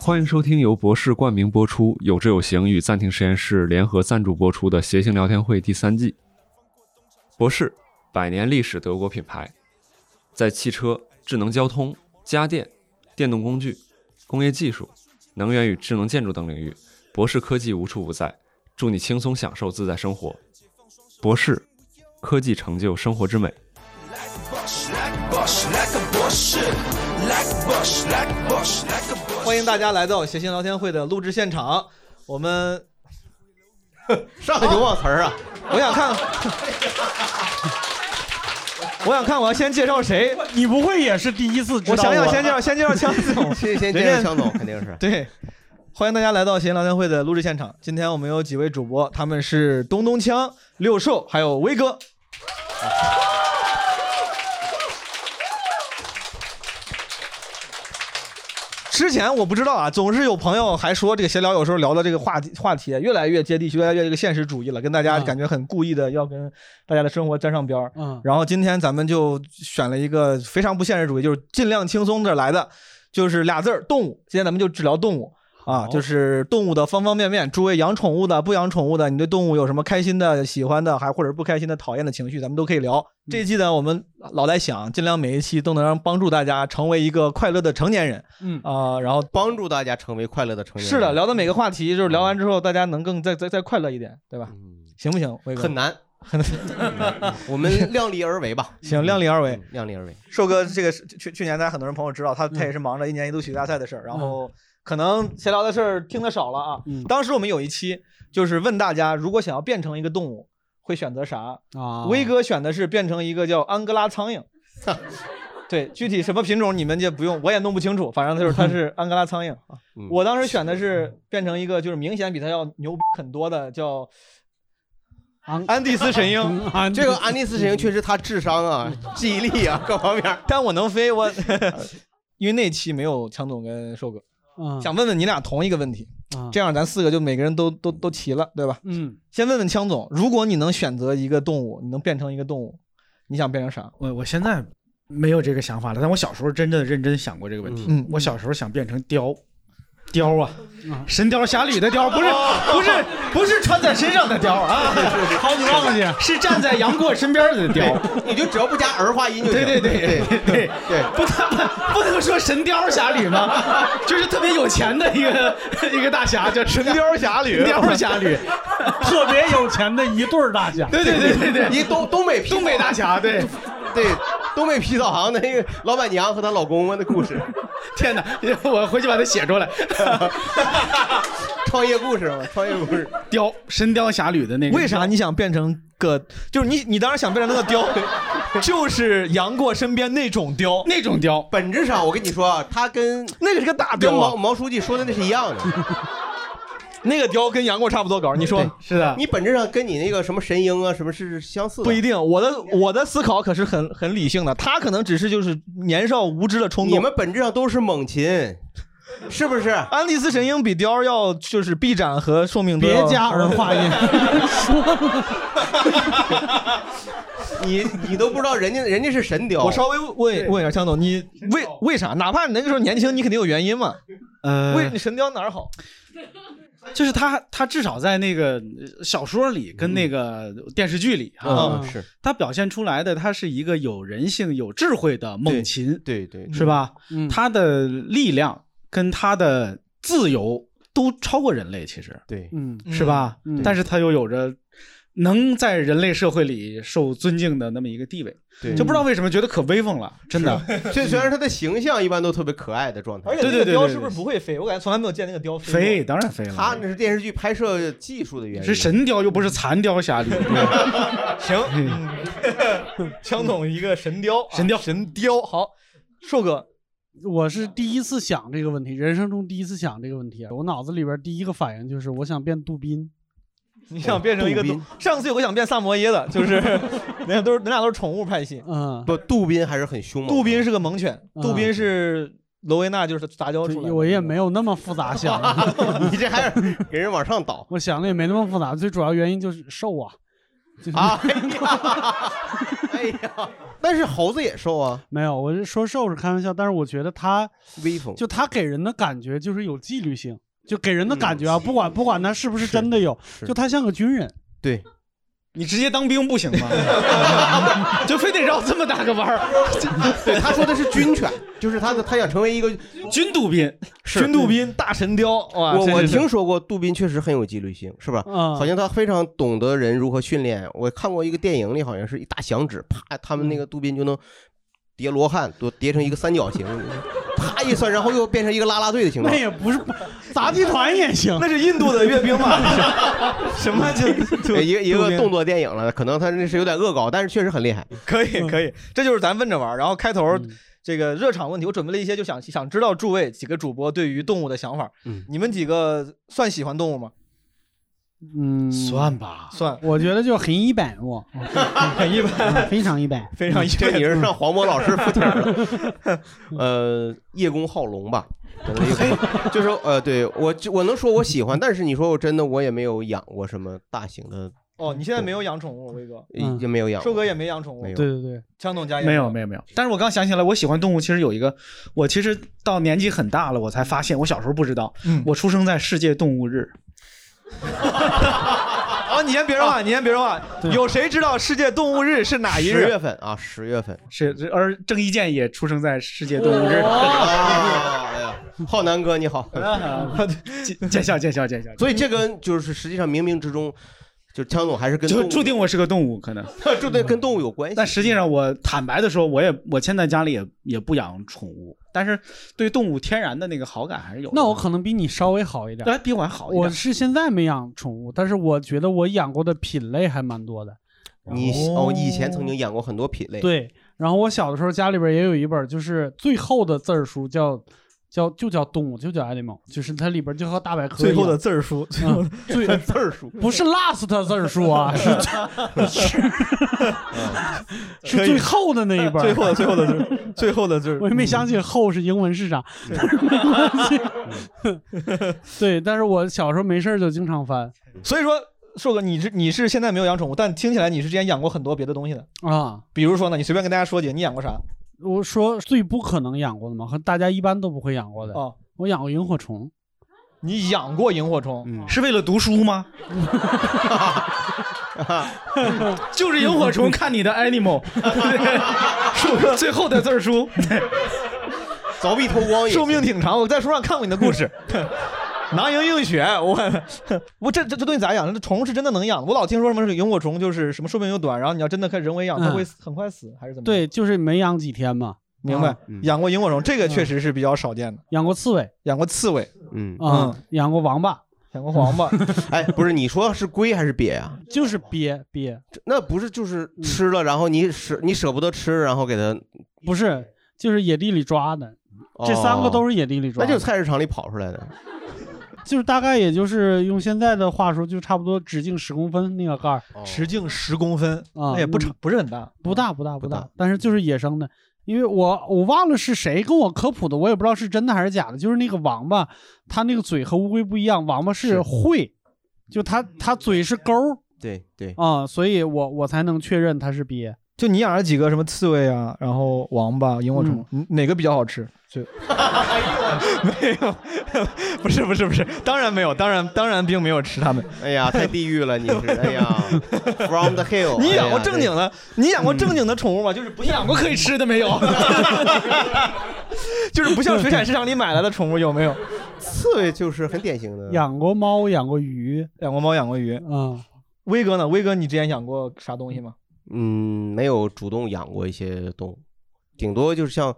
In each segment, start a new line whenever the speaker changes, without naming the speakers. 欢迎收听由博士冠名播出、有志有行与暂停实验室联合赞助播出的《谐星聊天会》第三季。博士，百年历史德国品牌，在汽车、智能交通、家电、电动工具、工业技术、能源与智能建筑等领域，博士科技无处不在。祝你轻松享受自在生活。博士，科技成就生活之美。
欢迎大家来到谐星聊天会的录制现场。我 们上来就忘词儿啊！ 我想看，我想看，我要先介绍谁？你不会也是第一次啊我
知道
想想，
我
先介绍，先介绍强总，
先先介绍强总肯定是
对。欢迎大家来到谐星聊天会的录制现场。今天我们有几位主播，他们是东东锵、六兽，还有威哥。之前我不知道啊，总是有朋友还说这个闲聊有时候聊的这个话题话题越来越接地气，越来越这个现实主义了，跟大家感觉很故意的要跟大家的生活沾上边儿。
嗯
然后今天咱们就选了一个非常不现实主义，就是尽量轻松的来的，就是俩字儿动物。今天咱们就只聊动物。啊，就是动物的方方面面，诸位养宠物的、不养宠物的，你对动物有什么开心的、喜欢的，还或者不开心的、讨厌的情绪，咱们都可以聊。这一季呢，我们老在想，尽量每一期都能让帮助大家成为一个快乐的成年人。
嗯
啊、
呃
然后
帮助大家成为快乐的成年人。嗯
是的，聊的每个话题，就是聊完之后，大家能更再再再快乐一点，对吧？行不行？威哥
很难，
很
难。嗯我们量力而为吧。嗯
行，量力而为。
量力而为。
瘦哥，这个是去去年，大家很多人朋友知道，他他也是忙着一年一度喜剧大赛的事儿，然后可能闲聊的事儿听得少了啊。当时我们有一期就是问大家，如果想要变成一个动物，会选择啥？
啊
威哥选的是变成一个叫安哥拉苍 蝇。对，具体什么品种你们就不用，我也弄不清楚。反正就是它 是安哥拉苍蝇。啊
嗯
我当时选的是变成一个就是明显比它要牛逼很多的，叫
安
安第斯神鹰。
这个安利斯神鹰确实他智商啊、记忆力啊各方面，
嗯但我能飞，我 因为那期没有强总跟瘦哥，
嗯
想问问你俩同一个问题，
啊
这样咱四个就每个人都都都齐了，对吧？
嗯，
先问问强总，如果你能选择一个动物，你能变成一个动物，你想变成啥？
我我现在没有这个想法了，但我小时候真的认真想过这个问题。
嗯
我小时候想变成雕，雕啊，
嗯
神雕侠侣的雕，不是、不是不是穿在身上的雕 啊，
好你忘记
是站在杨过身 边的雕。
你就只要不加儿化音就行。
对对对
对
对
对，
不不不能说神雕侠侣吗？就是特别有钱的一个一个大侠叫神
雕侠侣
神雕侠侣，
特别有钱的一对儿大侠。
对对对对对，
一东东北皮草
东北大侠，对。
对东北皮草行的那个老板娘和她老公啊的故事，
天哪！我回去把它写出来。
创业故事嘛，创业故事。
雕《神雕侠侣》的那个，
为啥你想变成个？就是你你当时想变成那个雕， 就是杨过身边那种雕，
那种雕？
本质上我跟你说啊，他跟
那个是个大
跟
雕
毛
啊，
毛书记说的那是一样的。
那个雕跟杨过差不多高。你说
对是的，
你本质上跟你那个什么神鹰啊什么是相似的。
不一定，我的我的思考可是很很理性的，他可能只是就是年少无知的冲
你
动。
们本质上都是猛禽，是不是？
安第斯神鹰比雕要就是臂展和寿命都要
别加儿化 音，
你你都不知道人家人家是神雕，
我稍微问问一下江总，你为为啥？哪怕你那个时候年轻，你肯定有原因嘛？为
呃，
你神雕哪儿好？
就是他，他至少在那个呃小说里跟那个电视剧里啊，
嗯是
他表现出来的，他是一个有人性、有智慧的猛禽，
对对
是吧？
嗯
他的力量跟他的自由都超过人类，其实
对，
嗯
是吧？
嗯
但是他又有着能在人类社会里受尊敬的那么一个地位，
对
就不知道为什么觉得可威风了，真的。
所 以虽然他的形象一般都特别可爱的状态
而，且
对
那个
对对
雕是
对
不
对
是不会飞？我感觉从来没有见那个雕飞过。
飞当然飞了，
他那是电视剧拍摄技术的原因，
是神雕又不是残雕侠 侣。嗯
行，江总一个神雕啊，
神雕
神雕好。瘦哥，
我是第一次想这个问题，人生中第一次想这个问题。啊我脑子里边第一个反应就是我想变杜宾，
你想变成一个
杜
动
宾？
上次有个想变萨摩耶的，就是 人家都是人俩都是宠物派系。
嗯，
不， 杜宾还是很凶猛的。
杜宾是个猛犬，杜宾是罗威纳就是杂交
对
出来的。
我也没有那么复杂想，
你这还是给人往上倒
我 想的也没那么复杂，最主要原因就是瘦啊，就是
啊！哎呀，但是猴子也瘦啊。
没有，我是说瘦是开玩笑，但是我觉得他
威风，
就他给人的感觉就是有纪律性，就给人的感觉啊，不管不管他是不是真的有，就他像个军人。
对，
你直接当兵不行吗？ 就非得绕这么大个弯儿。
对，他说的是军犬，就是他的他想成为一个
军杜宾，
军杜宾大神雕
啊
哇！
我
真
我
是
听说过杜宾确实很有纪律性，是吧？
嗯
好像他非常懂得人如何训练。我看过一个电影里，好像是一大响指，啪，他们那个杜宾就能叠罗汉，都叠成一个三角形，啪一算，然后又变成一个啦啦队的形 状。
那也 不是杂技团也行，
那是印度的阅 兵嘛？什么就就
哎一个一个动
作
作电影了，可能他那是有点恶搞，但是确实很厉害。
可以
嗯
可以，这就是咱问着玩儿。然后开头这个热场问题，我准备了一些，就想想知道诸位几个主播对于动物的想法。你们几个算喜欢动物吗？
嗯，
算吧，
算。
我觉得就很一般我，
很一般，
非常一般，
非常一
这你是上黄渤老师附体了， 呃，叶公好龙吧，可能叶公 就是呃，对我就我能说我喜欢，但是你说我真的我也没有养过什么大型的，
哦，你现在没有养宠物，威哥
嗯
也嗯没有养
瘦
过。
哥也没养宠物
没，有
嗯对对对，
强总家也
没有没有没有，但是我刚想起来，我喜欢动物其实有一个，我其实到年纪很大了，我才发现，我小时候不知道，
嗯
我出生在世界动物日，
啊！你先别说话，你先别说话。有谁知道世界动物日是哪一
十月
日？
份啊，十月份。
是这而郑伊健也出生在世界动物日。
哦哎浩南哥你好，
见见笑见笑见笑，
所以这跟就是实际上冥冥之中，就是强总还是跟
就
动
注
物，
定我是个动物可能。
注定跟动物有关系
但。实际上，我坦白的说，我也我现在家里也也不养宠物，但是对动物天然的那个好感还是有的。
那我可能比你稍微好一点。
哎比我还好一点。
我是现在没养宠物，但是我觉得我养过的品类还蛮多的。
你哦，以前曾经养过很多品类，，
对，然后我小的时候家里边也有一本，就是最后的字儿书叫。叫就叫动物，就叫 animal，就是它里边就和大百科一
最
样嗯
后的字儿书，最后的
最
字儿数
不是 last 字儿书啊，是是是
可以
最后的那一本。
嗯最后的最后的字儿，最后的字嗯儿
我也没相信后是英文是啥，但是没关系。对，但是我小时候没事儿就经常翻
所以说，硕哥，你是你是现在没有养宠物，但听起来你是之前养过很多别的东西的。
啊。
比如说呢，你随便跟大家说几个，你养过啥？
我说最不可能养过的嘛，和大家一般都不会养过的。
哦，
我养过萤火虫，嗯
你养过萤火虫？
是为了读书吗？ 就是萤火虫看你的 animal，对最后的字儿书。
凿壁偷光也
寿命挺长，我在书上看过你的故事。 囊萤映雪，我 我这这这东西咋养？这虫是真的能养的。我老听说什么萤火虫就是什么寿命又短，然后你要真的开始人为养，它
嗯
会很快死， 还是怎么？，
对，就是没养几天嘛。嗯
明白
啊。
养过萤火虫，这个确实是比较少见的。
养过刺猬
养过刺猬，
嗯，
啊，
嗯
养过王八，
养过黄瓜，
哎，不是你说是龟还是鳖呀？
就是鳖鳖，
这那不是就是
嗯
吃了，然后你舍你舍不得吃，然后给它，
不是，就是野地里抓的。这三个
哦
都是野地里抓
那
的，
就是菜市场里跑出来的。
就是大概也就是用现在的话说，就差不多直径十公分那个盖儿，
哦
直径十公分，
啊
那也不长，不是很大。
不大不大不
大嗯
大，但是就是野生的。因为我我忘了是谁跟我科普的，我也不知道是真的还是假的。就是那个王八，它那个嘴和乌龟不一样，王八是喙，就它
嗯
它嘴是钩儿
对对，
啊、所以我我才能确认它是鳖。
就你养了几个什么刺猬啊，然后王八、萤火虫，嗯哎哪个比较好吃？就没有，不是不是不是，当然没有，当然当然并没有吃它们。
哎呀，太地狱了，你是，哎呀，From the Hill，
你
哎
养
呀
过正经
这
的，你养过正经的宠物吗？就是不像
养过可以吃的没有？
就是不像水产市场里买来的宠物有没有？
刺猬就是很典型的，
养过猫，养过鱼，
养过猫，养过鱼。
啊、
威哥呢？威哥，你之前养过啥东西吗？
嗯，没有主动养过一些动物，顶多就是像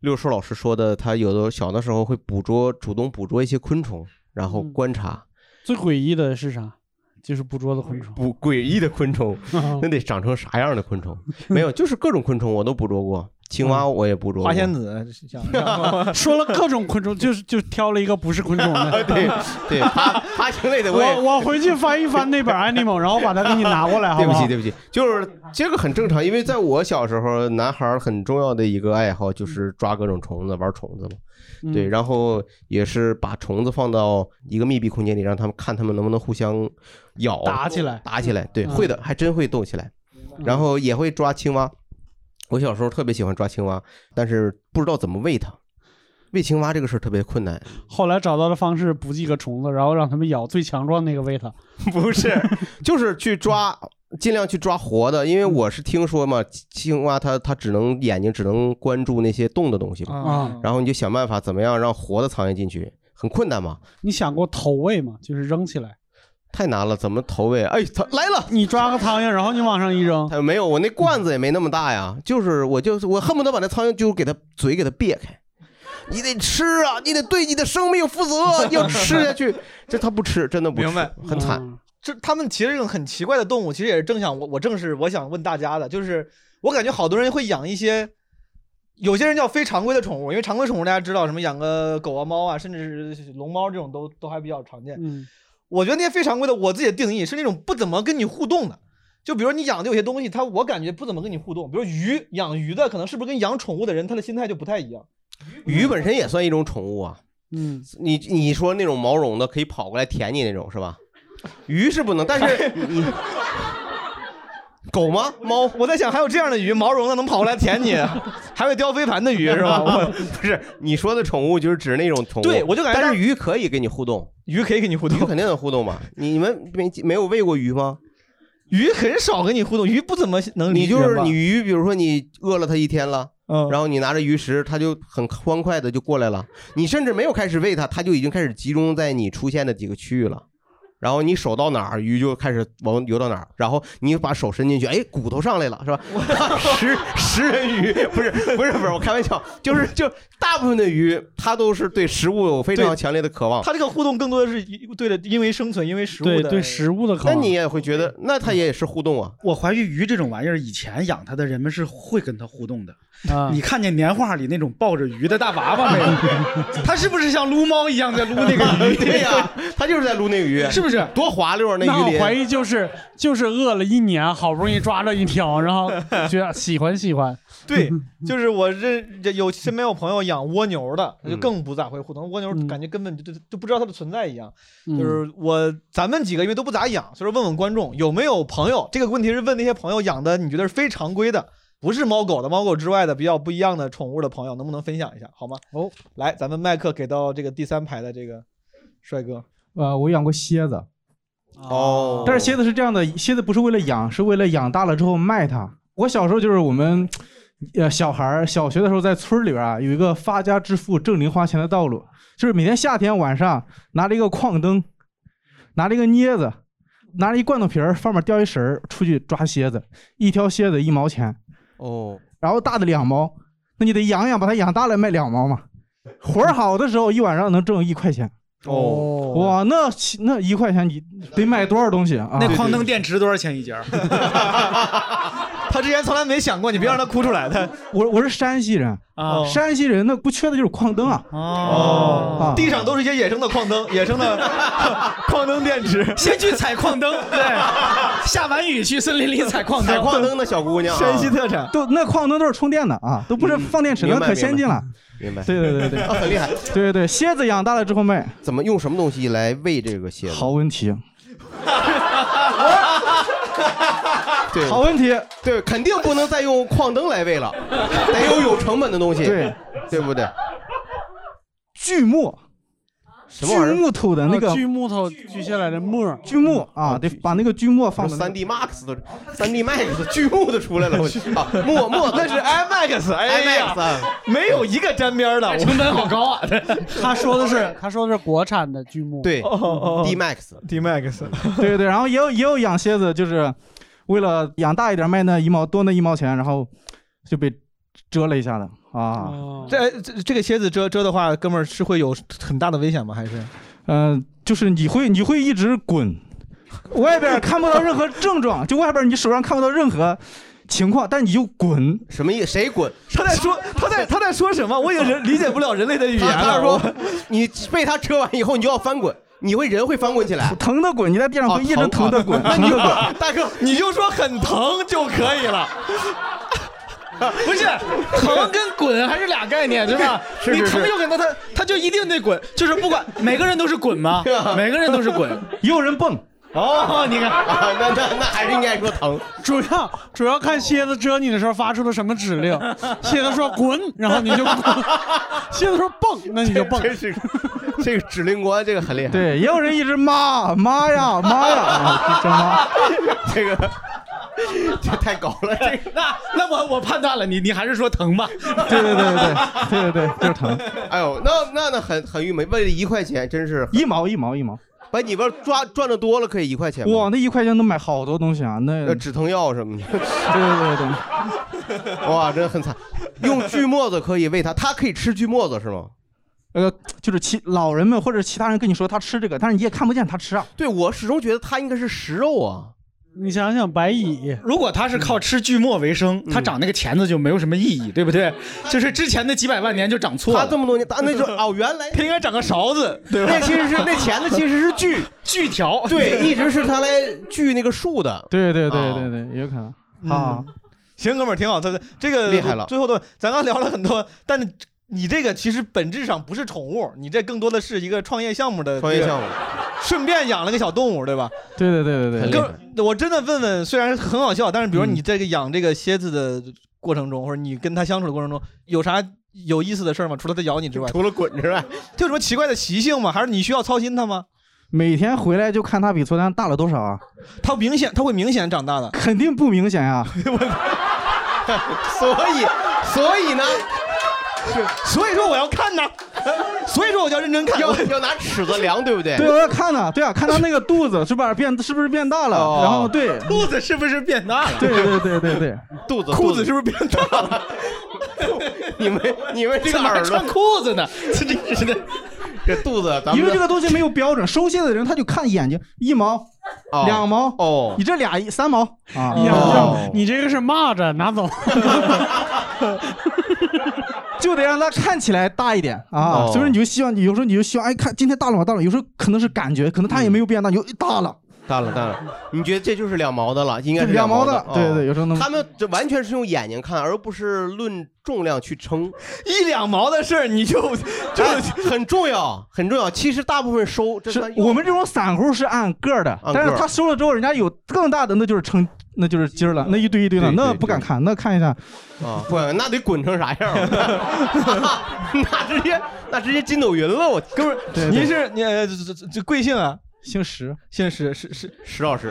六叔老师说的，他有的小的时候会捕捉，主动捕捉一些昆虫，然后
嗯
观察
最诡异的是啥？就是捕捉的昆虫。
捕诡异的 昆虫，那得长成啥样的昆虫？没有，就是各种昆虫我都捕捉过，青蛙
嗯
我也捕捉过，
花仙子，想养过
说 了各种昆虫，就是就挑了一个不是昆虫的。
对对，爬爬行类的我也
我我回去翻一翻那本 Animal，然后把它给你拿过 来，好
对不
好？
起，对不起，就是这个很正常，因为在我小时候，男孩儿很重要的一个爱好就是抓各种虫子，玩虫子嘛。
嗯
对，然后也是把虫子放到一个密闭空间里，让他们看他们能不能互相咬
打起来
打起来。对，
嗯
会的，还真会斗起来。然后也会抓青蛙。我小时候特别喜欢抓青蛙，但是不知道怎么喂它。喂青蛙这个事儿特别困难，
后来找到的方式补几个虫子，然后让他们咬最强壮那个喂它。
不是，就是去抓，尽量去抓活的，因
嗯
为我是听说嘛，青蛙它它只能眼睛只能关注那些动的东西嘛，
啊
然后你就想办法怎么样让活的苍蝇进去，很困难嘛，
你想过投喂吗？就是扔起来，
太难了，怎么投喂？哎，它来了。
你抓个苍蝇，然后你往上一扔，
它没有，我那罐子也没那么大呀，就是我就是我恨不得把那苍蝇就给它嘴给它别 开，你得吃啊，你得对你的生命负责，哦啊要吃下去。这它不吃，真的不吃，
明白
很惨。
嗯
这他们其实这种很奇怪的动物，其实也是正想我我正是我想问大家的，就是我感觉好多人会养一些，有些人叫非常规的宠物，因为常规宠物大家知道什么养个狗啊猫啊，甚至是龙猫这种都都还比较常见。
嗯，
我觉得那些非常规的，我自己的定义是那种不怎么跟你互动的。就比如你养的有些东西，它我感觉不怎么跟你互动。比如鱼，养鱼的可能是不是跟养宠物的人他的心态就不太一样？
鱼本身也算一种宠物啊，
嗯，
你你说那种毛绒的可以跑过来舔你那种是吧？鱼是不能，但 是你狗吗？
猫，我在想还有这样的鱼，毛绒的能跑过来舔你，啊还有叼飞盘的鱼是吧？我
不是你说的宠物就是指那种宠物，
对我就感觉
但
它
是鱼可以跟你互动，
鱼可以跟你互动
鱼，肯定能互动嘛。你们没没有喂过鱼吗？
鱼很少跟你互动，鱼不怎么能理
你就
人
是
吧
你，鱼，比如说你饿了它一天了，
嗯，
然后你拿着鱼食，它就很欢快的就过来了。你甚至没有开始喂它，它就已经开始集中在你出现的几个区域了。然后你手到哪儿，鱼就开始往游到哪儿。然后你把手伸进去，哎，骨头上来了，是吧？ 食食人鱼不是不是不是，我开玩笑，就是就大部分的鱼，它都是对食物有非常
对
强烈的渴望。
它这个互动更多的是一对的，因为生存，因为食物
对
的
对，食物的渴
那
望。
你也会觉得，那它也是互动啊。
嗯我怀疑鱼这种玩意儿，以前养它的人们是会跟它互动的。
啊
你，看见年画里那种抱着鱼的大娃娃没 有？它是不是像撸猫一样在撸那个鱼？
对呀、 它就是在撸那个鱼，
是不是？
多滑溜啊那
那
鱼
我怀
鳞。
疑就是就是饿了一年，好不容易抓着一条，然后觉得喜欢喜欢。
对，就是我认这有身边有朋友养蜗牛的，那就
嗯
更不咋会互动。蜗牛
嗯
感觉根本就就就不知道它的存在一样。
嗯
就是我咱们几个因为都不咋养，所以说问问观众有没有朋友，这个问题是问那些朋友养的，你觉得是非常规的，不是猫狗的、猫狗之外的比较不一样的宠物的朋友，能不能分享一下好吗？
哦，
来，咱们麦克给到这个第三排的这个帅哥，
呃，我养过蝎子，
哦
但是蝎子是这样的，蝎子不是为了养，是为了养大了之后卖它。我小时候就是我们，呃，小孩儿小学的时候在村里边啊，有一个发家致富、挣零花钱的道路，就是每天夏天晚上拿着一个矿灯，拿着一个镊子，拿着一罐头皮儿，上面吊一绳儿，出去抓蝎子，一条蝎子一毛钱，
哦，
然后大的两毛，那你得养养，把它养大了卖两毛嘛。活儿好的时候，一晚上能挣一块钱。
哦
哇，那那一块钱你得买多少东西啊？
那矿灯电池多少钱一节儿？
他之前从来没想过，你别让他哭出来，
哦
他
我我是山西人，
哦
啊
山西人那不缺的就是矿灯啊。
哦，
啊
地上都是一些野生的矿灯，野生的矿灯电池。
先去采矿灯，对，下完雨去森林里采矿
采
灯。
矿灯的小姑娘啊，
山西特产，
都那矿灯都是充电的啊，都不是
嗯
放电池的，
明白
可先进了。
明白？
对对对对对
啊，很厉害。
对对，蝎子养大了之后卖，
怎么用什么东西来喂这个蝎子？
好，问题，
对
好问题，
对，肯定不能再用矿灯来喂 了，得有有成本的东西，
对，
对不对？
锯木，
什么玩
锯
意儿？啊
木头的那个
锯木头锯下来的沫儿，
锯木
哦
啊，得把那个锯末放到那
三
个
D Max 都三 D Max 巨幕都出来了，我去啊！默默
那是 IMAX，哎呀
IMAX，啊
没有一个沾边儿的。我
成本好高啊！
他说的是他说的是国产的锯木，，
对
哦哦
D Max，
D Max，
对对，然后也有也有养蝎子，就是为了养大一点卖那一毛多那一毛钱，然后就被蛰了一下的啊。
哦
这这这个蝎子蛰蛰的话，哥们儿是会有很大的危险吗？还是
嗯，就是你会你会一直滚，外边看不到任何症状，就外 边你手上看不到任何情况，但你就滚。
什么意？谁滚？
他在说他在他在说什么？我已经 人理解不了人类的语言
他
了。
他
我
说你被他车完以后，你就要翻滚，你会人会翻滚起来。
疼的滚，你在地上
啊
会一直疼的滚，
啊
疼的滚。
大哥，
你就说很 疼就可以了。
不是，疼跟滚还是俩概念，对吧？
是是
你
是
疼就跟他他他就一定得滚，就是不管每个人都是滚吗？每个人都是滚，
也有人蹦，
哦，你 看，
那那那还是应该说疼。
主要主要看蝎子蛰你的时候发出了什么指 令。蝎子说滚，然后你就滚；蝎子说蹦，那你就蹦。
真是 这个指令官，这个很厉害。
对，也有人一直骂妈 呀妈呀，啊真妈。
这个这太高了，这个
那那我我判断了，你你还是说疼吧？
对对对对对对对，就是疼，
哎呦，那那那很很郁闷，为了一块钱，真是
一毛一毛一毛，
把你们抓赚的多了可以一块钱吗？
哇，那一块钱能买好多东西啊！那
呃
对
止疼药什么的，
对对对，
哇，真的很惨。用锯末子可以喂它，它可以吃锯末子是吗？
呃，就是其老人们或者其他人跟你说他吃这个，但是你也看不见他吃啊。
对，我始终觉得它应该是食肉啊。
你想想白蚁，
如果他是靠吃锯末为生，他长那个钳子就没有什么意义，对不 对？就是之前的几百万年就长错
它这
了。
么多年，它那 就哦，原来
他应该长个勺子，对吧？
那其实是那钳子其实是锯，
锯条，
对，一直是它来锯那个树的。
对对对
啊
对对，也有可能啊。
嗯行，哥们儿挺好，他这个
厉害了
最后的，咱刚聊了很多，但是你这个其实本质上不是宠物，你这更多的是一个创业项目的
创业
这个
项目，
顺便养了个小动物，对吧？
对对对对对
很厉
对，
害
哥，我真的问问，虽然很好笑，但是比如说
嗯
你这个养这个蝎子的过程中，或者你跟它相处的过程中，有啥有意思的事儿吗？除了它咬你之外，
除了滚 之外，
它有什么奇怪的习性吗？还是你需要操心它吗？
每天回来就看他比昨天大了多少啊？
它明显，它会明显长大的。
肯定不明显呀。
所以所 以呢，
所以说我要看呐，所以说我就要认真看。
要要拿尺子量，对不对？
对，我要看呢，对啊，看他那个肚子是吧？变是不是变大
哦
了？然后对
肚子是不是变大了？
对对对对对，
肚子
裤子是不是变大了？
你们你们这
这
个
哪
耳
还
朵
穿裤 子呢？这这这这，
这肚子，咱们
因为这个东西没有标准，收蟹的人他就看眼睛一毛、
哦
两毛，
哦
你这俩一三毛啊，
你想
哦
想，你 这个是蚂蚱，拿 走。
就得让它看起来大一点啊。
哦
所以说你就希望，有时候你就希望，哎，看今天大了吗？大了，有时候可能是感觉，可能它也没有变大，你就哎大了，
大了大了，你觉得这就是两毛的了？应该
就是两
毛
毛的，对对，
哦
有时候能。
他们这完全是用眼睛看，而不是论重量去称，
一两毛的事儿你 就就
哎很重要，很重要。其实大部分收这
是
算用
我们这种散户是按个儿的，
按个
但
儿
是他收了之后，人家有更大的，那就是称，那就是斤儿了，那一堆一堆的，
对对
那不敢看，那看一下，
啊，不然那得滚成啥样儿？ 那直接那直接筋斗云了，我
哥们
对对
儿，您是你呃这这这这 贵姓啊？
姓石，
姓石，石石
石老师，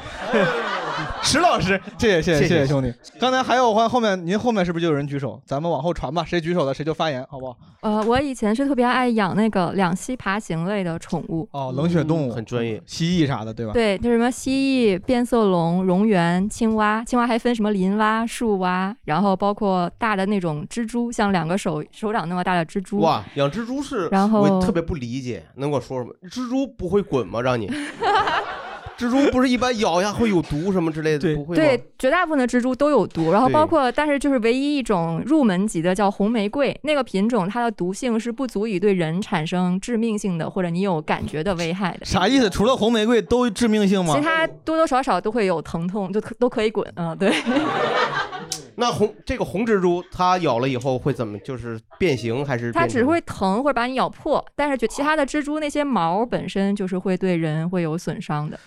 石老师，谢谢谢
谢谢
谢谢谢兄弟。刚才还有换后面，您后面是不是就有人举手？咱们往后传吧，谁举手的谁就发言，好不好？
呃，我以前是特别爱养那个两栖爬行类的宠物，
哦，冷血动物，
很专业，
蜥蜴啥的，对吧？
对，就什么蜥蜴、变色龙、蝾螈、青蛙，青蛙还分什么林蛙、树蛙，然后包括大的那种蜘蛛，像两个手手掌那么大的蜘蛛。
哇，养蜘蛛是，
然后
我特别不理解，能给我说说吗？蜘蛛不会滚吗？让你， 蜘蛛不是一般咬一下会有毒什么之类的，
对
不会吗？
对，绝大部分的蜘蛛都有毒，然后
对
包括，但是就是唯一一种入门级的叫红玫瑰那个品种，它的毒性是不足以对人产生致命性的或者你有感觉的危害的。
啥意思？除了红玫瑰都致命性吗
其？他多多少少都会有疼痛，就可都可以滚啊、对，
那红这个红蜘蛛，它咬了以后会怎么？就是变形还是变成？
它只会疼或者把你咬破，但是就其他的蜘蛛那些毛本身就是会对人会有损伤的。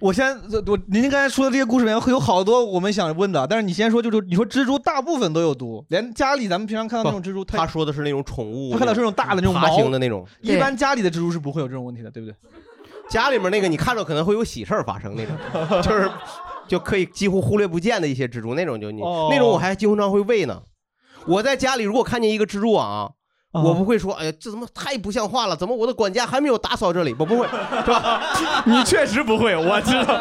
我先我您刚才说的这些故事里面会有好多我们想问的，但是你先说，就是你说蜘蛛大部分都有毒，连家里咱们平常看到那种蜘蛛，
他
它
说的是那种宠物，
它看到是那种大的那种
爬行
毛
的，那种，
一般家里的蜘蛛是不会有这种问题的，对不对？
家里面那个你看着可能会有喜事儿发生 那种，就是就可以几乎忽略不见的一些蜘蛛，那种就你、
哦
那种我还经常会喂呢。我在家里如果看见一个蜘蛛网、啊。我不会说，哎呀，这怎么太不像话了？怎么我的管家还没有打扫这里？我不会，是吧？
你确实不会，我知道。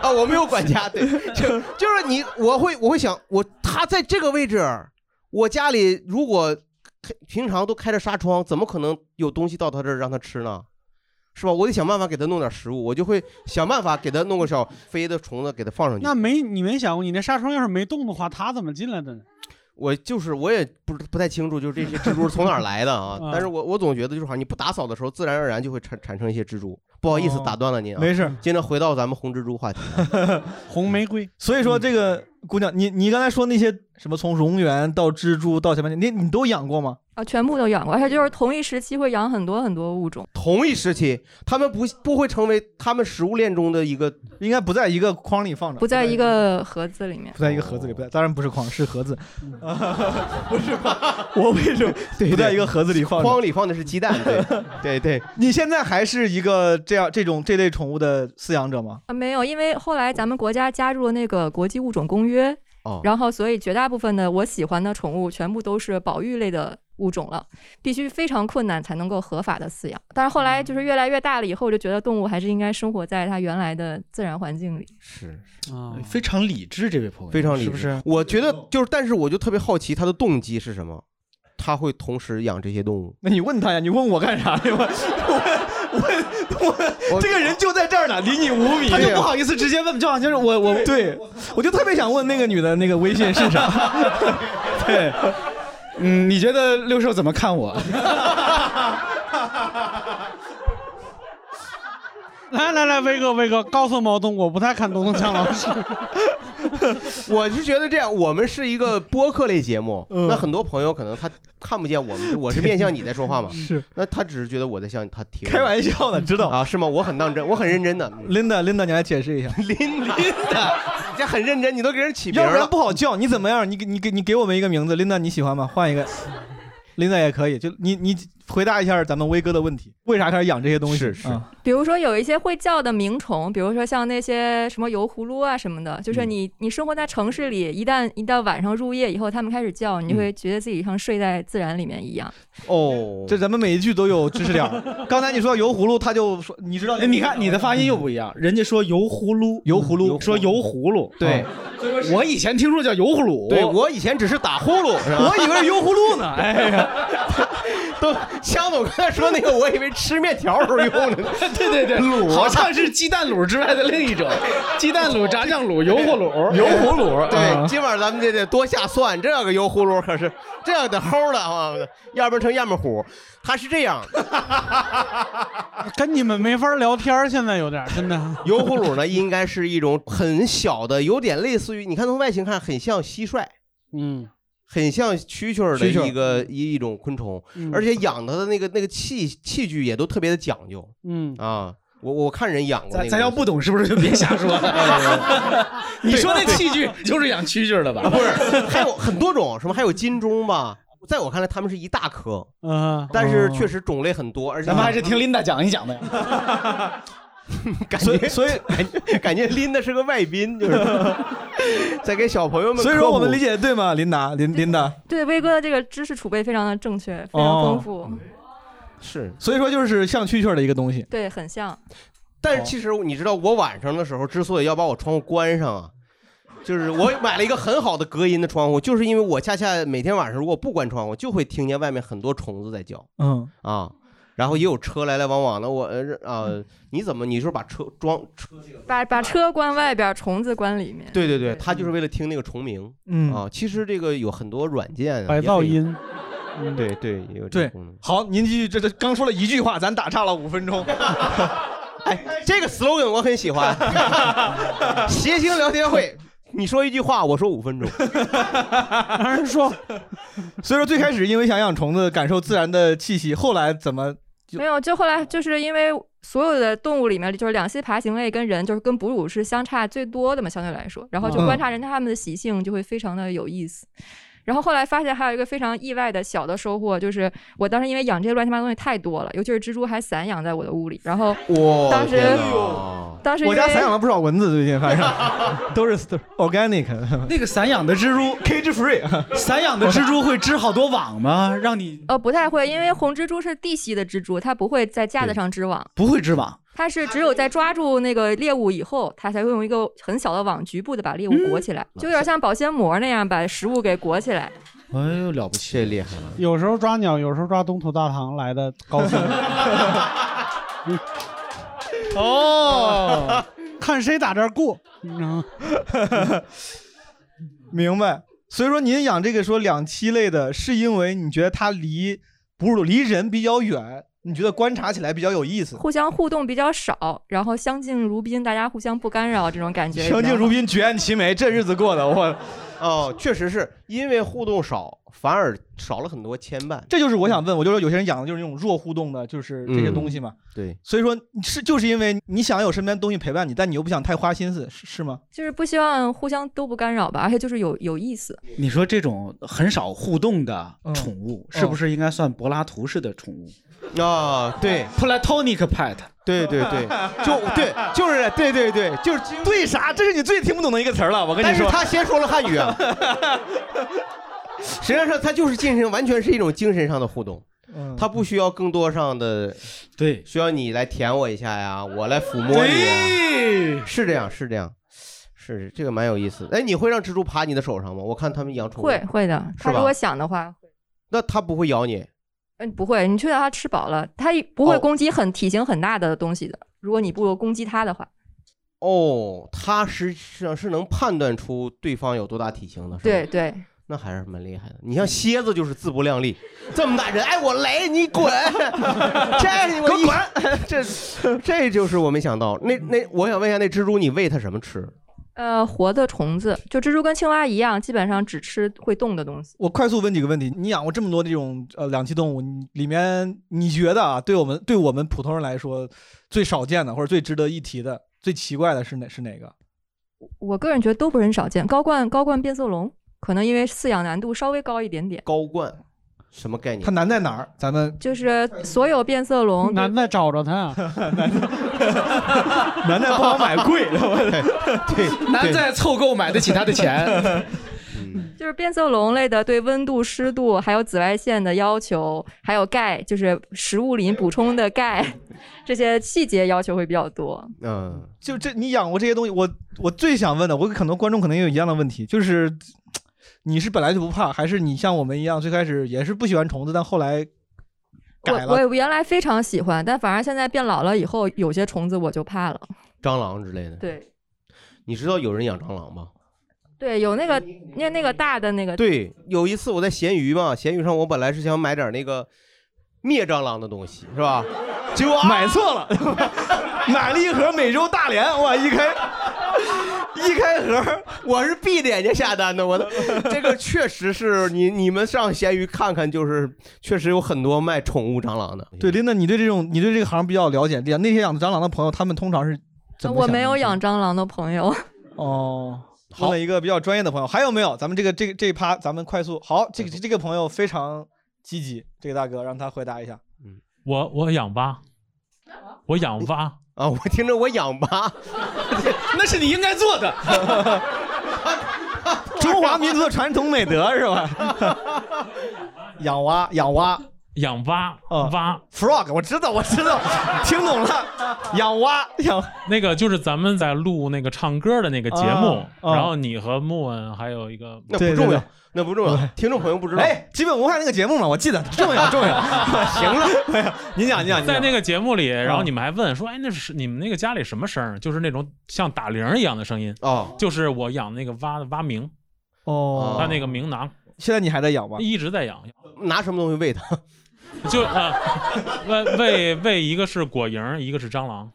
啊，我没有管家，对，就就是你，我会我会想，我他在这个位置，我家里如果开平常都开着纱窗，怎么可能有东西到他这儿让他吃呢？是吧？我得想办法给他弄点食物，我就会想办法给他弄个小飞的虫子给他放上去
那。没你没想过，你那纱窗要是没动的话，它怎么进来的呢？？
我就是我也不不太清楚，就是这些蜘蛛从哪儿来的啊
嗯
啊
但是我我总觉得就是好像你不打扫的时候，自然而然就会产产生一些蜘蛛。不好意思
哦
打断了您啊，
没事，
接着回到咱们红蜘蛛话题。
红玫瑰，
嗯所以说这个姑娘，你你刚才说那些什么从蝾螈到蜘蛛到前面，你你都养过吗？
啊，全部都养过，而且就是同一时期会养很多很多物种。
同一时期，他们不不会成为他们食物链中的一个，
应该不在一个框里放着，
不在一个盒子里面
不。在一个盒子里，
哦
不在，当然不是框，是盒子， 不是框。我为什么不在一个盒子里放着？
筐里放的是鸡蛋， 对对对。
你现在还是一个这样这种这类宠物的饲养者吗？
啊，没有，因为后来咱们国家加入了那个国际物种公约，
哦
然后所以绝大部分的我喜欢的宠物全部都是保育类的物种了，必须非常困难才能够合法的饲养。但是后来
嗯
就是越来越大了以后，就觉得动物还是应该生活在它原来的自然环境里。
是
啊，
非常理智，这位朋友
非常理智。
是不是？
我觉得就是，但是我就特别好奇他的动机是什么，他会同时养这些动物。
那你问他呀，你问我干啥 呀？我我我
我
这个人就在这儿呢，离你五米。
他就
对
不
啊
好意思直接问，就好像是我我
对，我就特别想问那个女的那个微信是啥？
对，嗯，你觉得六兽怎么看我？
来来来，威哥威哥，告诉毛东，我不太看东东强老 师。
我是觉得这样，我们是一个播客类节目，
嗯
那很多朋友可能他看不见 我们，我是面向你在说话嘛，
是
那他只是觉得我在向他听
开玩笑呢，知道。
啊，是吗？我很当真，我很认真的。
Linda Linda，你来解释一下，
林林的，你 这很认真，你都给人起名
要不然
了。
不好叫。你怎么样？你给你给你给我们一个名字，Linda 你喜欢吗？换一个，Linda 也可以。就你你回答一下咱们威哥的问题，为啥开始养这些东西？
是是
啊
比如说有一些会叫的鸣虫，比如说像那些什么油葫芦啊什么的，就是你你生活在城市里，一旦一到晚上入夜以后，它们开始叫，你就会觉得自己像睡在自然里面一样。
嗯
哦，
这咱们每一句都有知识点儿。 刚才你说油葫芦，他就说你知道，
你看你的发音又不一样，人家说油葫芦，嗯
油葫芦
说油葫芦，
对
啊，我以前听说叫油葫芦，
对我以前只是打 呼噜，是吧？
我以为是油葫芦呢。哎呀，
都香总刚才说那个，我以为吃面条时候用的。
对对对，
卤啊
好像是鸡蛋卤之外的另一 种，鸡蛋卤、炸酱卤、油葫芦、嗯
油葫芦，
对，今晚咱们这得多下蒜，这个油葫芦可是这样得齁的啊，要不然成样板虎。它是这样，
啊跟你们没法聊天儿，现在有点儿真的。
油葫芦呢应该是一种很小的，有点类似于你看从外形看很像蟋蟀，
嗯，
很像蛐蛐儿的
蛐蛐儿
一个一一种昆虫，
嗯
而且养它的那个那个器器具也都特别的讲究
嗯，
啊。我我看人养过那
咱
个，
咱要不懂是不是就别 瞎 说？你说那器具啊就是养蛐蛐儿的吧？
不是 还有很多种什么还有金钟吧，在我看来它们是一大科，
嗯，
但是确实种类很多，而且
哦咱们还是 听琳达讲一讲呗。
感
所
觉
以所以
感觉哎感觉拎的是个外宾，就是在给小朋友们科普。
所以说我们理解得对吗？琳达，琳琳达，
对威哥的这个知识储备非常的正确，非常丰富，
是，
所以说就是像蛐蛐儿的一个东西。
对，很像。
但是其实你知道，我晚上的时候之所以要把我窗户关上啊，就是我买了一个很好的隔音的窗户，就是因为我恰恰每天晚上如果不关窗户，就会听见外面很多虫子在叫
嗯，
啊。然后也有车来来往往的，我呃啊、你怎么你说把车装车？
把把车关外边，虫子关里面。
对对对，他就是为了听那个虫鸣
嗯
啊。其实这个有很多软件、啊，
白噪
也可以，
音。嗯，
对对也有这
对
个功能。
好，您继续，这这刚说了一句话，咱打岔了五 分钟。
哎，这个 slogan 我很 喜欢，谐星聊天会。你说一句话，我说五分钟。
让人说
所以说最开始因为想养虫子，感受自然的气息，后来怎么就
没有，就后来就是因为所有的动物里面，就是两栖爬行类跟人就是跟哺乳是相差最多的嘛，相对来说，然后就
嗯
观察人它们的习性，就会非常的有意思。然后后来发现还有一个非常意外的小的收获，就是我当时因为养这些乱七八糟东西太多了，尤其是蜘蛛还散养在我的屋里，然后
哇
当时
天哪
当时因
我
为
家散养了不少蚊子，最近反正都是都是 organic
那个散养的蜘蛛，
cage free。
散养的蜘蛛会织好多网吗？让你
呃不太会，因为红蜘蛛是地栖的蜘蛛，它不会在架子上织网，
不会织网，
它是只有在抓住那个猎物以后，它才会用一个很小的网局部的把猎物
嗯
裹起来，就有点像保鲜膜那样把食物给裹起来。
哎呦了不
这
起！
厉害了！
有时候抓鸟，有时候抓东土大唐来的高僧，
哦，
看谁打这儿过。你知道吗
明白。所以说您养这个说两栖类的，是因为你觉得它离哺乳离人比较远，你觉得观察起来比较有意思？
互相互动比较少，然后相敬如宾，大家互相不干扰，这种感觉。
相敬如。宾，举案齐眉，这日子过得我，
哦，确实是因为互动少，反而少了很多牵绊。
这就是我想问，我就说有些人养的就是那种弱互动的，就是这些东西嘛。
嗯对，
所以说是就是因为你想有身边东西陪伴你，但你又不想太花心思，是是吗？
就是不希望互相都不干扰吧，而且就是有有意思。
你说这种很少互动的宠物，是不是应该算柏拉图式的宠物？
啊，对
，Platonic pet，
对对对，就对，就是对对对，就是
对啥？这是你最听不懂的一个词儿了。我跟你
但是
说，
他先说了汉 语啊。实际上，他就是精神，完全是一种精神上的互动，他不需要更多上的，
对，
需要你来舔我一下呀，我来抚摸你啊，是这样，是这样，是这个蛮有意思的。哎，你会让蜘蛛爬你的手上吗？我看他们养宠物
会会的，
是
他如
吧
果想的话，
那它不会咬你，
嗯，不会，你确保它吃饱了，它不会
哦
攻击很体型很大的东西的。如果你不攻击它的话，
哦，它实际上是能判断出对方有多大体型的，是吧
对，对，
那还是蛮厉害的。你像蝎子就是自不量 力，这么大人，哎，我来你滚，这我一滚，这 这就是我没想到。那那我想问一下，那蜘蛛你喂它什么吃？
呃，活的虫子，就蜘蛛跟青蛙一样，基本上只吃会动的东西。
我快速问几个问题。你养过这么多这种呃两栖动物，你里面你觉得啊，对我们对我们普通人来说最少见的或者最值得一提的、最奇怪的是哪是哪个？
我个人觉得都不是很少见。高冠高冠变色龙，可能因为饲养难度稍微高一点点，
高冠，什么概念？
它难在哪儿？咱们
就是所有变色龙
难在找着它，啊
难在不好买贵，
对，
难在凑够买得起它的钱。
就是变色龙类的，对温度、湿度还有紫外线的要求，还有钙，就是食物里补充的钙， 这些细节要求会比较多。
嗯，
就这你养过这些东西，我我最想问的，我很多观众可能也有一样的问题，就是嘖你是本来就不怕，还是你像我们一样最开始也是不喜欢虫子，但后来改
我
了？
我原来非常喜欢，但反而现在变老了以后，有些虫子我就怕了。
蟑螂之类的。
对
你知道有人养蟑螂吗？
对，有那个那那个大的那个，
对，有一次我在闲鱼嘛，闲鱼上我本来是想买点那个灭蟑螂的东西，是吧？结果、啊、
买错了， 买了一盒美洲大蠊，哇，一开 一开盒，
我是闭着眼睛下单的，我的 这个确实是你你们上闲鱼看看，就是确实有很多卖宠物蟑螂的。
对，琳娜，你对这种你对这个行比较了解，那些养蟑螂的朋友，他们通常是怎么
我
想的？
没有养蟑螂的朋友。
哦。问了一个比较专业的朋友，还有没有？咱们这个这个这一趴，咱们快速好，这个这个朋友非常积极，这个大哥让他回答一下。
我我养蛙，我养蛙，
啊，我听着我养吧，
那是你应该做的。
中华民族的传统美德是吧？ 养蛙，养蛙
养蛙，
啊
蛙。
，frog，我知道，我知道，听懂了，养蛙，养
那个就是咱们在录那个唱歌的那个节目，
啊啊
然后你和莫文还有一个
那
对
不
对
重要
对，
那不重要，听众朋友不知道。
哎，基本无害那个节目嘛，我记 得重要重要，行了，您讲您讲，您讲嗯
在那个节目里，然后你们还问说，哎，那是你们那个家里什么声儿？就是那种像打铃儿一样的声音，
哦，
就是我养那个蛙的蛙鸣，
哦，
它那个鸣囊
现在你还在养吗？
一直在养，
拿什么东西喂它？
就啊， 喂喂喂，一个是果蝇儿，一个是蟑螂。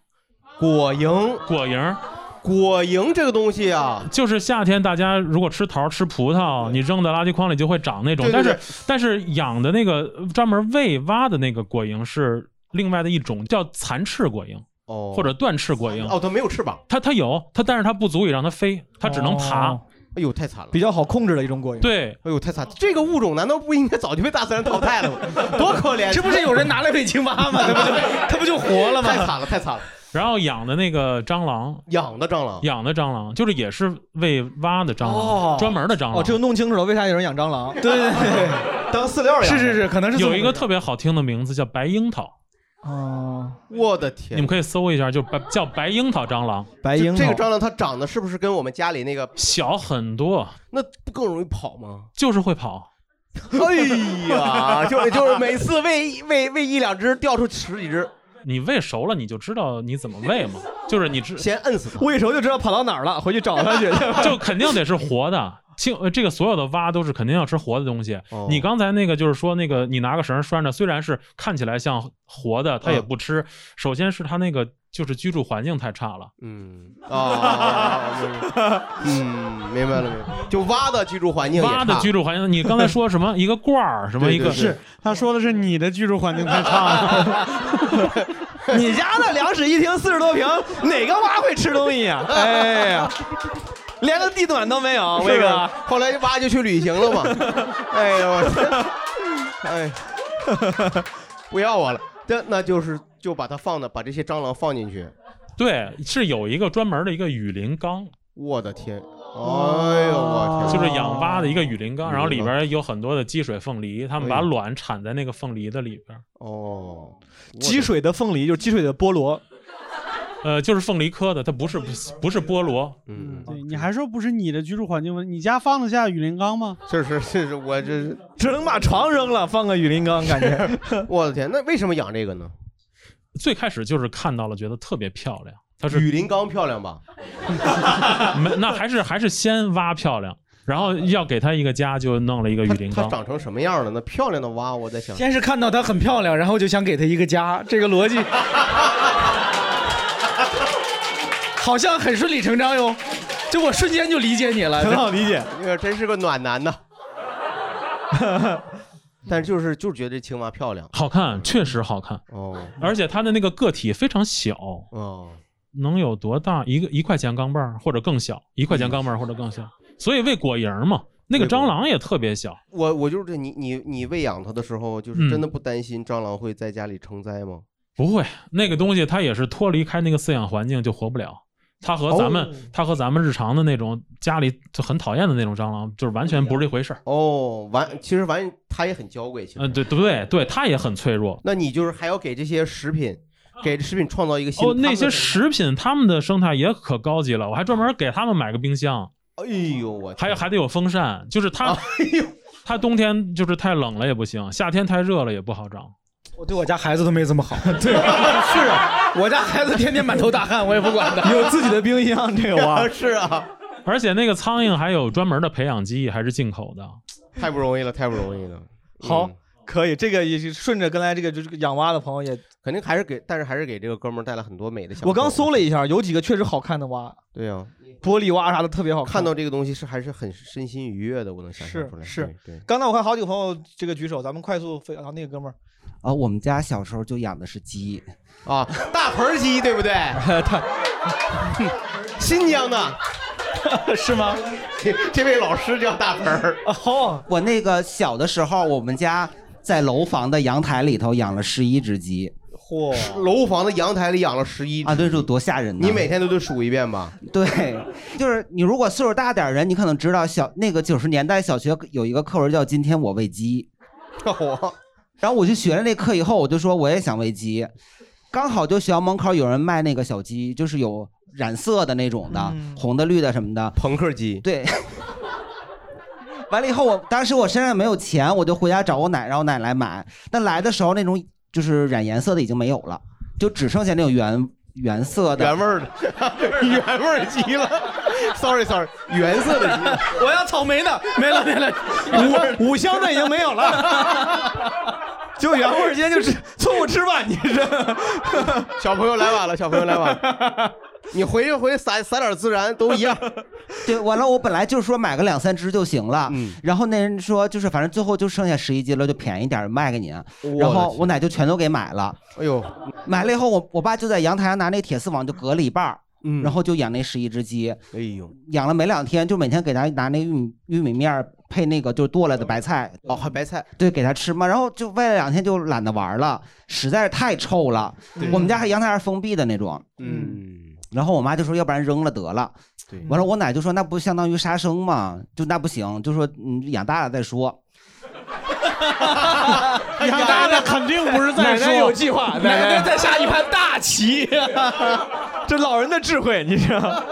果蝇，
果蝇儿
果蝇这个东西啊，
就是夏天大家如果吃桃儿吃葡萄，你扔在垃圾筐里就会长那种，
对对对
但是但是养的那个专门喂蛙的那个果蝇是另外的一种，叫残翅果蝇
哦，
或者断翅果蝇。
哦，它没有翅膀，
它它有它，但是它不足以让它飞，它只能爬。
哦
哎呦，太惨了。
比较好控制的一种果蝇。
对，
哎呦，太惨！这个物种难道不应该早就被大自然淘汰 了吗？多可怜！啊
这不是有人拿来喂青蛙吗？这不就 它不就活了
太
吗？
惨了，太 惨了！
然后养的那个蟑螂，
养的蟑螂，
养的蟑螂就是也是喂蛙的蟑螂，
哦
专门的蟑螂。
哦，这就弄清楚了，为啥有人养蟑螂？对对对，当饲料养。
是是是，可能是这么
有
回
一
事
个特别好听的名字叫白樱桃，
哦，
我的
你
天！
们可以搜一下，就白叫白樱桃蟑螂，
白哦
这
樱
这个
桃
蟑螂它长得是不是跟我们家里那个
小很多，
那不更容易跑 吗？
就是会跑。
哎呀，就是就是每次喂喂喂一两只，掉出十几只，
你喂熟了，你就知道你怎么喂嘛，就是你知
先摁死它。
喂熟就知道跑到哪儿了，回去找它去。
就肯定得是活的，青呃这个所有的蛙都是肯定要吃活的东西。
哦
你刚才那个就是说那个你拿个绳拴着，虽然是看起来像活的，它也
嗯
不吃。首先是它那个就是居住环境太差了，
嗯啊，嗯，明白了，明白了，就蛙的居住环境也
蛙的
差
居住环境，你刚 才说什么一个罐儿什么
对
一个
对对
他说的是你的居住环境太差了，
你家那两室一厅四十多平，哪个蛙会吃东西呀、 哎呀，啊连个地暖都 没有，
是
威哥。
后来蛙就去旅行 了嘛。哎呦，我哎， 不要我了。这那就是就把它放的，把这些蟑螂放进去。
对，是有一个专门的一个雨林缸，
我的天！
哦
哎呦，我
就
天！
是养蛙的一个雨林缸，
哦
然后里边有很多的积水凤梨，他们
哎
把
呦
卵产在那个凤梨的里边，
哦，
积水的凤梨就是积水的菠萝，
呃，就是凤梨科的，它不是不是菠萝，
嗯，
对，你还说不是你的居住环境问题？你家放得下雨林缸吗？
这是这是我这是
只能把床扔了，放个雨林缸，感 觉
我的天！那为什么养这个呢？
最开始就是看到了，觉得特别漂亮。它是
雨林缸漂亮吧？
嗯
没，那还是还是先挖漂亮，然后要给它一个家，就弄了一个雨
它
林
它
缸。
长成什么样了呢？漂亮的蛙，我 在想。
先是看到它很漂亮，然后就想给它一个家，这个逻辑好像很顺理成章哟。就我瞬间就理解你
很
了，
好理解。
那个真是个暖男呐。但是就是就是觉得这青蛙漂亮
好看，确实好看，
哦
而且它的那个个体非常小，
哦，
能有多大？一个一块钱钢镚儿或者更小，一块钱钢镚儿或者 更小。所以喂果蝇儿嘛，那个
喂果
蟑螂也特别小，
我我就是这你你你喂养它的时候，
嗯
就是真的不担心蟑螂会在家里成灾吗？
不会，那个东西它也是脱离开那个饲养环境就活不了。它和咱们，
哦
它和咱们日常的那种家里就很讨厌的那种蟑螂，就是完全不是一回事儿。
哦，完，其实完它也很娇贵，其实。
嗯、对对对对，它也很脆弱。
那你就是还要给这些食品，
啊
给食品创造一个新
哦，
它
那
们
些食品他们的生态也可高级了，我还专门给他们买个冰箱，
哎呦我
还有还得有风扇，就是它
啊，哎呦
它冬天就是太冷了也不行，夏天太热了也不好长。
我对我家孩子都没这么好。 对，是啊我家孩子 天天满头大汗，我也不管他。
有自己的冰箱，这个蛙
啊 是啊，
而且那个苍蝇还有专门的培养基，还是进口的。
太不容易了，太不容易了。
好
嗯
可以。这个也是顺着刚才这个就是这个养蛙的朋友也，
肯定还是给，但是还是给这个哥们儿带来很多美的想。
我刚搜了，一下，有几个确实好看的蛙，
对呀、
玻璃蛙啥的特别好
看到这个东西是还是很身心愉悦的，我能想象
是
出来。
是
对，对，
刚才我看好几个朋友这个举手，咱们快速分啊，那个哥们儿，
啊，我们家小时候就养的是鸡，
啊，大盆儿鸡对不对？新疆的
是吗？
这这位老师叫大盆儿，
哦，
我那个小的时候，我们家在楼房的阳台里头养了十一只鸡
嚯，
楼房的阳台里养了十一
啊，对，这多吓人呢！
你每天都得数一遍吧？
对，就是你如果岁数大点儿人，你可能知道小那个九十年代小学有一个课文叫《今天我喂鸡》，
我
然后我就学了那课以后，我就说我也想喂鸡，刚好就学校门口有人卖那个小鸡，就是有染色的那种的，
嗯
红的、绿的什么的，
朋克鸡，
对。完了以后我，当时我身上没有钱，我就回家找我奶，让我奶来买。但来的时候，那种就是染颜色的已经没有了，就只剩下那种原原色的。
原味儿的， 原味儿鸡了。Sorry Sorry，原色的鸡。
我要草莓的，没了没了。
五五香的已经没有 了，就原味儿今天就吃凑合吃吧，你这。
小朋友来晚了，小朋友来晚了。你回去回去撒撒点孜然都一样。
对，完了我本来就是说买个两三只就行了，
嗯
然后那人说就是反正最后就剩下十一斤了，就便宜点儿卖给您。然
我的
后
天
我奶就全都给买了，
哎呦，
买了以后我我爸就在阳台上拿那铁丝网就隔了一半儿，
嗯
然后就养那十一只鸡，
哎呦，
养了没两天就每天给它拿那玉米玉米面儿配那个就是剁了的白菜，
哦，还白菜，
对，给它吃嘛。然后就喂了两天就懒得玩了，实在是太臭了。我们家还阳台还是封闭的那种，
嗯，
然后我妈就说要不然扔了得了。
对，
完了，我奶就说那不相当于杀生吗？就那不行，就说嗯养大了再说。
养大 的肯定不是在
奶奶有
说，
计 划，
奶奶
奶奶
再下一盘大棋，
这老人的智慧，你知道吗？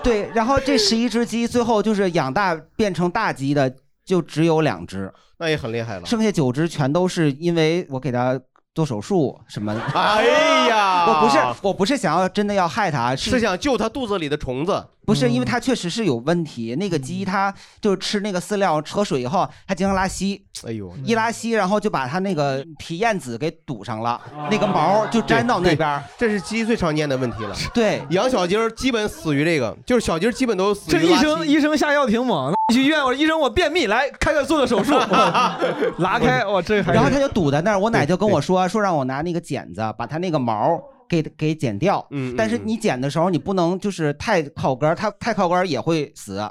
对，然后这十一只鸡最后就是养大变成大鸡的就只有两只，
那也很厉害了。
剩下九只全都是因为我给它做手术什么的。
哎呀，呀
我不是我不是想要真的要害它，
是想救它肚子里的虫子。
不是，因为它确实是有问题。那个鸡它就是吃那个饲料、喝水以后，它经常拉稀。
哎呦，
一拉稀，然后就把它那个皮燕子给堵上了，那个毛就粘到那边儿。
啊这是鸡最常见的问题了。
对，
养小鸡儿基本死于这个，就是小鸡儿基本都死于
这医
拉稀
生医生下药挺猛，你去医院，我说医生我便秘，来开个做个 手术，拉开，我这还是
然后它就堵在那儿。我奶就跟我说，说让我拿那个剪子把它那个毛。给给剪掉，
嗯
但是你剪的时候你不能就是太靠根儿，它太靠根儿也会死，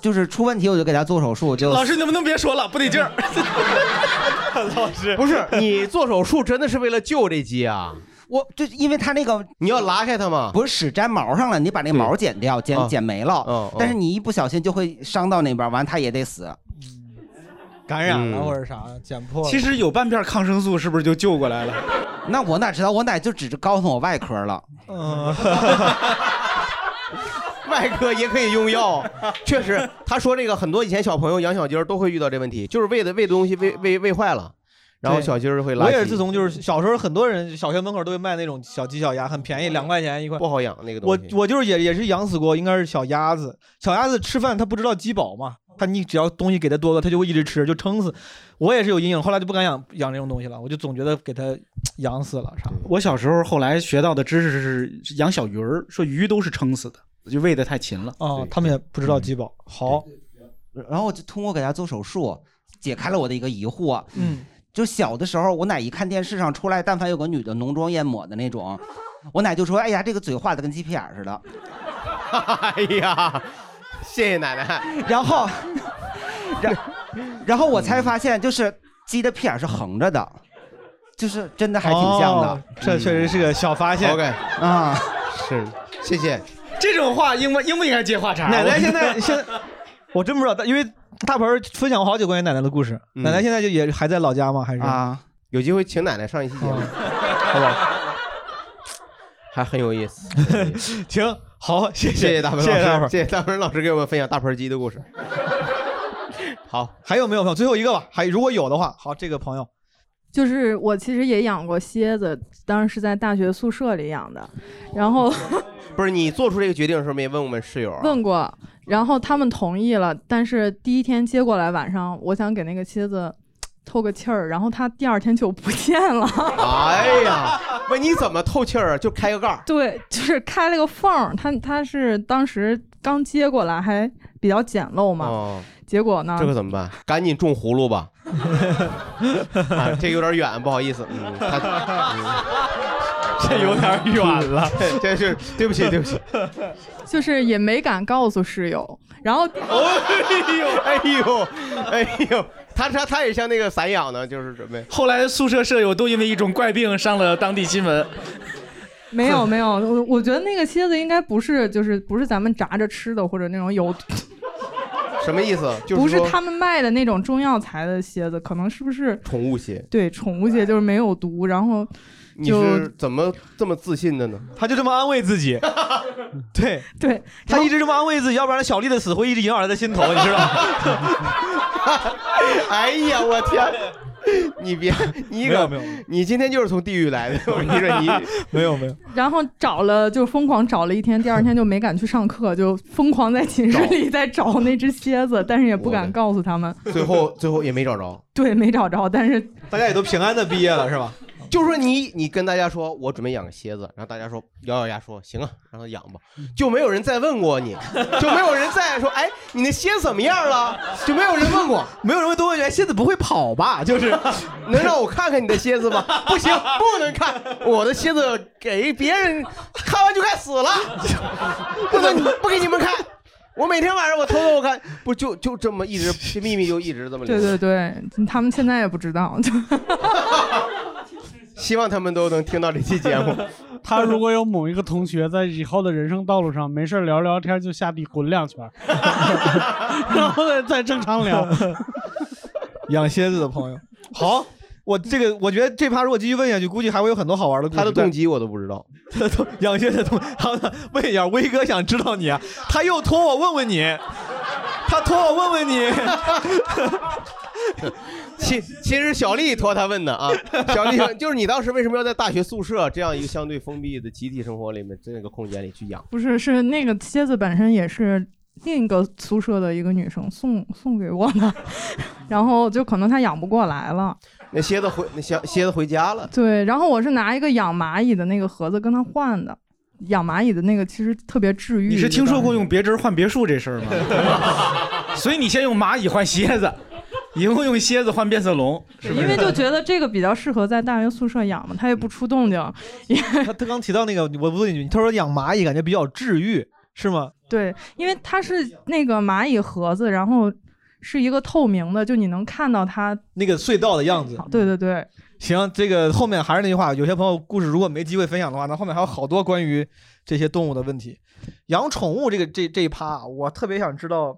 就是出问题我就给它做手术，就
老师能不能别说了，不得劲儿。 老师
不是你做手术真的是为了救这鸡啊？
我就因为它那个
你要拉开它吗？
不是屎粘毛上了，你把那个毛剪掉，剪
啊
剪没了。
嗯
但是你一不小心就会伤到那边，完它也得死。
感染
嗯
了或者啥剪破了。
其实有半片抗生素是不是就救过来了？
那我哪知道？我奶就只是告诉我外科了。
嗯，
外科也可以用药，确实，他说这个很多以前小朋友养小鸡儿都会遇到这问题，就是喂的喂的东西喂喂喂坏了，然后
对
小鸡儿会拉
我
稀。
也是自从就是小时候，很多人小学门口都会卖那种小鸡小鸭，很便宜，两块钱一块。
不好养那个东
我
西。
我就是也也是养死过，应该是小鸭子。小鸭子吃饭它不知道饥饱嘛，它你只要东西给它多了，它就会一直吃，就撑死。我也是有阴影，后来就不敢养养这种东西了，我就总觉得给它养死了啥。
我小时候后来学到的知识是养小鱼儿，说鱼都是撑死的，就喂的太勤了。
哦
啊，他们也不知道
嗯
饥饱。好，
然后我就通过给他做手术，解开了我的一个疑惑。
嗯，
就小的时候，我奶一看电视上出来，但凡有个女的浓妆艳抹的那种，我奶就说：“哎呀，这个嘴画的跟鸡屁眼儿似的。
哎呀，谢谢奶奶。”
然后，然然后我才发现，就是鸡的屁眼儿是横着的，就是真的还挺像的嗯
哦。这确实是个小发现。
OK，
啊。
是，谢谢。
这种话应不应不应该接话茬？
奶奶现在现在，我真不知道，但因为大盆儿分享过好久关于奶奶的故事。
嗯
奶奶现在就也还在老家吗？还是？
啊，
有机会请奶奶上一期
嗯
节目，好不好？还很有意思。很有意思
行，好，谢
谢谢大鹏
谢谢大盆
老师，
儿。
谢谢大鹏老师给我们分享大盆鸡的故事。好，
还有没有朋友？最后一个吧，还如果有的话，好，这个朋友，
就是我其实也养过蝎子，当时是在大学宿舍里养
哦
的，然后
不是你做出这个决定的时候没问我们室友啊？
问过，然后他们同意了，但是第一天接过来晚上，我想给那个蝎子透个气儿，然后它第二天就不见了。
哎呀，问你怎么透气儿啊？就开个盖儿。
对，就是开了个缝儿，它它是当时刚接过来还比较简陋嘛，
哦，
结果呢，
这可怎么办？赶紧种葫芦吧。啊这有点远，不好意思。嗯，这有点远了， 这是对不起，对不起。
就是也没敢告诉室友，然后
哎呦，哎呦，哎呦，他他他也像那个散养呢，就是准备。
后来宿舍舍友都因为一种怪病上了当地新闻。
没有没有，我我觉得那个蝎子应该不是就是不是咱们炸着吃的或者那种有
什么意思？就
不
是
是
说
他们卖的那种中药材的蝎子，可能是不是
宠物鞋，
对宠物蝎就是没有毒，然后
你
就是
怎么这么自信的呢？
他就这么安慰自 己，对
对
他一直这么安慰自己，要不然小丽的死会一直萦绕在他心头，你知道吗？
哎呀，我天！你别，你
没
可
有没有
你今天就是从地狱来的， 我跟你说，你
没有没有，
然后找了就疯狂找了一天，第二天就没敢去上课，就疯狂在寝室里在找那只蝎子，但是也不
我
敢
的
告诉他们，
最后最后也没找着。
对，没找着，但是
大家也都平安的毕业了是吧？
就是说你你跟大家说我准备养个蝎子，然后大家说咬咬牙说行啊，让它养吧，就没有人再问过你， 就没有人再说哎你那蝎子怎么样了， 就没有人问过，
没有人会多问原蝎子不会跑吧？ 就是
能让我看看你的蝎子吗？不行，不能看，我的蝎子给别人看完就该死 了，不能不给你们看。我每天晚上我偷偷看，不就就这么一直这秘密就一直这么留
对
着。
对对，他们现在也不知道，就
希望他们都能听到这期 节目。
他如果有某一个同学在以后的人生道路上没事儿聊聊天，就下地滚两圈儿， 然后再再正常 聊。
养蝎子的朋友，好。我这个，我觉得这趴如果继续问下去，估计还会有很多好玩的故事。
他的动机我都不知道。
他都养蝎子同，好的，问一下，威哥想知道你啊，他又托我问问你，他托我问问你，
其其实小丽托他问的啊，小丽说就是你当时为什么要在大学宿舍这样一个相对封闭的集体生活里面这个空间里去养？
不是，是那个蝎子本身也是另一个宿舍的一个女生送送给我的，然后就可能她养不过来了。
那蝎子回那蝎蝎子回家了，
对，然后我是拿一个养蚂蚁的那个盒子跟她换的，养蚂蚁的那个其实特别治愈。
你是听说过用别针换别墅这事儿 吗？所以你先用蚂蚁换蝎子，以后用蝎子换变色龙，是不是？
因为就觉得这个比较适合在大学宿舍养嘛，它也不出动静。
他他刚提到那个，我问你，他说养蚂蚁感觉比较治愈，是吗？
对，因为它是那个蚂蚁盒子，然后是一个透明的，就你能看到它。
那个隧道的样子。
对对对，
行，这个后面还是那句话，有些朋友故事如果没机会分享的话，那后面还有好多关于这些动物的问题。养宠物这个这这一趴啊，我特别想知道，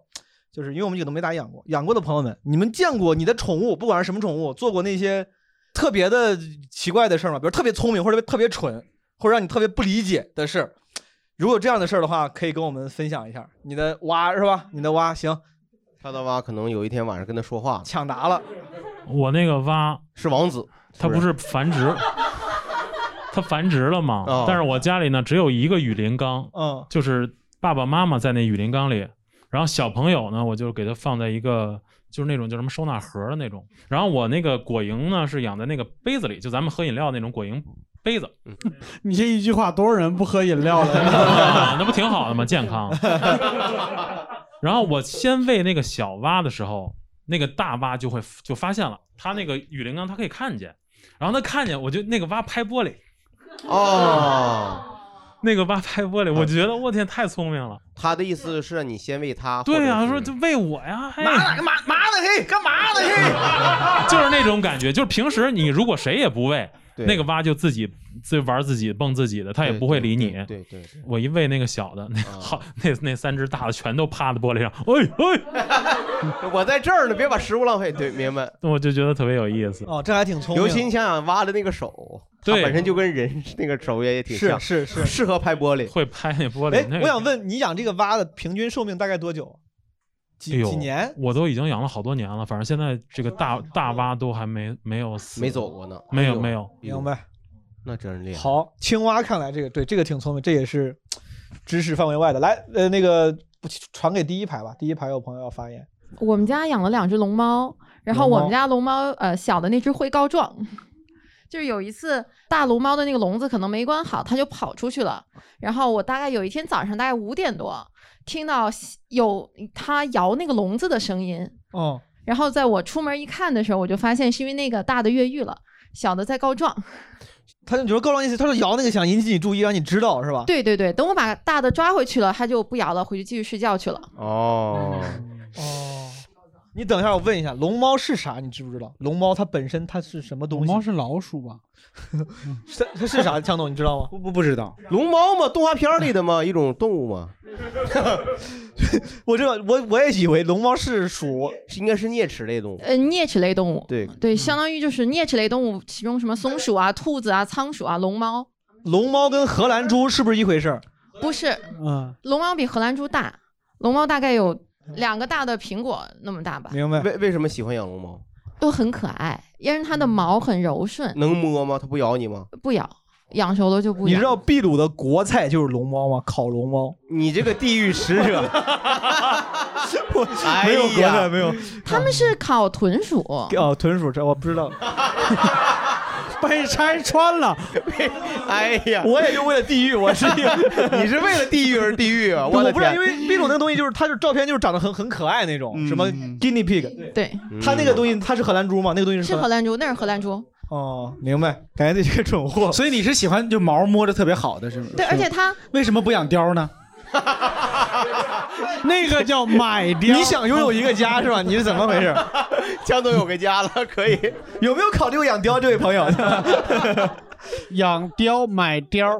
就是因为我们几个都没咋养过，养过的朋友们，你们见过你的宠物，不管是什么宠物，做过那些特别的奇怪的事儿吗？比如特别聪明，或者特别蠢，或者让你特别不理解的事儿。如果有这样的事儿的话，可以跟我们分享一下。你的蛙是吧？你的蛙行，
他的蛙可能有一天晚上跟他说话，
抢答了。
我那个蛙
是王子，
它不是繁殖，它繁殖了嘛？
哦
但是我家里呢只有一个雨林缸，
嗯，
就是爸爸妈妈在那雨林缸里，然后小朋友呢，我就给他放在一个就是那种叫什么收纳盒的那种，然后我那个果蝇呢是养在那个杯子里，就咱们喝饮料那种果蝇杯子，
你这一句话，多少人不喝饮料了？
啊那不挺好的吗？健康。然后我先喂那个小蛙的时候，那个大蛙就会就发现了，它那个雨林缸它可以看见，然后它看见我就那个蛙拍玻璃，
哦，嗯
那个蛙拍玻璃，我觉得我天太聪明了。
他的意思是让你先喂他，
对呀、
呀、
说就喂我呀，嘿，
麻麻的嘿，干嘛呢嘿？
就是那种感觉，就是平时你如果谁也不喂，
对
那个蛙就自己自己玩自己蹦自己的，它也不会理你。
对对对，嗯
我一喂那个小的，那好，那那三只大的全都趴在玻璃上，哎 哎，
我在这儿呢，别把食物浪费。对，明白。
我就觉得特别有意思。
哦，这还挺聪
尤其你想想蛙的那个手，它
对
本身就跟人那个手也也挺像，
是是是
适合拍玻璃，
会拍那玻
哎，我想问你养这个蛙的平均寿命大概多久？
哎
几
呦
几年？
我都已经养了好多年了，反正现在这个大大蛙都还没没有死，
没走过呢
没
哎
有
呦
没有，
明白。
那真是厉害。
好，青蛙看来这个对这个挺聪明，这也是知识范围外的。来，呃，那个不传给第一排吧，第一排有朋友要发言。
我们家养了两只龙猫，然后
龙猫
我们家龙猫呃小的那只会告状， 就是有一次大龙猫的那个笼子可能没关好，它就跑出去了。然后我大概有一天早上大概五点多，听到有它摇那个笼子的声音，
哦，
然后在我出门一看的时候，我就发现是因为那个大的越狱了，小的在告状。
他就你说告诉你，他说摇那个想引起你注意，让你知道是吧？
对对对，等我把大的抓回去了，它就不摇了，回去继续睡觉去了。
哦
哦你等一下，我问一下，龙猫是啥？你知不知道？龙猫它本身它是什么东西？龙猫
是老鼠吧？
它它是啥？强总，你知道吗？
不不不知道。
龙猫嘛，动画片里的嘛，一种动物嘛。
我这我我也以为龙猫是鼠，
应 该是啮齿类动物。
呃，啮齿类动物，
对
对，相当于就是啮齿类动物，其中什么松鼠啊、兔子啊、仓鼠啊、龙猫，
龙猫跟荷兰猪是不是一回事儿？
不是
嗯，
龙猫比荷兰猪大，龙猫大概有两个大的苹果那么大吧，
明白。
为为什么喜欢养龙猫？
都很可爱，因为它的毛很柔顺，
能摸吗？它不咬你吗？
不咬，养熟了就不
你知
咬。
道秘鲁的国菜就是龙猫吗？烤龙猫。
你这个地狱使者，
我 没有国菜，没有。
他们是烤豚 鼠，
哦，豚鼠这我不知道。被拆穿了，
哎呀，
我也就为了地狱，我是一 个
你是为了地狱而地 狱啊！我
我
的
不知道，因
天，
为秘鲁那个东西就是它就是照片就是长得很很可爱那种，什么 guinea pig，
对，
它那个东西它是荷兰猪吗？那个东西
是荷兰猪，那是荷兰猪。
哦，明白，感觉这是个蠢货。
所以你是喜欢就毛摸着特别好的是吗？
对，而且它
为什么不养 貂呢？
那个叫买貂。
你想拥有一个家是吧？你是怎么回 事？
江总有个家了，可以。
有没有考虑过养貂这位朋
啊
友？
养貂买貂，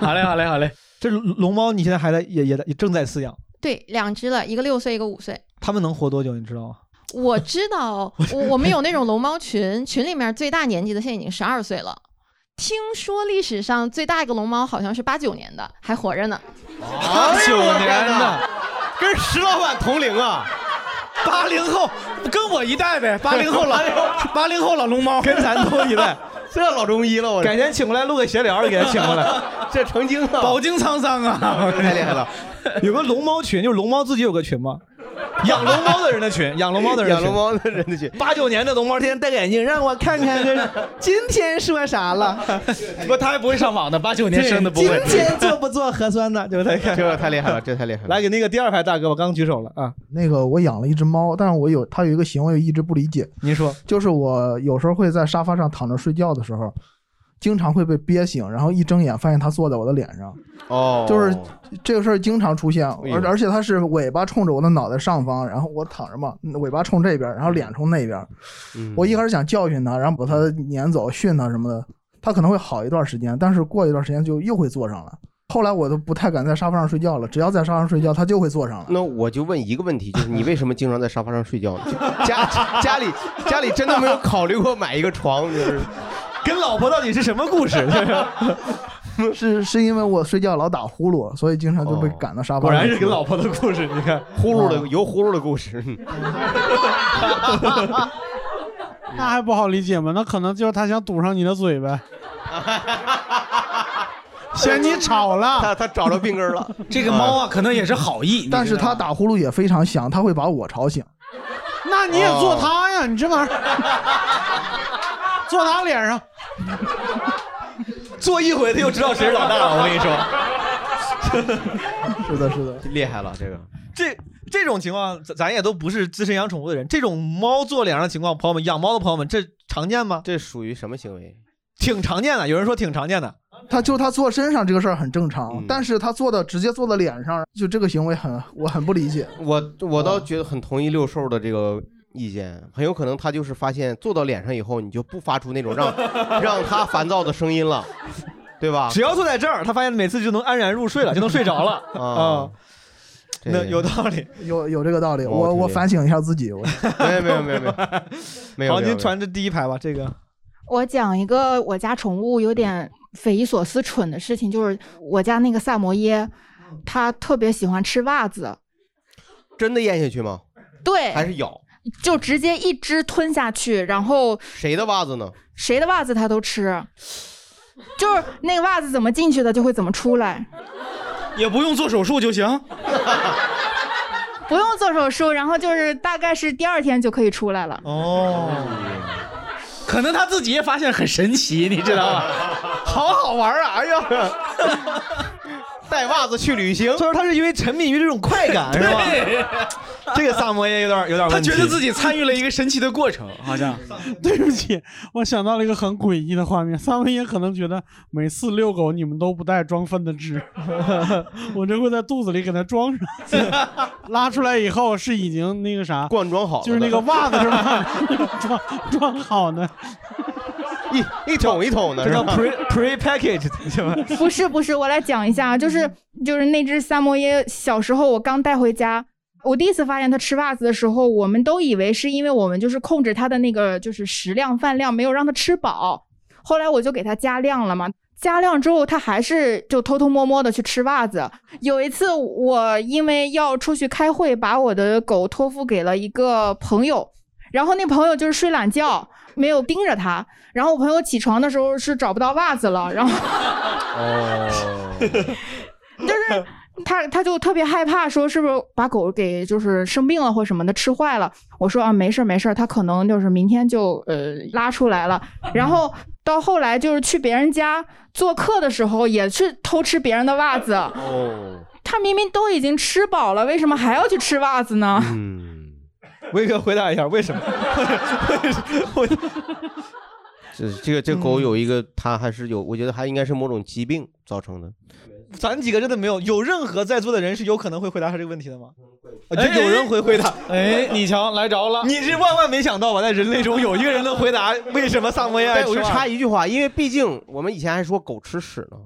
好嘞，好嘞，好嘞。
这龙猫你现在还在也也在也正在饲养，
对两只了，一个六岁，一个五岁。
它们能活多久你知道吗？
我知道，我我们有那种龙猫群，群里面最大年纪的现在已经十二岁了。听说历史上最大一个龙猫好像是八九年的，还活着呢。
哎八九年的，跟石老板同龄啊！
八零后跟我一代呗，八零后 老八零后老龙猫，
跟咱都一 代，
这老中医了我。
改天请过来录个闲聊，给他请过来。
这成精了，
饱经沧桑啊，
太厉害了。
有个龙猫群，就是龙猫自己有个群吗？养龙猫的人的 群，养龙猫的人的群，
养龙猫的人的群。
八九年的龙猫天天戴个眼镜，让我看看 这是今天说啥了。
不，他还不会上网的，八九年生的不会。
今天做不做核酸呢？就是他，
这太厉害了，这太厉害了。
来给那个第二排大哥，我刚举手了啊。
那个我养了一只猫，但是我有它有一个行为我一直不理解。
您说，
就是我有时候会在沙发上躺着睡觉的时候，经常会被憋醒，然后一睁眼发现它坐在我的脸上。
哦，
就是这个事儿经常出现，
哎呦
而而且它是尾巴冲着我的脑袋上方，然后我躺着嘛，嗯尾巴冲这边，然后脸冲那边。
嗯
嗯
我一开始想教训它，然后把它撵走、训它什么的，它可能会好一段时间，但是过一段时间就又会坐上了。后来我都不太敢在沙发上睡觉了，只要在沙发上睡觉，它就会坐 上了。
那我就问一个问题，就是你为什么经常在沙发上睡觉呢？就家家里家里真的没有考虑过买一个床，就是
跟老婆到底是什么故事？
是是因为我睡觉老打呼噜，所以经常就
哦
被赶到沙发上。
婆的故事，你看
呼噜的有呼噜的故事。
那还不好理解吗？那可能就是他想堵上你的嘴呗。嫌你吵了，
他他找着病根 了。
这个猫啊，可能也是好 意，
但是
啊
它打呼噜也非常响，它会把我 吵醒。
那你也坐他
哦
呀？你这玩意儿，坐他脸 上，
坐一回他就知道谁是老大了。我跟你 说，
是的，是的，
厉害了这个。
这这种情况，咱咱也都不是资深养宠物的人，这种猫坐脸上的情况，朋友们，养猫的朋友们，这常见吗？
这属于什么行为？
挺常见的，有人说挺常见的。
它就它坐身上这个事儿很正常，
嗯
但是它坐到直接坐到脸上，就这个行为很我很不理解。
我我倒觉得很同意六兽的这个意见，很有可能他就是发现坐到脸上以后，你就不发出那种让让他烦躁的声音了，对吧？
只要坐在这儿，他发现每次就能安然入睡了，就能睡着了
啊
啊。那有道理，
有有这个道理。
哦
我
挺
我
厉害
反省一下 自己。我
没有没有没有没有没有。
好，
没有
您传这第一排吧，这个
我讲一个我家宠物有
嗯
点匪夷所思、蠢的事情，就是我家那个萨摩耶，
嗯
它特别喜欢吃袜子，
真的咽下去吗？
对，
还是咬
就直接一只吞下去，然后
谁的袜子呢？
谁的袜子它都吃，就是那个袜子怎么进去的就会怎么出来，
也不用做手术就行。
不用做手术，然后就是大概是第二天就可以出来了。
哦，可能他自己也发现很神奇，你知道吗？
好好玩啊！哎呀，
带袜子去旅行，
他说他是因为沉迷于这种快 感，是吧？这个萨摩耶有点有点
他
问题，
觉得自己参与了一个神奇的过程，好像。
对不起，我想到了一个很诡异的画面。三文也可能觉得每次遛狗你们都不带装粪的 纸，我这会在肚子里给它装上，拉出来以后是已经那个啥
灌装好了的
就是那个袜子是 吧？装装好呢。
一一桶一桶的
这
是
叫
吧？
pre pre package 是吧？
不是不是，我来讲一下啊，就是就是那只萨摩耶，小时候我刚带回家，我第一次发现它吃袜子的时候，我们都以为是因为我们就是控制它的那个就是食量饭量，没有让它吃饱。后来我就给它加量了嘛，加量之后它还是就偷偷摸摸的去吃袜子。有一次我因为要出去开会，把我的狗托付给了一个朋友，然后那朋友就是睡懒觉，没有盯着它。然后我朋友起床的时候是找不到袜子了，然后。
哦，
就是他他就特别害怕，说是不是把狗给就是生病了或什么的吃坏了。我说啊，没事儿没事儿，它可能就是明天就呃拉出来了。然后到后来就是去别人家做客的时候，也去偷吃别人的袜子。
哦，
它明明都已经吃饱了，为什么还要去吃袜子呢？
威哥回答一下，为什么？
这这个这狗
嗯
有一个，它还是有，我觉得还应该是某种疾病造成的。
咱几个真的没有，有任何在座的人是有可能会回答他这个问题的吗？啊就有人会回答。
哎，你瞧，来着了。
你是万万没想到吧？在人类中有一个人能回答为什么啊萨摩耶爱
对，
吃
我就
袜子
插一句话，因为毕竟我们以前还说狗吃屎呢，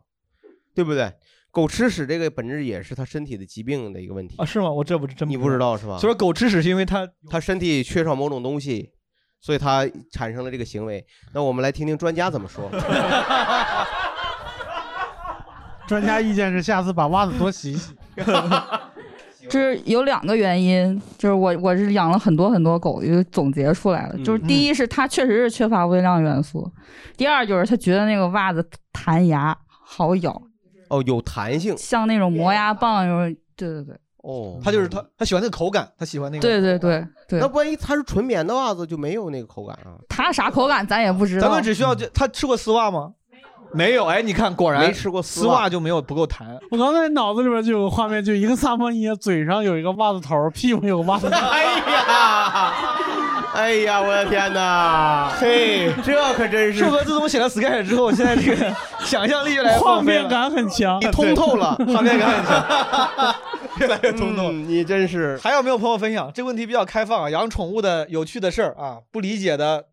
对不对？狗吃屎这个本质也是它身体的疾病的一个问题
啊？。是吗？我这不真
你不知道是吧？
所以说狗吃屎是因为它
它身体缺少某种东西，所以它产生了这个行为。那我们来听听专家怎么说。
专家意见是下次把袜子多洗洗。
就是有两个原因，就是我我是养了很多很多狗，就总结出来了。就是第一是它确实是缺乏微量元素，第二就是它觉得那个袜子弹牙好咬，
哦，有弹性
像那种磨牙棒，就是对对对。
哦，
他就是他，他喜欢那个口感，他喜欢那个。
对对对对
那万一它是纯棉的袜子，就没有那个口感啊？
它啥口感咱也不知道。
咱们只需要就他吃过丝袜吗？没有，哎，你看，果然
没吃过丝
丝
袜
袜就没有不够弹。
我刚才脑子里边就有个画面，就一个萨摩耶嘴上有一个袜子头，屁股有个袜子头。
哎呀，哎呀， 我的天哪！
嘿，
这可真是。
树哥自从写了 Sky 之后，现在这个 想象力越来 越
画
放飞
面
了
感很
啊
强，
你通透 了画面感很
强。
越来越冲动、
你真是。
嗯还有没有朋友分享这个问题比较开放啊？养宠物的有趣的事儿啊，不理解的，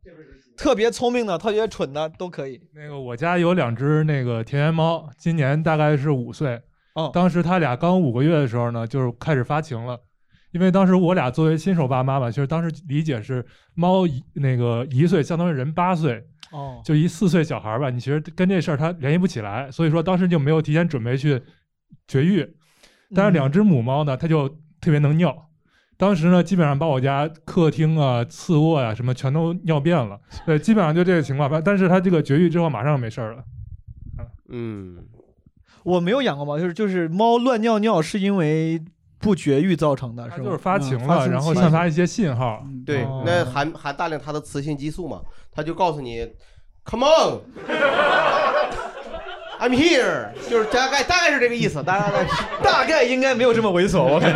特别聪明的，特别蠢的都可以。
那个我家有两只那个田园猫，今年大概是五岁。
哦，
当时它俩刚五个月的时候呢，就是开始发情了。因为当时我俩作为新手爸妈嘛，就是当时理解是猫一那个一岁相当于人八岁，
哦，
就一四岁小孩儿吧，你其实跟这事儿它联系不起来，所以说当时就没有提前准备去绝育。但是两只母猫呢，它就特别能尿，当时呢基本上把我家客厅啊、次卧呀、什么全都尿遍了，对，基本上就这个情况。但是它这个绝育之后马上没事儿了。
嗯，
我没有养过猫，就是就是猫乱尿尿是因为不绝育造成的，是吗？
就是发情
嗯
了，然后散发一
期
些信号。
对，那含含大量它的雌性激素嘛，它就告诉你，Come on，I'm here，就是大概大概是这个意思，大概
大概应该没有这么猥琐，我感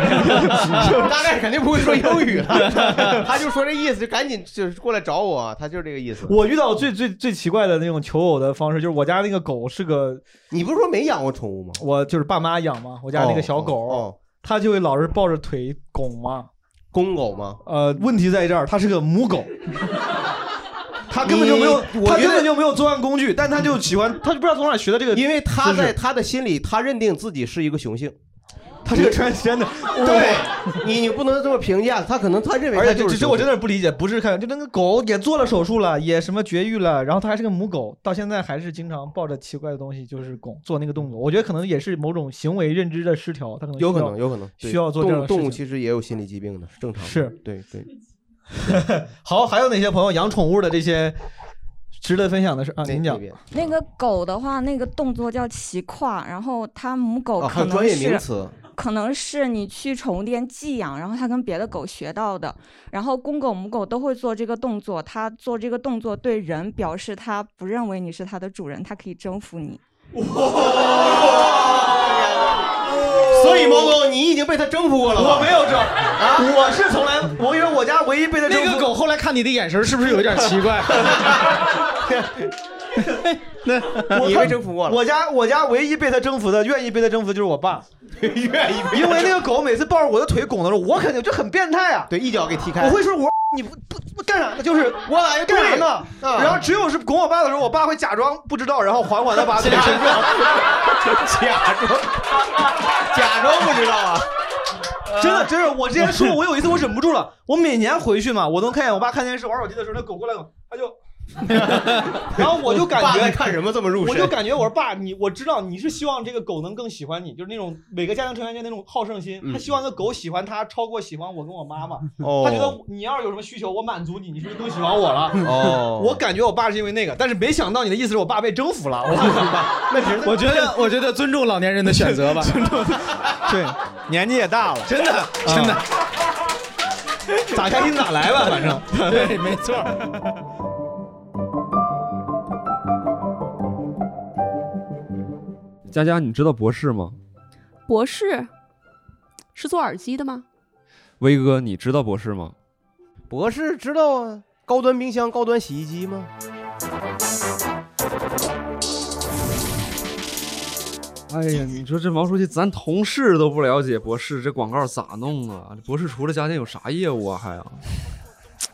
觉，大概肯定不会说英语了， 他就说这意思，就赶紧就是过来找我，他就是这个意思。
我遇到最最最奇怪的那种求偶的方式，就是我家那个狗是个，
你不是说没养过宠物吗？哦
我就是爸妈养嘛，我家那个小狗，它就会老是抱着腿拱嘛，
公狗吗？
呃，问题在这儿，它是个母狗， 它根本就没有
你，我
它
觉
根
得
本就没有作案工具，但它就喜欢，它就不知道从哪儿学的这个姿势，
因为他在他的心里，他认定自己是一个雄性。
他是个 transgender，
对，你你不能这么评价他，可能他认为
而
他
且
就
这
是
这
雄
我
性
真的是不理解，不是看就那个狗也做了手术了，也什么绝育了，然后它还是个母狗，到现在还是经常抱着奇怪的东西就是拱做那个动作，我觉得可能也是某种行为认知的失调，它可能需要
有可能，有可能对
需要做这样
动
的
物动物
事情
其实也有心理疾病的，是正常的。
是
对对。
好，还有哪些朋友养宠物的这些值得分享的事啊？您讲，
那个狗的话，那个动作叫骑跨，然后它母狗
啊
可
还有
能是、
专业名词
可能是你去宠物店寄养，然后它跟别的狗学到的。然后公狗、母狗都会做这个动作，它做这个动作对人表示它不认为你是它的主人，它可以征服你。
所以猫狗，你已经被它征服过了吧？
我没有征，啊我是从来，我跟你说，我家唯一被它征服。
那个狗后来看你的眼神是不是有点奇怪？
那
你被征服过了
我家我家唯一被它征服的，愿意被它征服的就是我 爸，愿
意
因为那个狗每次抱着我的腿拱的时候，我肯定就很变态啊，
对，一脚给踢开。
我会说我你不不不干啥呢？就是我来干啥呢？
对啊
然后只有是拱我爸的时候，我爸会假装不知道，然后缓缓的把腿伸出来。
假装， 假装不知道啊！ 嗯
真的，真是我之前说，我有一次我忍不住了，我每年回去嘛，我能看见我爸看电视玩手机的时候，那狗过来了，他就， 然后我就感
爸
觉
在看什么这么入
我
神
就感觉我说爸，你我知道你是希望这个狗能更喜欢你，就是那种每个家庭成员间那种好胜心，
嗯
他希望那狗喜欢他超过喜欢我跟我妈妈，
哦
他觉得你要是有什么需求，我满足你，你是不是更喜欢我了？
哦
我感觉我爸是因为那个，但是没想到你的意思是我爸被征服了，
哦
我那
我觉得，我觉得尊重老年人的选 择吧。尊
重，对，年纪也大了，啊
真的，真的，
咋开心咋来吧，反 正
对，没错。
佳佳，你知道博士吗？
博士是做耳机的吗？
威哥，你知道博士吗？
博士知道啊，高端冰箱、高端洗衣机吗？
哎呀，你说这毛书记，咱同事都不了解博士，这广告咋弄啊？博士除了家电有啥业务啊？还啊？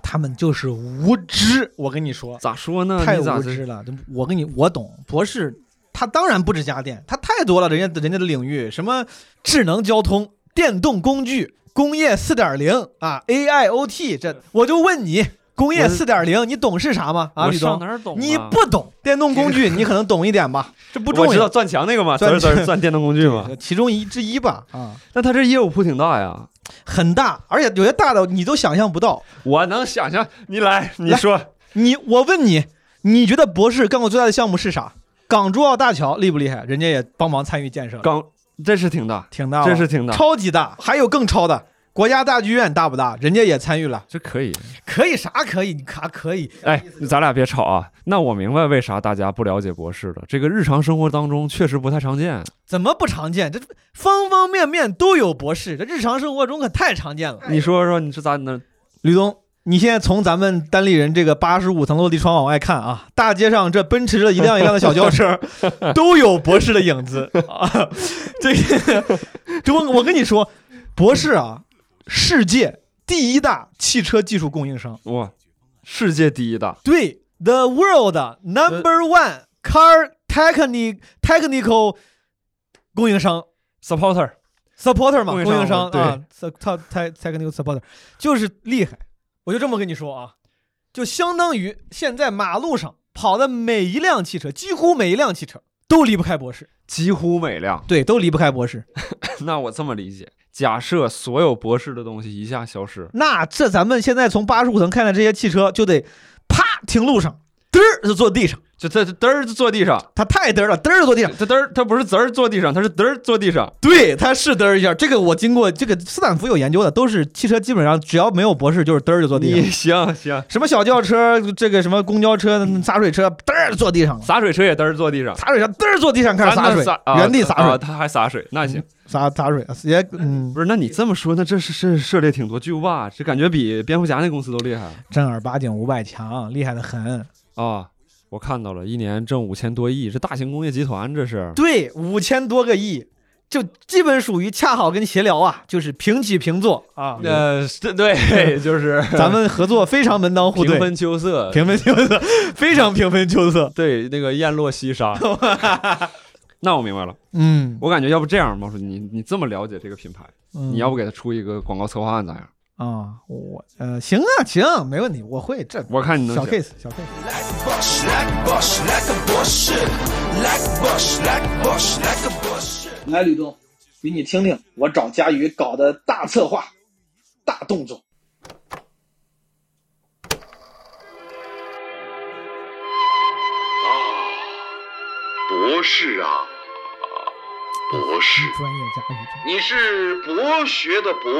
他们就是无知，我跟你说，
咋说呢
太
你咋
无
是
知了，真我跟你我懂，博士他当然不止家电，他太多了，人家人家的领域，什么智能交通、电动工具、工业四点零啊，AI OT，这我就问你，工业四点零，你懂是啥吗？啊，
我
李
上
总
哪儿懂啊
你不懂电动工 具，你可能懂一点吧，这不重要。
我知道钻墙那个嘛，
钻
钻钻钻电动工具嘛，
其中一之一吧。啊，
那他这业务铺挺大呀，
很大，而且有些大的你都想象不到。
我能想象。你来，你说，
你我问你，你觉得博士干过最大的项目是啥？港珠澳大桥厉不厉害？人家也帮忙参与建设了。
港这是挺大，
挺大吧，
这是挺大
超级大。还有更超的，国家大剧院大不大？人家也参与了。
这可以，
可以啥可以？你卡可以。
哎，咱俩别吵啊。那我明白为啥大家不了解博士了，这个日常生活当中确实不太常见。
怎么不常见？这方方面面都有博士，这日常生活中可太常见了。
你说说，你是咋能？
吕东，你现在从咱们单立人这个八十五层落地窗往外看啊，大街上这奔驰着一辆一辆的小轿 车，都有博士的影子啊。这 个，这我我跟你说，博士啊，世界第一大汽车技术供应商，
哇，世界第一大，
对，the world number one car technic technical 供应商
supporter
supporter 嘛，
供应
供应商
商
啊，sup- top tech- technical supporter 就是厉害。我就这么跟你说啊，就相当于现在马路上跑的每一辆汽车，几乎每一辆汽车都离不开博士，
几乎每辆，
对，都离不开博士。
那我这么理解，假设所有博士的东西一下消失，
那这咱们现在从八十五层看的这些汽车，就得啪停路上，嘚儿就坐地上，
就这嘚儿就坐地上，
它太嘚儿了，嘚儿就坐地上，
它嘚儿它不是滋儿坐地上，它是嘚儿坐地上。
对，它是嘚儿一下。这个我经过这个斯坦福有研究的，都是汽车基本上只要没有博士就是嘚儿就坐地
你
上。
行行，
什么小轿车，这个什么公交车、嗯洒水车，嘚儿坐地上了。
洒水车也嘚儿坐地上，
洒水车嘚儿坐地上开始洒水
咱那，啊
原地洒
啊
水，
他还洒水，那行。
洒洒水也嗯，
不是，那你这么说，那这是是涉猎挺多巨无霸，这感觉比蝙蝠侠那公司都厉害
正儿八经五百强，厉害的很。
啊！我看到了，一年挣五千多亿，这大型工业集团这是。
对，五千多个亿，就基本属于恰好跟协聊啊，就是平起平坐啊。
呃，是 对，就是
咱们合作非常门当户对，
平分秋色，啊
平分秋色，非常平分秋色。
对，那个燕落西沙。 那我明白了，
嗯，
我感觉要不这样吧，我说你你这么了解这个品牌，
嗯
你要不给他出一个广告策划案咋样？
啊，我呃行啊行，没问题，我会这。
我看你能
小
行
case 小 case。
Bush, like Bush, like a Bush, like Bush, like Bush, like a Bush.
来，吕东，给你听听我找佳宇搞的大策划、大动作。
博士啊，博士，
专业家语。
你是博学的博，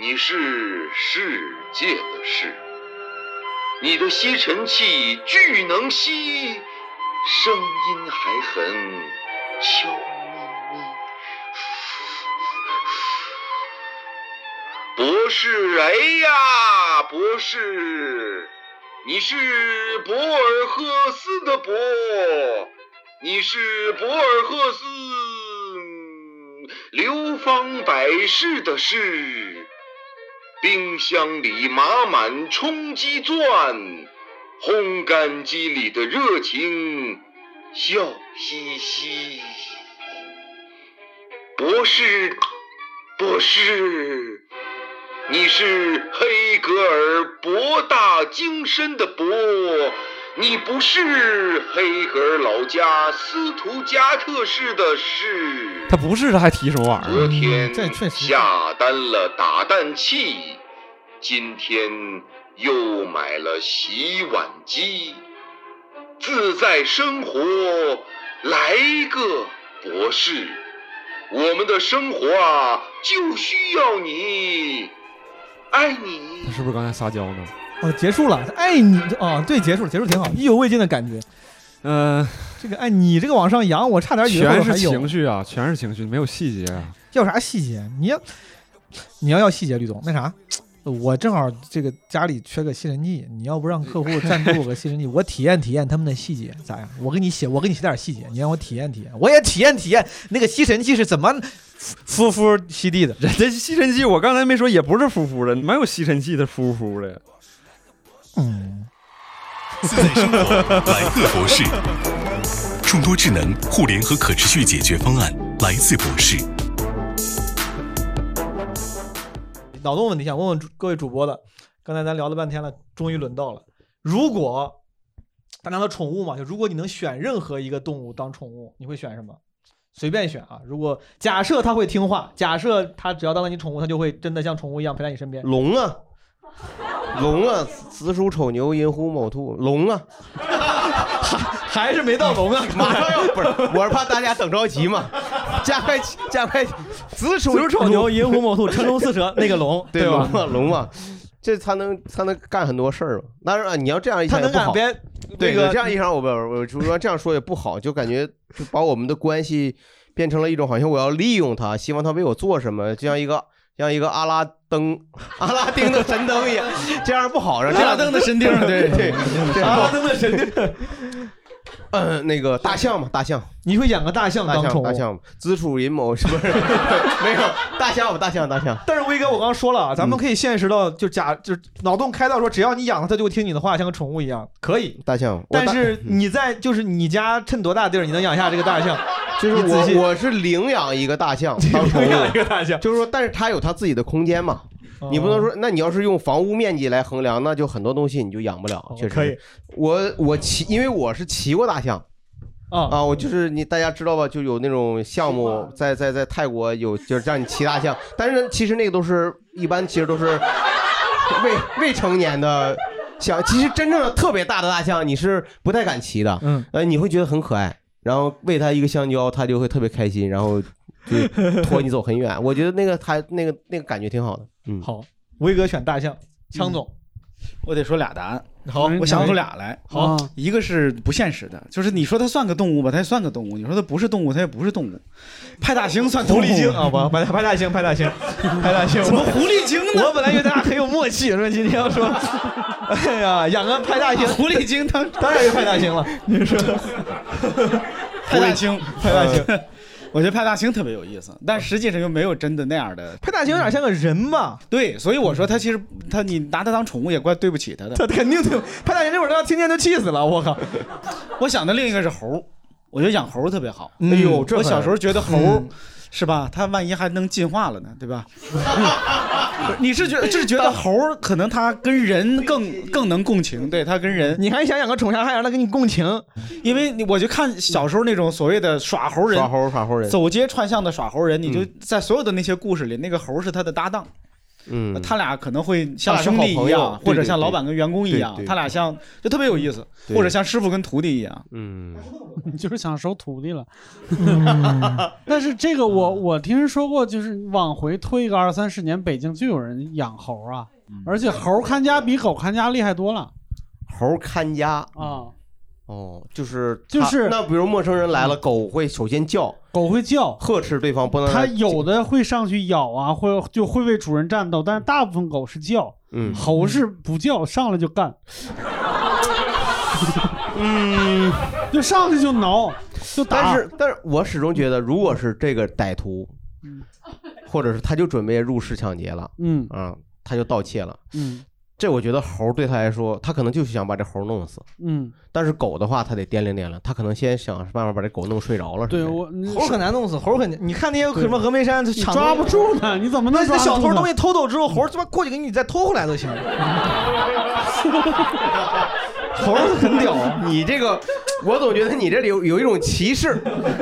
你是世界的世，你的吸尘器巨能吸，声音还很悄咪咪。博士，哎呀，博士，你是博尔赫斯的博，你是博尔赫斯嗯流芳百世的世，冰箱里码满充饥钻，烘干机里的热情笑嘻嘻。博士，博士。你是黑格尔博大精深的博，你不是黑格尔老家斯图加特市的市。
他不是，他还提什么玩意
昨
儿？啊
天
这确实
下单了打蛋器，今天又买了洗碗机，自在生活，来个博士。我们的生活啊，就需要你，爱你。
他是不是刚才撒娇呢？
哦，结束了，爱你哦，对，结束了，结束挺好，意犹未尽的感觉。
嗯，
这个哎，你这个往上扬，我差点以为后
全
边
是
还有
情绪啊，全是情绪，没有细节啊。
要啥细节？你要你要要细节，吕总，那啥，呃我正好这个家里缺个吸尘器，你要不让客户赞助我个吸尘器，我体验体验他们的细节咋样？我给你写，我给你写点细节，你让我体验体验，我也体验体验那个吸尘器是怎么夫夫吸 地的。
人家吸尘器，我刚才没说，也不是呼呼的，哪有吸尘器的呼呼的？
自在生活，来自博士。众多智能、互联和可持续解决方案来自博士。
脑洞问题想问问主各位主播的，刚才咱聊了半天了，终于轮到了。如果大家的宠物嘛，就如果你能选任何一个动物当宠物，你会选什么？随便选啊！如果假设它会听话，假设它只要当了你宠物，它就会真的像宠物一样陪在你身边。
龙啊，龙啊，子鼠丑牛寅虎卯兔，龙啊，
还是没到龙啊，
马上要不是，我是怕大家等着急嘛，加快加快，子鼠
子鼠丑牛寅虎卯兔辰龙巳蛇那个龙
对
对吧
龙嘛龙嘛，这才能才能干很多事儿嘛。当然啊，你要这样一想也不
它能
好
改编，
对，
那个
对这样一想我不我就说这样说也不好，就感觉就把我们的关系变成了一种好像我要利用它，希望它为我做什么，就像一个像一个阿拉灯 阿拉丁的神灯一 样，这样不好。然后这样
阿拉丁的神钉对
对，这样
阿拉丁的神钉。
嗯，那个大象嘛，大象，
你会养个大象
大
当宠
象，
物
大象，子鼠寅卯是不是？没有，大象吧，大象，大象。
但是威哥，我刚刚说了啊，咱们可以现实到，就假就是脑洞开到说，只要你养了它，就会听你的话，像个宠物一样，可以。
大象，我
但
大
是你在就是你家趁多大地儿，你能养下这个大象？
就是
你仔细
我我是领养一个 大象当宠物，
养一个大象，哦
就是说，但是它有它自己的空间嘛。你不能说，那你要是用房屋面积来衡量，那就很多东西你就养不了。确实，
哦可以
我我骑，因为我是骑过大象，
啊
我就是你大家知道吧，就有那种项目在在在泰国有，就是让你骑大象，但是其实那个都是一般，其实都是未未成年的象，其实真正的特别大的大象，你是不太敢骑的，
嗯，
呃，你会觉得很可爱，然后喂它一个香蕉，它就会特别开心，然后就拖你走很远。我觉得那个它那个那个感觉挺好的，嗯，
好，威哥选大象，枪总，
嗯我得说俩答案。
好
我想出俩来。
好，
一个是不现实的，就是你说它算个动物吧，它也算个动物；你说它不是动物，它也不是动物。派大星算
狐
动物
狸精啊，不，派大派大星，派大 星，派大星，
怎么狐狸精呢
我本来以为大家很有默契，说今天要说， 哎呀，养个派大星，
狐狸精当
当然是派大星了， 你说
派大星，
派大星。
我觉得派大星特别有意思，但实际上又没有真的那样的。
派大星有点像个人嘛，
对，所以我说他其实他你拿他当宠物也怪对不起他的。
他肯定对派大星这会儿要听见就气死了，我靠！
我想的另一个是猴儿，我觉得养猴儿特别好。
哎呦这
我
很
小时候觉得猴儿
嗯
是吧，它万一还能进化了呢，对吧？你是觉得就是觉得猴儿可能它跟人更更能共情，对它跟人，
你还想养个宠啥还让它跟你共情？
因为你我就看小时候那种所谓的耍猴人，
耍猴耍猴人
走街串巷的耍猴人，你就在所有的那些故事里，那个猴儿是他的搭档。
嗯，
他俩可能会
他
像
俩是
兄弟
好
一
朋友
样，
对
或者
对
像
对
老板跟员工一样
对，对
他俩像就特别有意思，
对
或者像师傅跟徒弟一样。
嗯，
你就是想收徒弟了。但是这个
嗯
我我听人说过，就是往回推个二三十年，北京就有人养猴啊，
嗯
而且猴看家比狗看家厉害多了。
猴看家
啊，
哦，就是
就
它
是
那比如陌生人来了，狗会首先叫，
狗会叫，
呵斥对方不能
它
让
有的会上去咬啊，或者就会为主人战斗，但是大部分狗是叫，
嗯
猴是不叫，上来就干，
嗯，
就上去就挠，就打。
但是，但是我始终觉得，如果是这个歹徒，或者是他就准备入室抢劫了，
嗯
啊，他就盗窃了，
嗯
这我觉得猴对他来说，他可能就是想把这猴弄死。
嗯，
但是狗的话，他得掂量掂量，他可能先想办法把这狗弄睡着了。
对我
猴很难弄死，猴很难，你看那些什么峨眉山，
你抓不住呢，你怎么能
那
抓
那
住
小偷
呢
东西偷走之后，猴他妈过去给你再偷回来都行。
猴很屌，啊你这个，我总觉得你这里有有一种 歧视，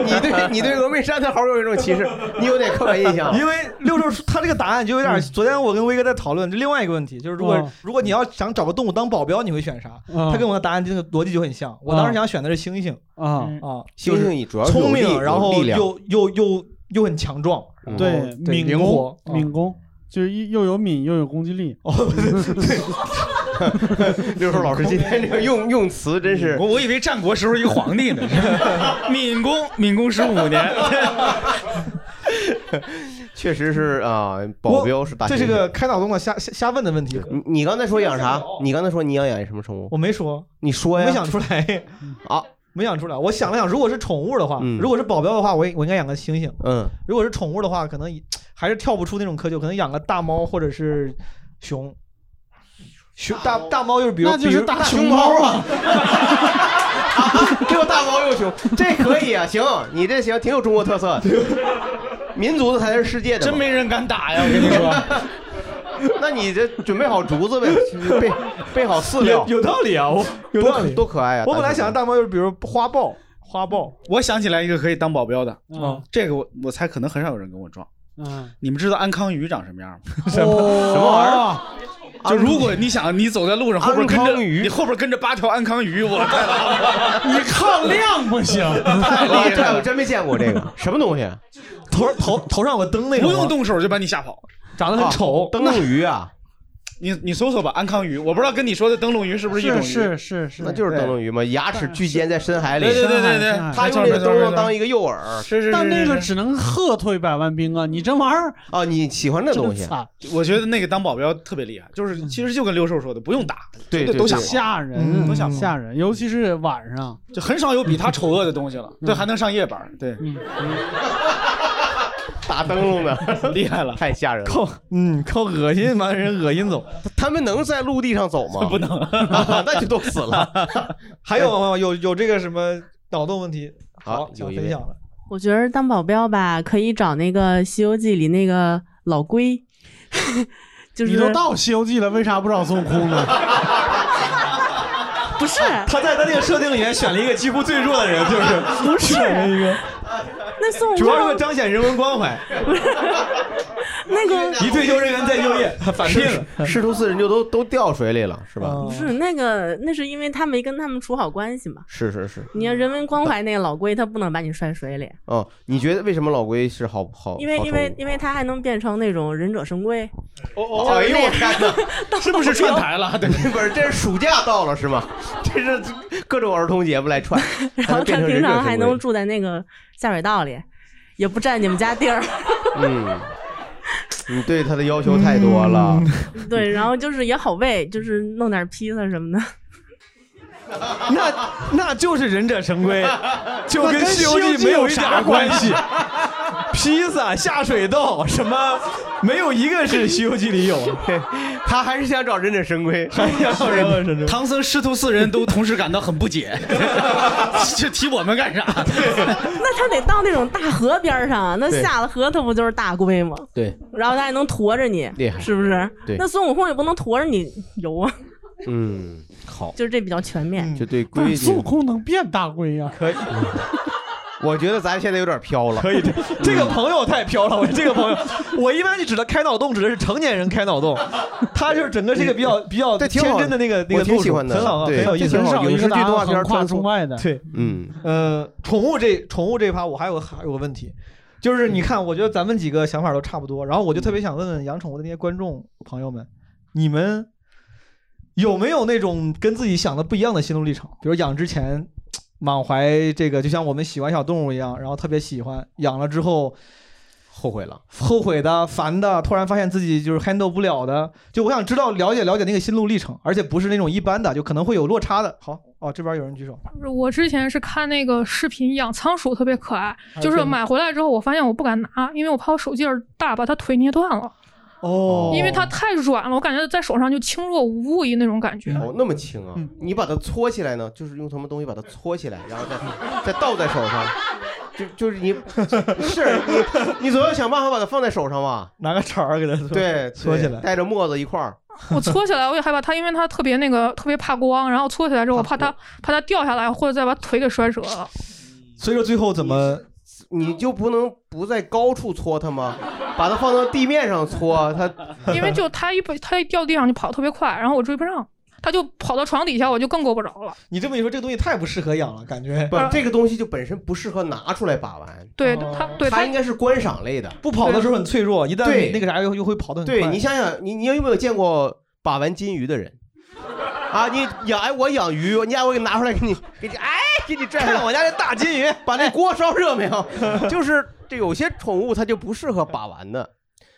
你对你对峨眉山的猴有一种歧视，你有点刻板印象。 啊嗯
因为六兽他这个答案就有点，昨天我跟威哥在讨论这另外一个问题，就是如果、
哦
如果你要想找个动物当保镖，你会选啥？
嗯
他跟我的答案这个逻辑就很像。我当时想选的是猩猩
啊
啊，
嗯猩
就是
猩主要是有
聪
力
明，
有
然后
力量嗯
又又又又很强壮，然后
对，
对
敏
灵活啊嗯
攻，，敏攻，就是一又有敏又有攻击力。哦，
六叔老师今天这个用用词真是，
我我以为战国时候一个皇 帝呢，敏公敏公十五年，
确实是啊，保镖是大猩猩。嗯
这是个开脑洞的瞎瞎瞎问的问题。
你你刚才说养啥？你刚才说你想养什么宠物？
我没说，
你说呀，
没想出来
啊，
没想出来。我想了想，如果是宠物的话，如果是保镖的话，我我应该养个猩猩。
嗯，
如果是宠物的话，可能也还是跳不出那种窠臼，可能养个大猫或者是熊。熊大大猫就是比如
那就是
比如
大
那
熊猫啊，又大猫又熊，这可以啊，行，你这行挺有中国特色，民族的才是世界的，真没
人敢打呀，我跟你说。
那你这准备好竹子呗， 备备好饲料，
有有道理啊我有道理
多可多可爱啊！
我本来想
大
大猫就是比如花豹，花豹，
我想起来一个可以当保镖的，
嗯，
这个我我猜可能很少有人跟我撞。
嗯，
你们知道安康鱼长什么样吗？
什么
哦
什么玩意儿？ 就
安
如果你想你走在路上，后边跟
安
着
康鱼
你后边跟着八条安康鱼，我 太老 了，
你抗量不行
太厉害了，
我真没见过这个什么东西，啊
头头头上有个灯那
种，不用动手就把你吓跑，
长
得
很丑灯笼鱼啊。
你你搜搜吧，安康鱼，我不知道跟你说的灯笼鱼是不一种鱼？
是是
那就是灯笼鱼嘛，牙齿巨尖在深海里。
对对对对对
他用这个灯笼当一个诱饵。
但那个只能喝退百万兵啊！你这玩意儿
啊，你喜欢这东西
我觉得那个当保镖特别厉害，就是其实就跟刘寿说的，不用打，
对嗯
就都嗯吓跑
吓人，都想吓人，尤其是晚上，
就很少有比他丑恶的东西了。对，还能上夜班，对，
打灯笼的，
厉害了，
太吓人了。
靠，嗯，靠，恶心，把人恶心走。
他们能在陆地上走 吗？
不能，
那就冻死了。
还有吗？有有这个什么脑洞问题？好，
有
想
一
分
位
享了。
我觉得当保镖吧，可以找那个《西游记》里那个老龟，就是
你都到《西游记》了，为啥不找孙悟空呢？
不是
他在他那个设定里面选了一个几乎最弱的人， 就是
不是
选了一个，
那孙悟空
主要是为了彰显人文关怀。
那个
一退休人员再就 业，反
师
聘了。
师徒四人就都都掉水里了，是吧？
不是那个，那是因为他没跟他们处好关系嘛。
是是
嗯
是。
你要人文关怀那个老龟，他不能把你摔水里，
哦，你觉得为什么老龟是好好？
因为
哦好
因为
宠物
因为他还能变成那种忍者神龟。
哦哎呦我天 哪，
是不是串台 了？对，
不是，这是暑假到了是吗？这是各种儿童节不来串，
然后
变成
他平
忍者
常还
神龟
能住在那个下水道里，也不占你们家地儿。
嗯，你对他的要求太多了。
嗯对，然后就是也好喂，就是弄点披萨什么的。
那那就是忍者神 龟，就
那
跟
跟
《西游
西游
记》
记
没有
有
一
啥
点关
关
系
系。
披萨、下水道什么，没有一个是《西游记》 里有。
他还是想找忍者神龟，
还是想找忍者神龟。
唐僧师徒四人都同时感到很不解， 这提我们干啥？
那他得到那种大河边儿上啊，那
对
下了河，他不就是大龟吗？
对，
然后他还能驮着你
厉害，
是不是？
对
那孙悟空也不能驮着你游啊，
嗯，好，
就是这比较全
嗯
面。
嗯就对龟。
孙悟
空能变大龟呀、
可以。
我觉得咱现在有点飘了。嗯
可 以，这这个朋友太飘了。我这个朋友，我一般就指的开脑洞，指的是成年人开脑洞，他就是整个是一个比较比较
这挺
天
好
真的那个那
我
个
挺
路
喜
数，
欢的
很好，啊
对
很有意思，
这挺好影视剧动画片儿
跨出外的
对，
嗯，
呃，宠物这宠物这趴，我还有还有个问题，就是
嗯
你看，我觉得咱们几个想法都差不多，然后我就特别想问问养宠物的那些观众朋友们，你们有没有那种跟自己想的不一样的心路历程？比如养之前满怀这个，就像我们喜欢小动物一样，然后特别喜欢，养了之后
后悔了，
后悔的、烦的，突然发现自己就是 handle 不了的，就我想知道了解了解那个心路历程，而且不是那种一般的，就可能会有落差的。好，哦，这边有人举手，
我之前是看那个视频养仓鼠特别可爱，
还
就是
见过
买回来之后，我发现我不敢拿，因为我怕我手劲儿大把它腿捏断了，
哦
因为它太软了，我感觉在手上就轻若无物一那种感 觉。
哦，那么轻啊！你把它搓起来呢，就是用什么东西把它搓起来，然后再再倒在手上，就就是你是你你总要想办法把它放在手上吧，
拿个勺儿给它搓
对
搓起来
对带着沫子一块儿。
我搓起来我也害怕它，因为它特别那个特别怕光，然后搓起来之后我怕它怕它掉下来或者再把腿给摔折了。
所以说最后怎么
你就不能不在高处搓它吗？把它放到地面上搓它，
因为就它一它一掉地上就跑特别快，然后我追不上，它就跑到床底下，我就更够不着了。
你这么一说，这个东西太不适合养了，感觉
不这个东西就本身不适合拿出来把玩。
呃对它，对
它应该是观赏类的，
不跑的时候很脆弱，一旦
对
你那个啥又又会跑得很快。
对你想想，你你有没有见过把玩金鱼的人？啊，你养哎，我养鱼，你看我给拿出来给你给你哎，给你拽上来，
看我家这大金鱼，哎
把那锅烧热没有？ 就是这有些宠物它就不适合把玩的，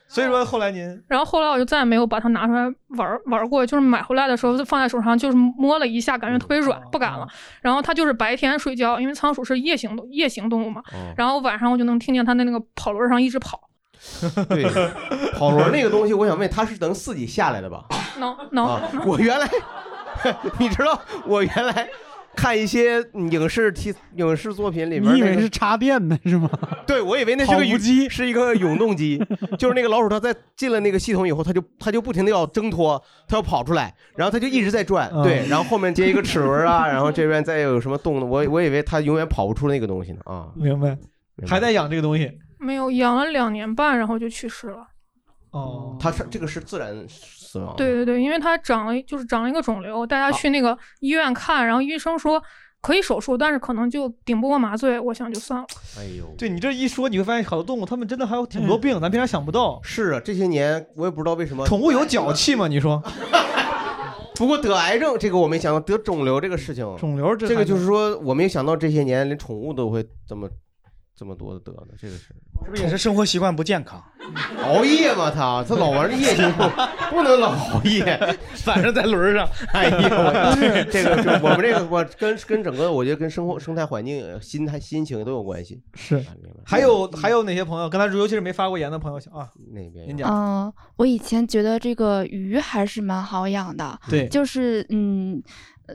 所以说后来您
然后后来我就再也没有把它拿出来玩儿玩儿过，就是买回来的时候就放在手上，就是摸了一下，感觉特别软，
嗯
不敢
哦
了。然后它就是白天睡觉，因为仓鼠是夜行动夜行动物嘛
哦，
然后晚上我就能听见它在那个跑轮上一直跑，
对，跑轮那个东西，我想问它是能自啊己下来的吧？
哦
能能
啊，我原来，你知道我原来看一些影视题影视作品里面、那个，
你以为是插电的是吗？
对，我以为那是
跑
个
步
永机，是一个永 动机，就是那个老鼠，它在进了那个系统以后，它就它就不停的要挣脱，它要跑出来，然后它就一直在转，
嗯
对，然后后面接一个齿轮啊，然后这边再有什么动的，我我以为它永远跑不出那个东西呢啊，
明白，还在养这个东西，
没有养了两年半，然后就去世了。
哦，它是这个是自然死亡，
对对对，因为他长了就是长了一个肿瘤，带他去那个医院看，然后医生说可以手术，但是可能就顶不过麻醉，我想就算了。
哎呦，
对你这一说，你会发现好多动物它们真的还有挺多病，咱平常想不到。
是啊，这些年我也不知道为什么
宠物有脚气吗？你说？
不过得癌症这个我没想到，得肿瘤这个事情，
肿瘤这
这个
还
就是说我没想到这些年连宠物都会这么这么多的得的，这个是
是不是也是生活习惯不健康？
熬夜嘛他他老玩夜行动， 不能老熬 夜，
晚上在轮上。
哎呦，我这个就我们这个我跟跟整个我觉得跟生活生态环境、心态、心情都有关系。啊
是，还有 还有哪些朋友？刚才尤其是没发过言的朋友想啊，
那边
您
嗯、
讲，
我以前觉得这个鱼还是蛮好养的，
对
就是嗯，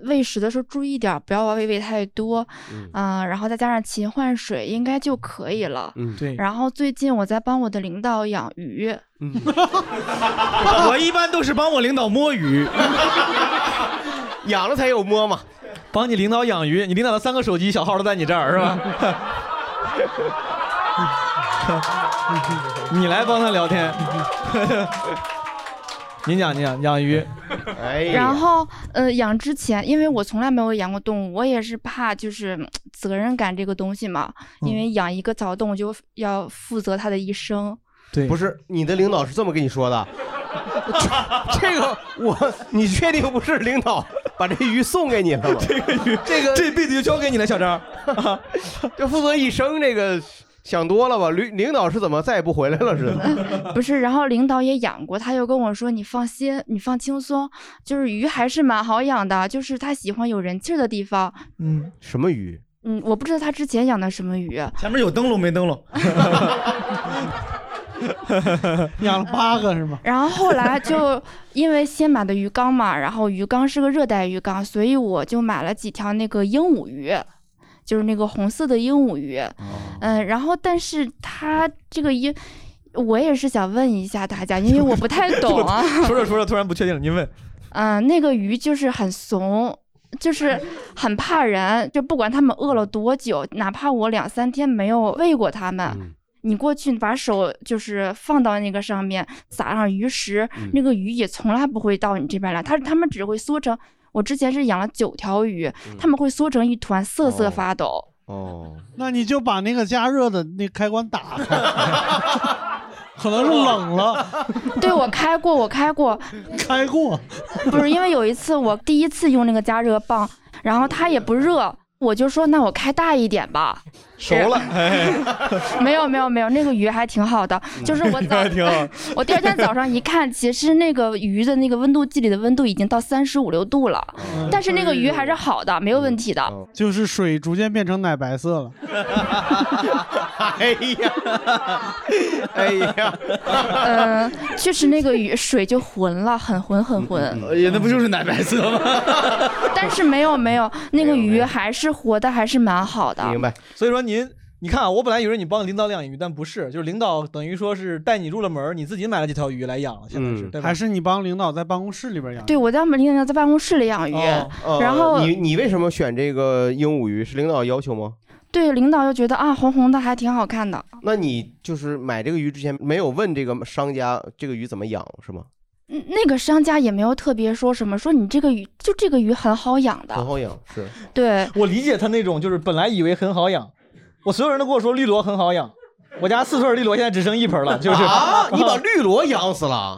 喂食的时候注意点儿，不要喂喂太多，
嗯、
然后再加上勤换水，应该就可以了。
嗯
对
然后最近我在帮我的领导养鱼，
我一般都是帮我领导摸鱼，
养了才有摸嘛。
帮你领导养鱼，你领导的三个手机小号都在你这儿是 吧？你来帮他聊天。 您讲，您讲，养鱼。
哎
然后呃，养之前，因为我从来没有养过动物，我也是怕就是嗯责任感这个东西嘛，
嗯
因为养一个小动物就要负责它的一生。
对，
不是你的领导是这么跟你 说的。这个我，你确定不是领导把这鱼送给 你了吗？这个鱼，这个
这辈子就交给你了，小张。
这负责一生，这个想多了吧？领领导是怎么再也不回来了似的？
不是，然后领导也养过，他又跟我说：“你放心，你放轻松，就是鱼还是蛮好养的，就是它喜欢有人气儿的地方。
嗯，
什么鱼？”
嗯，我不知道他之前养的什么鱼，
前面有灯笼没灯笼？
养了八个是 吗？
然后后来就因为先买的鱼缸嘛，然后鱼缸是个热带鱼缸，所以我就买了几条那个鹦鹉鱼，就是那个红色的鹦鹉鱼。嗯，然后但是它这个鹦，我也是想问一下大家，因为我不 太懂啊。
说着说着，突然不确定了。您问，
嗯、那个鱼就是很怂，就是很怕人，就不管它们饿了多久，哪怕我两三天没有喂过它们。你过去把手就是放到那个上面，撒上鱼食，那个鱼也从来不会到你这边来，它它们只会缩成。我之前是养了九条鱼，它们会缩成一团，瑟瑟发抖。
哦，
那你就把那个加热的那开关打开，可能是冷了。
对，我开过，我开 过，
开过。
不是因为有一次我第一次用那个加热棒，然后它也不热，我就说那我开大一点吧。
熟了。哎， 嗯
没有没有没有，那个鱼还挺好的，就是我早
还挺好
我第二天早上一看，其实那个鱼的那个温度计里的温度已经到三十五六度了，
嗯
但是那个鱼还是好的，没有问题的。
就是水逐渐变成奶白色了。
嗯
哎呀，哎呀，
呃，确实那个鱼水就浑了，很浑很
嗯
浑。
也那不就是奶白色吗？
但是没有没有，那个鱼还是活的，还是蛮好的。
白。
所以说您，你看啊，我本来以为你帮领导养鱼，但不是，就是领导等于说是带你入了门儿，你自己买了几条鱼来养了，现在是，
嗯
对吧？
还是你帮领导在办公室里边养？
对，我在我们领导在办公室里养鱼，
呃
哎然后
你你为什么选这个鹦鹉鱼？是领导要求吗？
对领导就觉得啊，红红的还挺好看的。
那你就是买这个鱼之前没有问这个商家这个鱼怎么养是吗？
嗯那个商家也没有特别说什么，说你这个鱼就这个鱼很好养的。
很好养是。
对，
我理解他那种就是本来以为很好养，我所有人都跟我说绿萝很好养，我家四岁绿萝现在只剩一盆了，就是
啊，你把绿萝养死了，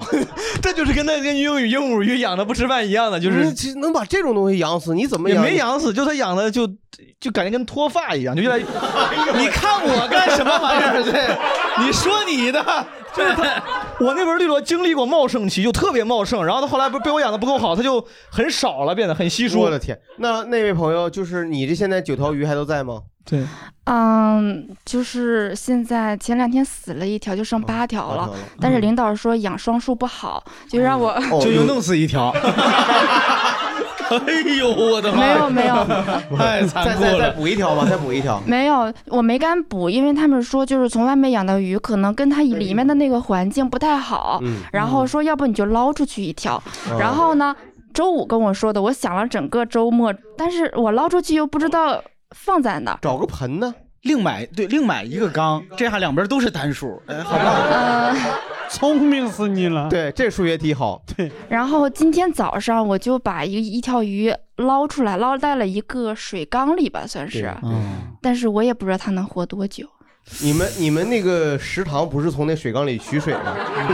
这就是跟那跟鹦鹉鹦鹉鱼养的不吃饭一样的，就是
嗯其实能把这种东西养死，你怎么
也
养？
没养死，就他养的就就感觉跟脱发一样，就越来 越。
你看我干什么玩意儿？这，你说你的，
就是他， 我那盆绿萝经历过茂盛期，就特别茂盛，然后它后来不是被我养的不够好，它就很少了，变得很稀疏。
我的天，那那位朋友，就是你这现在九条鱼还都在吗？
对，
嗯，就是现在前两天死了一条，就剩八条了。嗯哦
条了
但是领导说养双数不好，就让我、
就又弄死一条。哦 哎呦，我的妈！
没有没有，
太残
再
酷
再再
了。
补一条吧，再补一条。
没有，我没敢补，因为他们说就是从外面养的鱼，可能跟它里面的那个环境不太好，
嗯
然后说要不你就捞出去一条，
哦
然后呢，周五跟我说的，我想了整个周末，但是我捞出去又不知道放在哪儿，
找个盆呢，
另买对，另买一个缸，这样两边都是单数，哎，好棒！
呃
聪明死你了。
对，这数学 题好。
对，
然后今天早上我就把一一条鱼捞出来，捞在了一个水缸里吧，算是，啊
嗯，
但是我也不知道它能活多久。
你们你们那个食堂不是从那水缸里取水吗？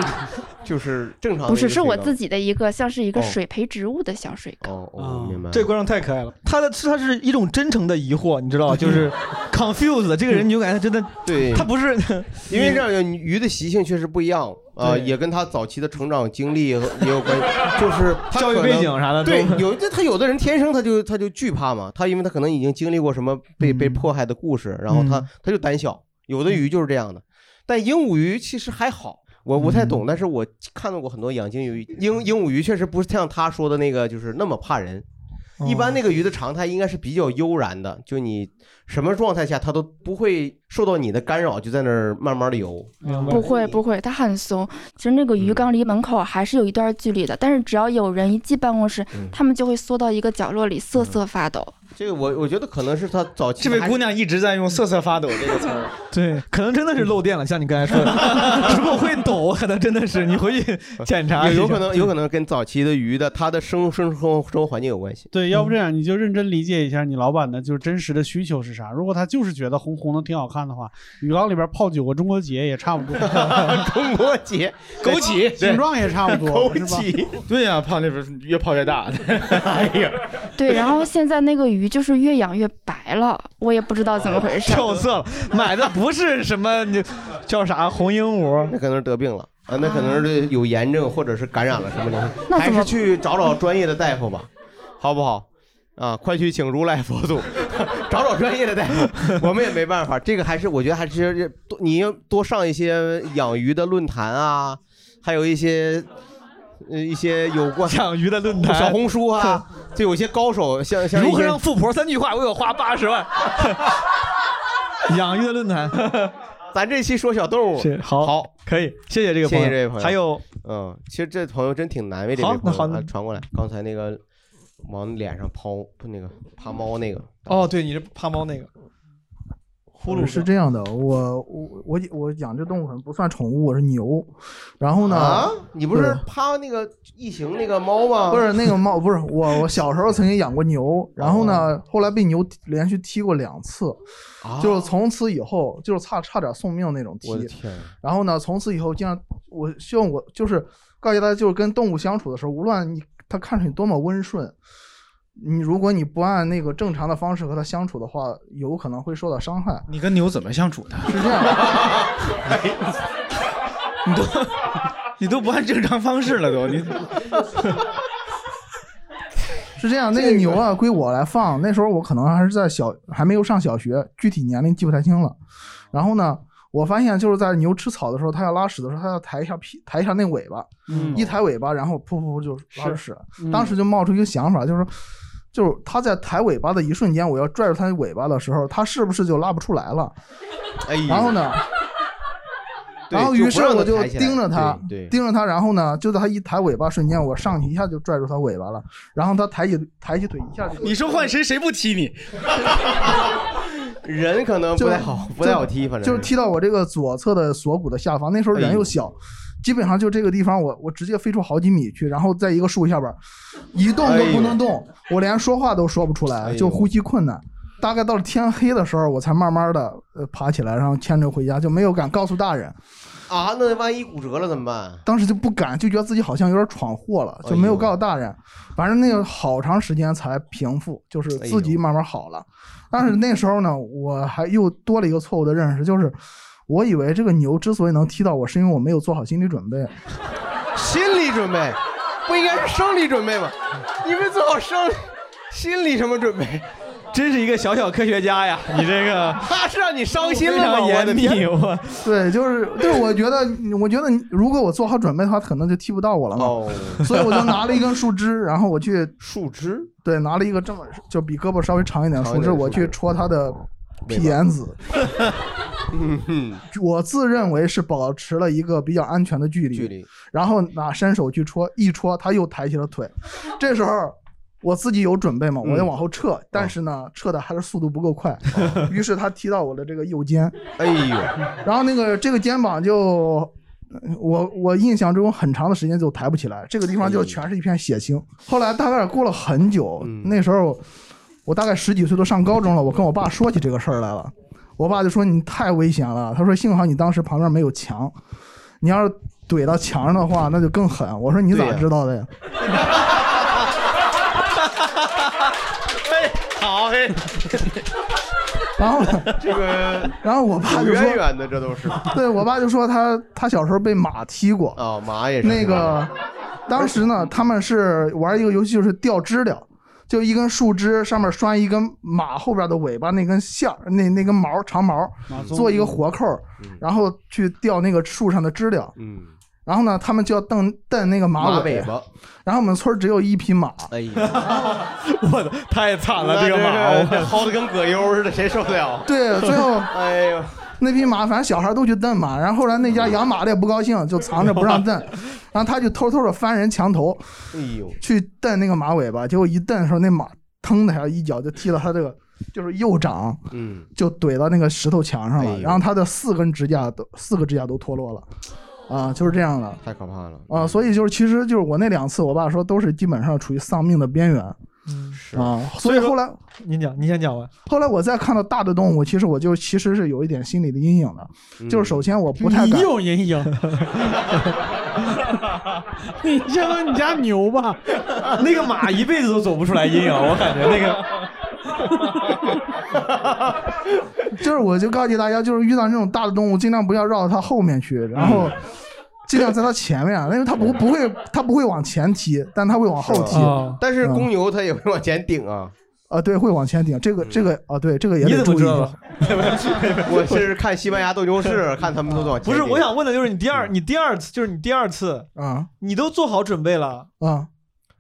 就是正常的一个水缸。
不是，是我自己的一个像是一个
哦
水培植物的小水缸。
哦哦，明白。
这观众太可爱了，他的他是一种真诚的疑惑，你知道吧，就是 confused 这个人，你就感觉他真的，
对
他不是，
因为这样鱼的习性确实不一样
嗯
啊、
对
也跟它早期的成长经历和也有关系， 就是它
教育
可能
背景啥的都
对，有这他有的人天生他就他就惧怕嘛，他因为他可能已经经历过什么被、被迫害的故事，然后他、
嗯
他就胆小。有的鱼就是这样的，但鹦鹉鱼其实还好。我
嗯
不太懂，但是我看到过很多养鲸鱼，鹦鹦鹉鱼确实不是像他说的那个，就是那么怕人。一般那个鱼的常态应该是比较悠然的，就你什么状态下它都不会受到你的干扰，就在那儿慢慢的游。
不会 嗯不会，它很怂。其实那个鱼缸离门口还是有一段距离的，但是只要有人一进办公室，他们就会缩到一个角落里瑟瑟发抖。
这个我我觉得可能是他早期
这位
还
姑娘一直在用“瑟瑟发抖”这个词 儿，
对， 可能真的是漏电了，像你刚才说 的，如果会抖，可能真的是你回 去检查一
也
下，
有可能有可能跟早期的鱼的它的生生生活环境有关系。
对，要不这样，你就认真理解一下你老板的就是真实的需求是啥。如果他就是觉得红红的挺好看的话，鱼缸里边泡九个中国结也差 不多，
中国结、
枸杞
形状也差不多，
枸杞， 对呀、泡那边越泡越大。 哎呀，
对，然后现在那个鱼就是越养越白了，我也不知道怎么回 事。
跳色了，买的不是什么你叫啥红鹦鹉，
那可能是得病了啊，那可能是有炎症或者是感染了什么东西，
那
还
怎么
是去找找专业的大夫吧，好不好？啊，快去请如来佛祖， 找找专业的大夫，我们也没办法。这个还是我觉得还是多你要多上一些养鱼的论坛啊，还有一些。呃，一些有关
养鱼的论坛
小红 书啊，就有些高手，像像
如何
一些
让富婆三句话为我花八十万？ 养鱼的论坛，
咱这期说小动物
是好，
好，
可以，谢谢这个
谢
朋友，
谢这位朋友。
还有，
嗯，其实这朋友真挺难为这
好
位朋
那好
友，
那
啊传过来，刚才那个往脸上抛不那个趴猫那个，
哦，对，你是怕猫那个，呼噜
是这样的，我我我我养这动物可能不算宠物，我是牛。然后呢，
啊你不是
对
趴那个异形那个猫吗？
不是那个 猫，不是我，我小时候曾经养过
哦
牛，然后呢，后来被牛连续踢过两次，就是从此以后就是差差点送命那种踢
啊我的。天，啊
然后呢，从此以后经常我希望我就是告诉大家，就是跟动物相处的时候，无论你它看上去多么温顺，你如果你不按那个正常的方式和它相处的话，有可能会受到伤害。
你跟牛怎么相处的？
是这 样的，
你都你都不按正常方式了都， 你
是这样，那个牛啊归我来放，那时候我可能还是在小，还没有上小学，具体年龄记不太清了。然后呢，我发现就是在牛吃草的时候，它要拉屎的时候，它要抬一下屁，抬一下那尾巴，
嗯
一抬尾巴，然后噗噗噗就拉出
是
屎。
嗯
当时就冒出一个想法，就是说。就是它在抬尾巴的一瞬间，我要拽住它的尾巴的时候，它是不是就拉不出来了？
哎呀
然后呢，
对
然后于是我就盯着
它
它
抬起来，对，对
盯着它，然后呢，就在它一抬尾巴瞬间，我上去一下就拽住它尾巴了，然后它抬起抬起腿一下就
你说换谁谁不踢你？
人可能嗯
就
不太好，不太好踢，反正哎
就就是踢到我这个左侧的锁骨的下方，那时候人又小。基本上就这个地方我，我直接飞出好几米去，然后在一个树下边儿，一动都
哎
不能动，我连说话都说不出来，就呼吸困难。大概到了天黑的时候，我才慢慢的呃爬起来，然后牵着回家，就没有敢告诉大人。
啊，那万一骨折了怎么办？
当时就不敢，就觉得自己好像有点闯祸了，就没有告诉大人。反正那个好长时间才平复，就是自己慢慢好了。但是那时候呢，我还又多了一个错误的认识，就是我以为这个牛之所以能踢到我，是因为我没有做好心理准备。
心理准备，不应该是生理准备吗？你们做好生理心理什么准备？
真是一个小小科学家呀！ 你这个
他是让你伤
心 了吗我的天非常严密我
对，就是就是，我觉得，我觉得你如果我做好准备的话，可能就踢不到我了嘛。所以我就拿了一根树枝，然后我去
哦 树枝，
对，拿了一个这么就比胳膊稍微长一点的
长一点
树枝，
的树
我
哦
去戳它的屁眼子。
嗯哼，
我自认为是保持了一个比较安全的距离，
距离
然后拿伸手去戳，一戳他又抬起了腿，这时候。我自己有准备嘛，
嗯
我要往后撤，
哦
但是呢，撤的还是速度不 够快，于是他踢到我的这个右肩，
哎呦，
然后那个这个肩膀就，我我印象中很长的时间就抬不起来，这个地方
哎
就全是一片血腥。后来大概过了很久，
嗯
那时候我大概十几岁都上高中了，我跟我爸说起这个事儿来了，我爸就说你太危险了，他说幸好你当时旁边没有墙，你要是怼到墙上的话，那就更狠。我说你
对
咋
呀
知道的呀？
哎，好哎，
然后呢，
这个
然后 我爸
有
就说
渊源的，这都是。
对我爸就说他他小时候被马踢过
啊、马也是
那 个，当时呢，他们是玩一个游戏，就是吊知了，就一根树枝上面拴一根马后边的尾巴那根线儿，那那根毛长毛
马，鬃
做一个活扣儿，然后去吊那个树上的知了。
嗯，
然后呢，他们就要蹬蹬那个
马
尾
尾巴。
然后我们村儿只有一匹马，
哎呀，
我的
太惨了，
那
这个马，我
这薅的跟葛优似的，谁受得 了？
对，最 后
哎呦，
那匹马，反正小孩都去蹬嘛。然后后来那家养马的也不高兴，就藏着不让蹬，然后他就偷偷的翻人墙头
哎呦，
去蹬那个马尾巴，结果一蹬的时候，那马腾的一下一脚就踢到他这个就是右掌，
嗯，
就怼到那个石头墙上
哎
了。
呦
然后他的四根指甲都四个指甲都脱落了，啊，就是这样的。
太可怕了。
啊，所以就是，其实就是我那两次，我爸说都是基本上处于丧命的边缘，
嗯
啊，所以后来
你讲，你先讲 吧。
后来我再看到大的动物，其实我就其实是有一点心理的阴影的，就是首先我不
嗯
太
你
敢，
有阴影。你先说你家牛吧，
那个马啊一辈子都走不出来阴影，我感觉那个
就是我就告诫大家，就是遇到这种大的动物，尽量不要绕到它后面去，然
嗯
后 尽量在它前面，啊因为它不不会它不会往前踢，但它会往后踢
是
哦
吧。但是
嗯
公牛它也会往前顶啊。
啊，对，会往前顶，这个这个啊，对，这个也
你
得
怎么
注意一
知道
下
的。 我是看西班牙斗牛士，看他们都往前顶。
不 是，我想问的就是你第二，你第二次就是你第二次，
啊，
你都做好准备了
啊，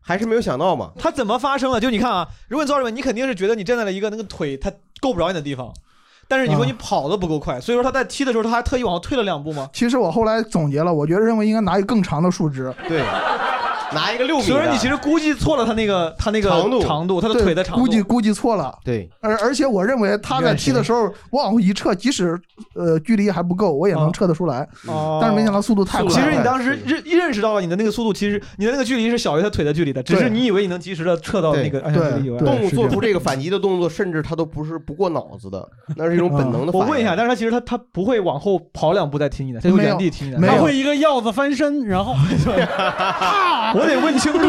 还是没有想到嘛？
它怎么发生的？就你看啊，如果你做好准备，你肯定是觉得你站在了一个那个腿它够不着你的地方，但是
啊
你说你跑的不够快，所以说他在踢的时候他还特意往后退了两步吗？
其实我后来总结了，我觉得认为应该拿一个更长的树枝，
对，拿一个六米的。
所以说你其实估计错了他那个他那个
长度
长度，他的
对
腿的长度。
估计估计错了。
对，
而而且我认为他在踢的时候我往后一撤，即使呃距离还不够，我也能撤得出来。
哦
但是没想到速度太快。
其实你当时认认识到了你的那个速度，其实你的那个距离是小于他腿的距离的，只是
对
你以为你能及时的撤到那个安全距离以外。
动物做出这个反击的动作，甚至它都不是不过脑子的，那是一种本能的
嗯我
反应。
问一下，但是他其实他他不会往后跑两步再踢你的，他就原地踢你的。
他会一个鹞子翻身，然后
啊
我得问清 楚。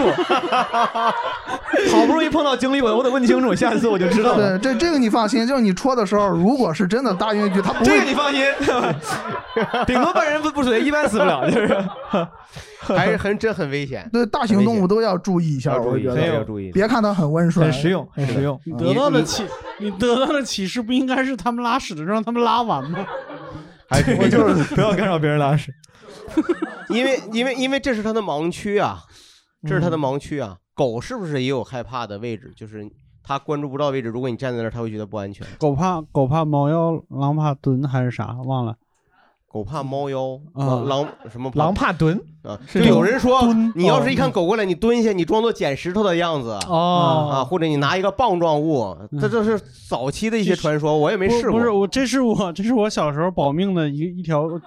好不容易碰到经理，我我得问清楚，下次我就知道了。
对，这这个你放心，就是你戳的时候，如果是真的搭进去，他不会。
这个你放 心，顶多半人不不遂，一般死不了，就是。
还是很真很危险。
对大型动物都要注意一下，
要注
我
意
觉
一下要
得
注意
别看它很温顺，啊
很实用很实用
嗯
得到的启，你得到的启示不应该是他们拉屎的时候让他们拉完吗？
还是
我就是不要干扰别人拉屎。
因为因为因为这是它的盲区啊，这是它的
嗯
盲区啊。狗是不是也有害怕的位置？就是它关注不到位置，如果你站在那儿，它会觉得不安全。
狗怕狗怕猫腰，狼怕蹲还是啥？忘了。
狗怕猫腰，
啊
狼狼什么？
狼
怕蹲
啊！
是
就有人说
蹲，
你要是一看
哦
狗过来，你蹲下，你装作捡石头的样子
哦嗯
啊，或者你拿一个棒状物，这这是早期的一些传说，我也没试
不
过
不。是我，这是我 这是我小时候保命的一一条。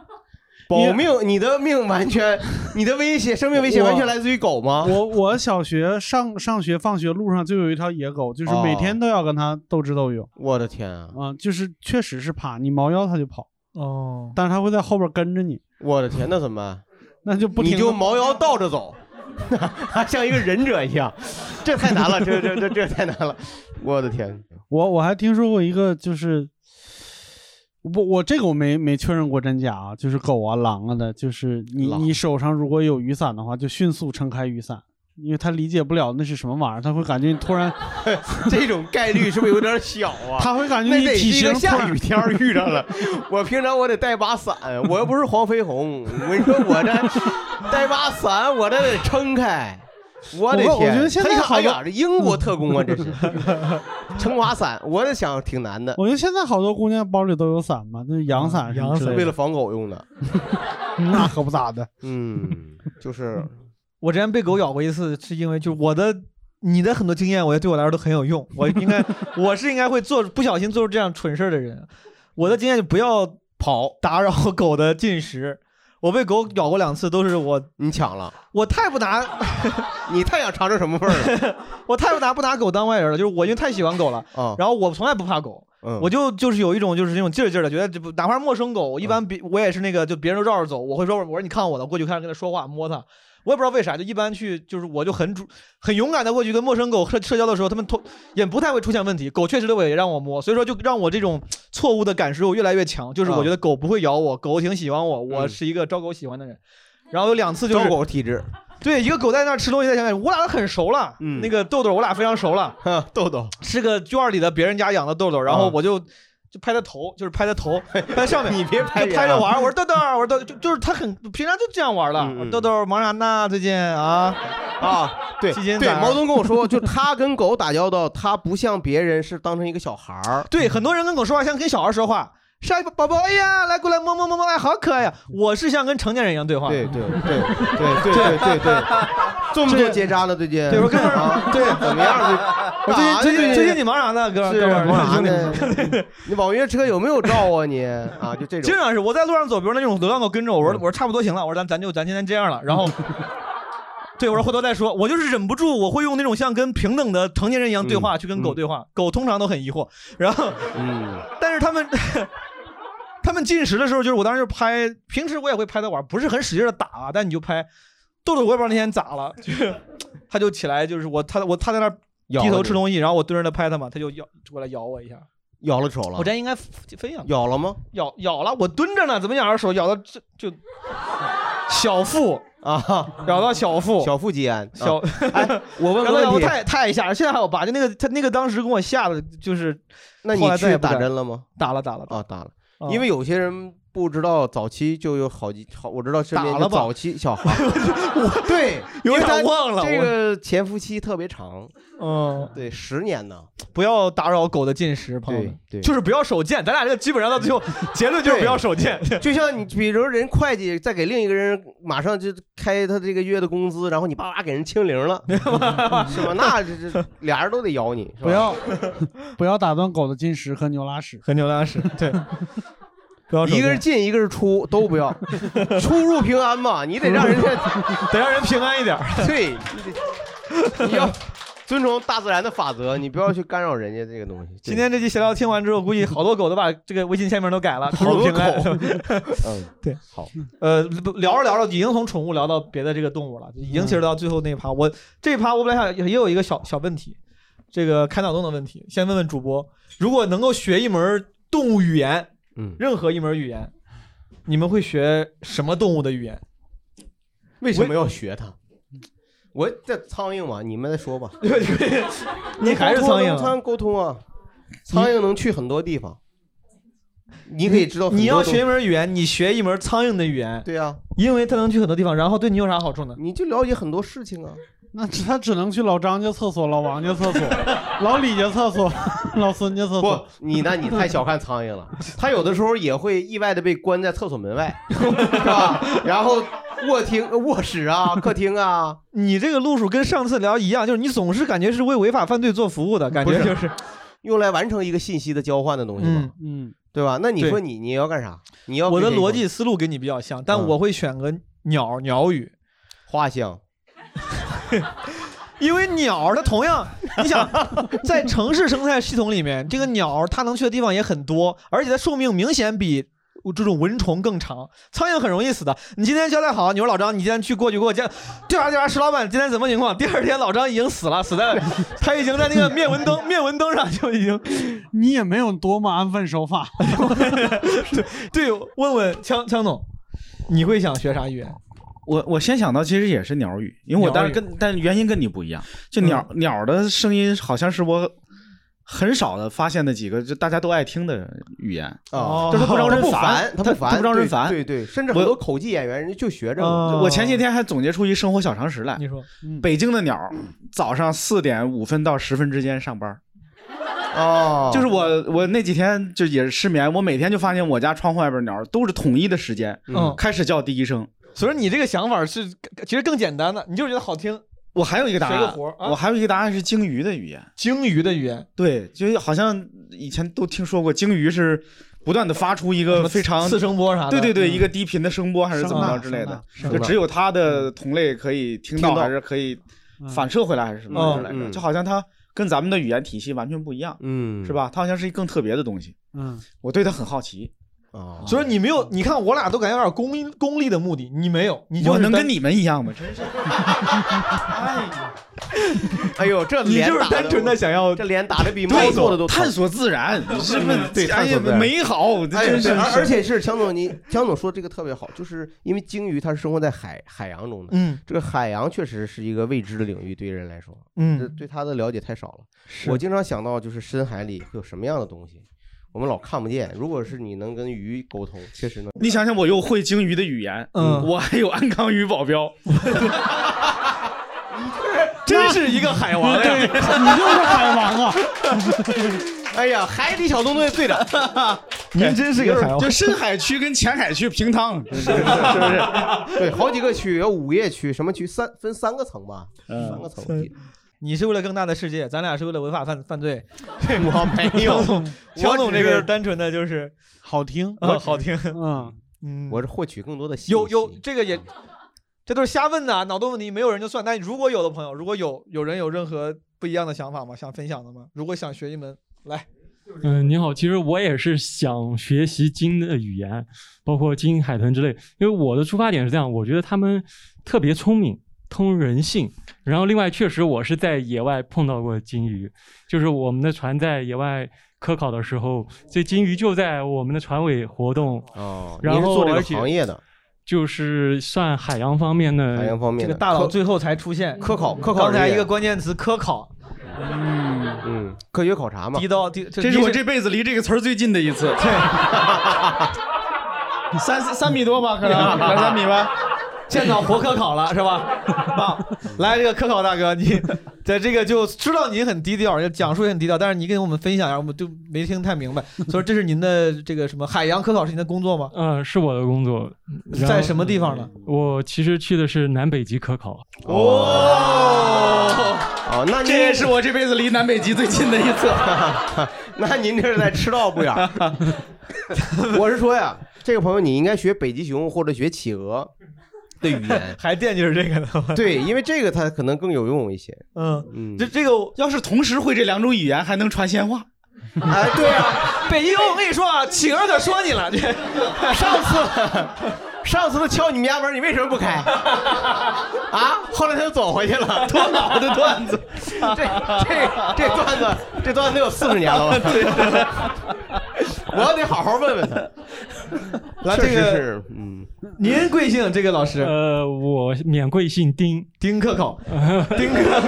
保命，你的命 完全，你的威胁，生命威胁完全来自于狗吗？
我我小学上上学放学路上就有一条野狗，就是每
哦
天都要跟它斗智斗勇。
我的天啊！
啊、就是确实是怕你猫腰它就跑，
哦，
但是它会在后边跟着你。
我的天，那怎么办？
那就不
你
停
就
地
猫腰倒着走，像一个忍者一 样，这太难了，这这这这太难了，我的天！
我我还听说过一个，就是我我这个我没没确认过真假啊，就是狗啊狼啊的，就是你你手上如果有雨伞的话，就迅速撑开雨伞。因为他理解不了那是什么玩意儿，他会感觉你突然，
这种概率是不是有点小啊？
他会感觉
那
你
得是
体
一个
型
下
宽
雨天儿遇上了。 我平常我得带把伞，我又不是黄飞鸿，我跟你说我这带把伞，我这得撑开。我的我天！
我觉得现在
他一看
好嗯
哎
多
呀，这英国特工啊，这 是撑把伞，我得想挺难的。
我觉得现在好多姑娘包里都有伞嘛， 那是阳伞什么之类的，
为了防狗用的。
那可不咋的。
嗯，就是
我之前被狗咬过一次，是因为就是我的你的很多经验，我觉得对我来说都很有用。我应该我是应该会做不小心做出这样蠢事儿的人。我的经验就不要跑打扰狗的进食。我被狗咬过两次，都是我
你抢了，
我太不拿，
你太想尝尝什么味儿
了， 我太不拿不拿狗当外人了，就是我因为太喜欢狗了，然后我从来不怕狗。
嗯
我就就是有一种就是那种劲儿劲儿的，觉得这不哪怕是陌生狗，我一
嗯
般别我也是那个就别人都绕着走，我会说我说你看我的，过去看跟它说话摸它，我也不知道为啥，就一般去就是我就很主很勇敢的过去跟陌生狗社社交的时候，它们通也不太会出现问题，狗确实对我也让我摸，所以说就让我这种错误的感受越来越强，就是我
嗯
觉得狗不会咬我，狗挺喜欢我，我是一个招狗喜欢的人，然后有两次就是
招狗体质。
对，一个狗在那儿吃东西，在前面，我俩很熟了。
嗯
那个豆豆，我俩非常熟 了。
豆豆啊
是个圈儿里的别人家养的豆豆，然后我就。就拍他头，就是拍他头，拍他上面。
你别拍
就
人啊
拍着玩儿。我说豆豆儿，我说豆，就就是他很平常就这样玩
嗯
儿了。我说豆豆儿忙啥呢？最近啊
啊，对
最近
对，
咋
毛东跟我说，就他跟狗打交道，他不像别人是当成一个小孩儿。
对，很多人跟狗说话像跟小孩说话，晒宝宝，哎呀，来过来摸摸摸摸，哎，好可爱呀！我是像跟成年人一样对话。 对
对对对对对对对，做不做结扎呢？最近对，
我哥们
儿，
对，
怎么样？
我最近最近最近你
忙
忙啥呢，哥
是
哥们儿？
忙 啥呢？你网约车有没有照啊？你啊，就这种
经。常是我在路上走，比如那种流浪狗跟着我，
嗯
我说我说差不多行了，我说咱咱就咱今天这样了，然 后。对，我说回头再说。我就是忍不住，我会用那种像跟平等的成年人一样对话、去跟狗对话。狗通常都很疑惑，然后，
嗯，
但是他们 他们进食的时候，就是我当时就拍，平时我也会拍它玩，不是很使劲的打啊，但你就拍。豆豆我也不知道那天咋了，就是它就起来，就是我它我它在那儿
咬了
低头
你
吃东西，然后我蹲着它拍它嘛，它就咬过来咬我一下。
咬了手了？
我这应该分 享。
咬了吗？
咬咬了，我蹲着呢，怎么咬着手咬到这就小腹
啊，
咬到小腹，
小腹肌炎。
小
啊哎，我问
然
个
后 咬
问
我
题，
太太吓人，现在还有疤，就那个他那个当时给我吓得就是，
那
后
你
来再
去
也不
打
敢
针了吗？
打了打了
啊打了
啊，
因为有些人不知道，早期就有好几好，我知道身边
打
就
了吧
早期小孩儿，对，
有
因为
点
他
忘了
这
我
个潜伏期特别长，
嗯，
对，十年呢，
不要打扰狗的进食，朋友们，
对对
就是不要手贱，咱俩这个基本上到最 后结论就是不要手贱，
就像你，比如人会计在给另一个人马上就开他这个月的工资，然后你叭叭给人清零了，是
啊
吧？那这 这俩人都得咬你，是吧
不要不要打断狗的进食和牛拉屎
和牛拉屎， 对，不
一个是进，一个是出，都不要，出入平安嘛，你得让人家
得让人平安一点，
对，你 得你要 遵从大自然的法则，你不要去干扰人家这个东西。
今天这期闲聊听完之后，估计好多狗都把这个微信签名都改了，出
好
入
多
平安。
狗
嗯
嗯，
对，
好。
呃，不聊着聊着，已经从宠物聊到别的这个动物了，已经
嗯
其实到最后那一趴。我这一趴我本来想也也有一个小小问题，这个开脑洞的问题，先问问主播，如果能够学一门动物语言，
嗯，
任何一门语言，你们会学什么动物的语言？
为什么要 学它？我这苍蝇嘛，你们再说吧。
你还是
能沟
苍
通
蝇
能
啊
苍沟通啊， 苍蝇能去很多地方，你可以知道很多
你要
东西
学一门语言，你学一门苍蝇的语言，
对啊，
因为它能去很多地方，然后对你有啥好处呢？
你就了解很多事 情啊。
那只他只能去老张家厕所、老王家厕所、 老李家厕所、 老孙家厕所。
不，你那你太小看苍蝇了，它有的时候也会意外的被关在厕所门外， 是吧？然后卧厅、卧室啊、客厅啊，
你这个路数跟上次聊一样，就是你总是感觉是为违法犯罪做服务的感觉，
不是
就是
用来完成一个信息的交换的东西嘛，
嗯，
对吧？那你
对
说你你要干啥？你要
我的
给谁
逻辑思路跟你比较像，但我会选个鸟鸟语，
嗯花香，
因为鸟儿它同样，你想在城市生态系统里面，这个鸟儿它能去的地方也很多，而且它寿命明显比。这种蚊虫更长，苍蝇很容易死的。你今天交代好，你说老张，你今天去过去给我见调查调查石老板今天怎么情况？第二天老张已经死了，死在他已经在那个灭蚊灯灭蚊灯上就已经
你也没有多么安分守 法。
对，问问枪枪总，你会想学啥语言？
我我先想到其实也是鸟语，因为我当时
鸟语嗯
跟但原因跟你不一样，就鸟、鸟的声音好像是我很少的发现的几个就大家都爱听的语言啊
哦
就是不招人
他不
烦
烦，
它
他不
它
烦，
不招人
对
烦，
对哦对，甚至很
我
多口技演员人家就学这个。
我前几天还总结出一生活小常识来。
哦你说，嗯
北京的鸟儿早上四点五分到十分之间上班儿。
哦
就是我我那几天就也是失眠，我每天就发现我家窗户外边鸟儿都是统一的时间，
嗯
开始叫第一声。
所以你这个想法是其实更简单的，你就是觉得好听。
我还有一个答
学个
案
活儿，啊
我还有一个答案是鲸鱼的语言。
鲸鱼的语言，
对，就好像以前都听说过，鲸鱼是不断的发出一个非常
次声波啥的
对对对，
嗯
一个低频的声波还是怎么着之类的，
声呐
就
声呐
只有它的同类可以听
听
到，
到
还是可以反射回来，还是什么之类
嗯
的，
嗯
就好像它跟咱们的语言体系完全不一样，
嗯，
是吧？它好像是一更特别的东西，
嗯，
我对它很好奇。哦
啊，
所以你没有，你看我俩都感觉有点功利功利的目的，你没有，你就
我
是
能
单
跟你们一样吗？真是，
哎呦，这
你
脸
就是
打得
单纯
的想要，
这脸打的比猫
对
做的都
探索自 然，是不是
嗯？ 对，
哎
探
呀
索自然
美好，
哎
真是
对。而而且是强总，你强总说这个特别好，就是因为鲸鱼它是生活在海海洋中的，
嗯，
这个海洋确实是一个未知的领域，对于人来说，
嗯
这对它的了解太少了。我经常想到就是深海里有什么样的东西，我们老看不见。如果是你能跟鱼沟通，确实能。
你想想，我又会鲸鱼的语言，
嗯
我还有安康鱼保 镖，
真是一个海王呀
对
你就是海王
啊！
哎呀，海底小纵队队长，
您真是个海王
就深海区跟浅海区平 趟， 是
是不是？对，好几个区，有午夜区，什么区？三分三个层吧，
嗯
三个层。
你是为了更大的世界，咱俩是为了违法犯犯罪。
我没有
强总，强总
我只
这
是
个单纯的就是
好听
啊，好听。
嗯
嗯，
我是获取更多的信息。
有有这个也，这都是瞎问的啊，脑洞问题没有人就算。但如果有的朋友，如果有有人有任何不一样的想法吗？想分享的吗？如果想学一门，来，
嗯，你好，其实我也是想学习鲸的语言，包括鲸、海豚之类，因为我的出发点是这样，我觉得他们特别聪明，通人性。然后另外，确实我是在野外碰到过鲸鱼，就是我们的船在野外科考的时候，这鲸鱼就在我们的船尾活动。
哦
然
您是
后
做这个
而且
行业的，
就是算海洋方面的，
海洋方面
这个大佬最后才出现嗯
科考科考
刚才
人员
一个关键词科考，
嗯嗯，科学考察嘛。
低到低，
这是我这辈子离这个词儿最近的一次。 三三米多吧，可 能两三米吧。
见到活科考了是 吧？棒，来这个科考大哥，你在这个就知道您很低调，也讲述也很低调，但是你给我们分享一下，我们就没听太明白。所以这是您的这个什么海洋科考是您的工作吗？
嗯、是我的工作，然后
在什么地方呢？
我其实去的是南北极科考。
哦
哦，那
这也是我这辈子离南北极最近的一次。
那您这是在赤道不远儿？
嗯
我是说呀，这个朋友你应该学北极熊或者学企鹅的语言，
还惦记着这个呢。
对，因为这个它可能更有用一些。
嗯
嗯，
这这个要是同时会这两种语言，还能传闲话。
哎，对 啊，
北极熊，我跟你说啊，企鹅可说你了，这
上次上次都敲你们家门，你为什么不开？啊，后来他就走回去了，多老的段子，这这这 段子这段子有四十年了吧？对， 我要得好好问问他。
来
确
这
实
个
是，嗯，
您贵姓？这个老师？
呃，我免贵姓丁，
丁克 考，丁克，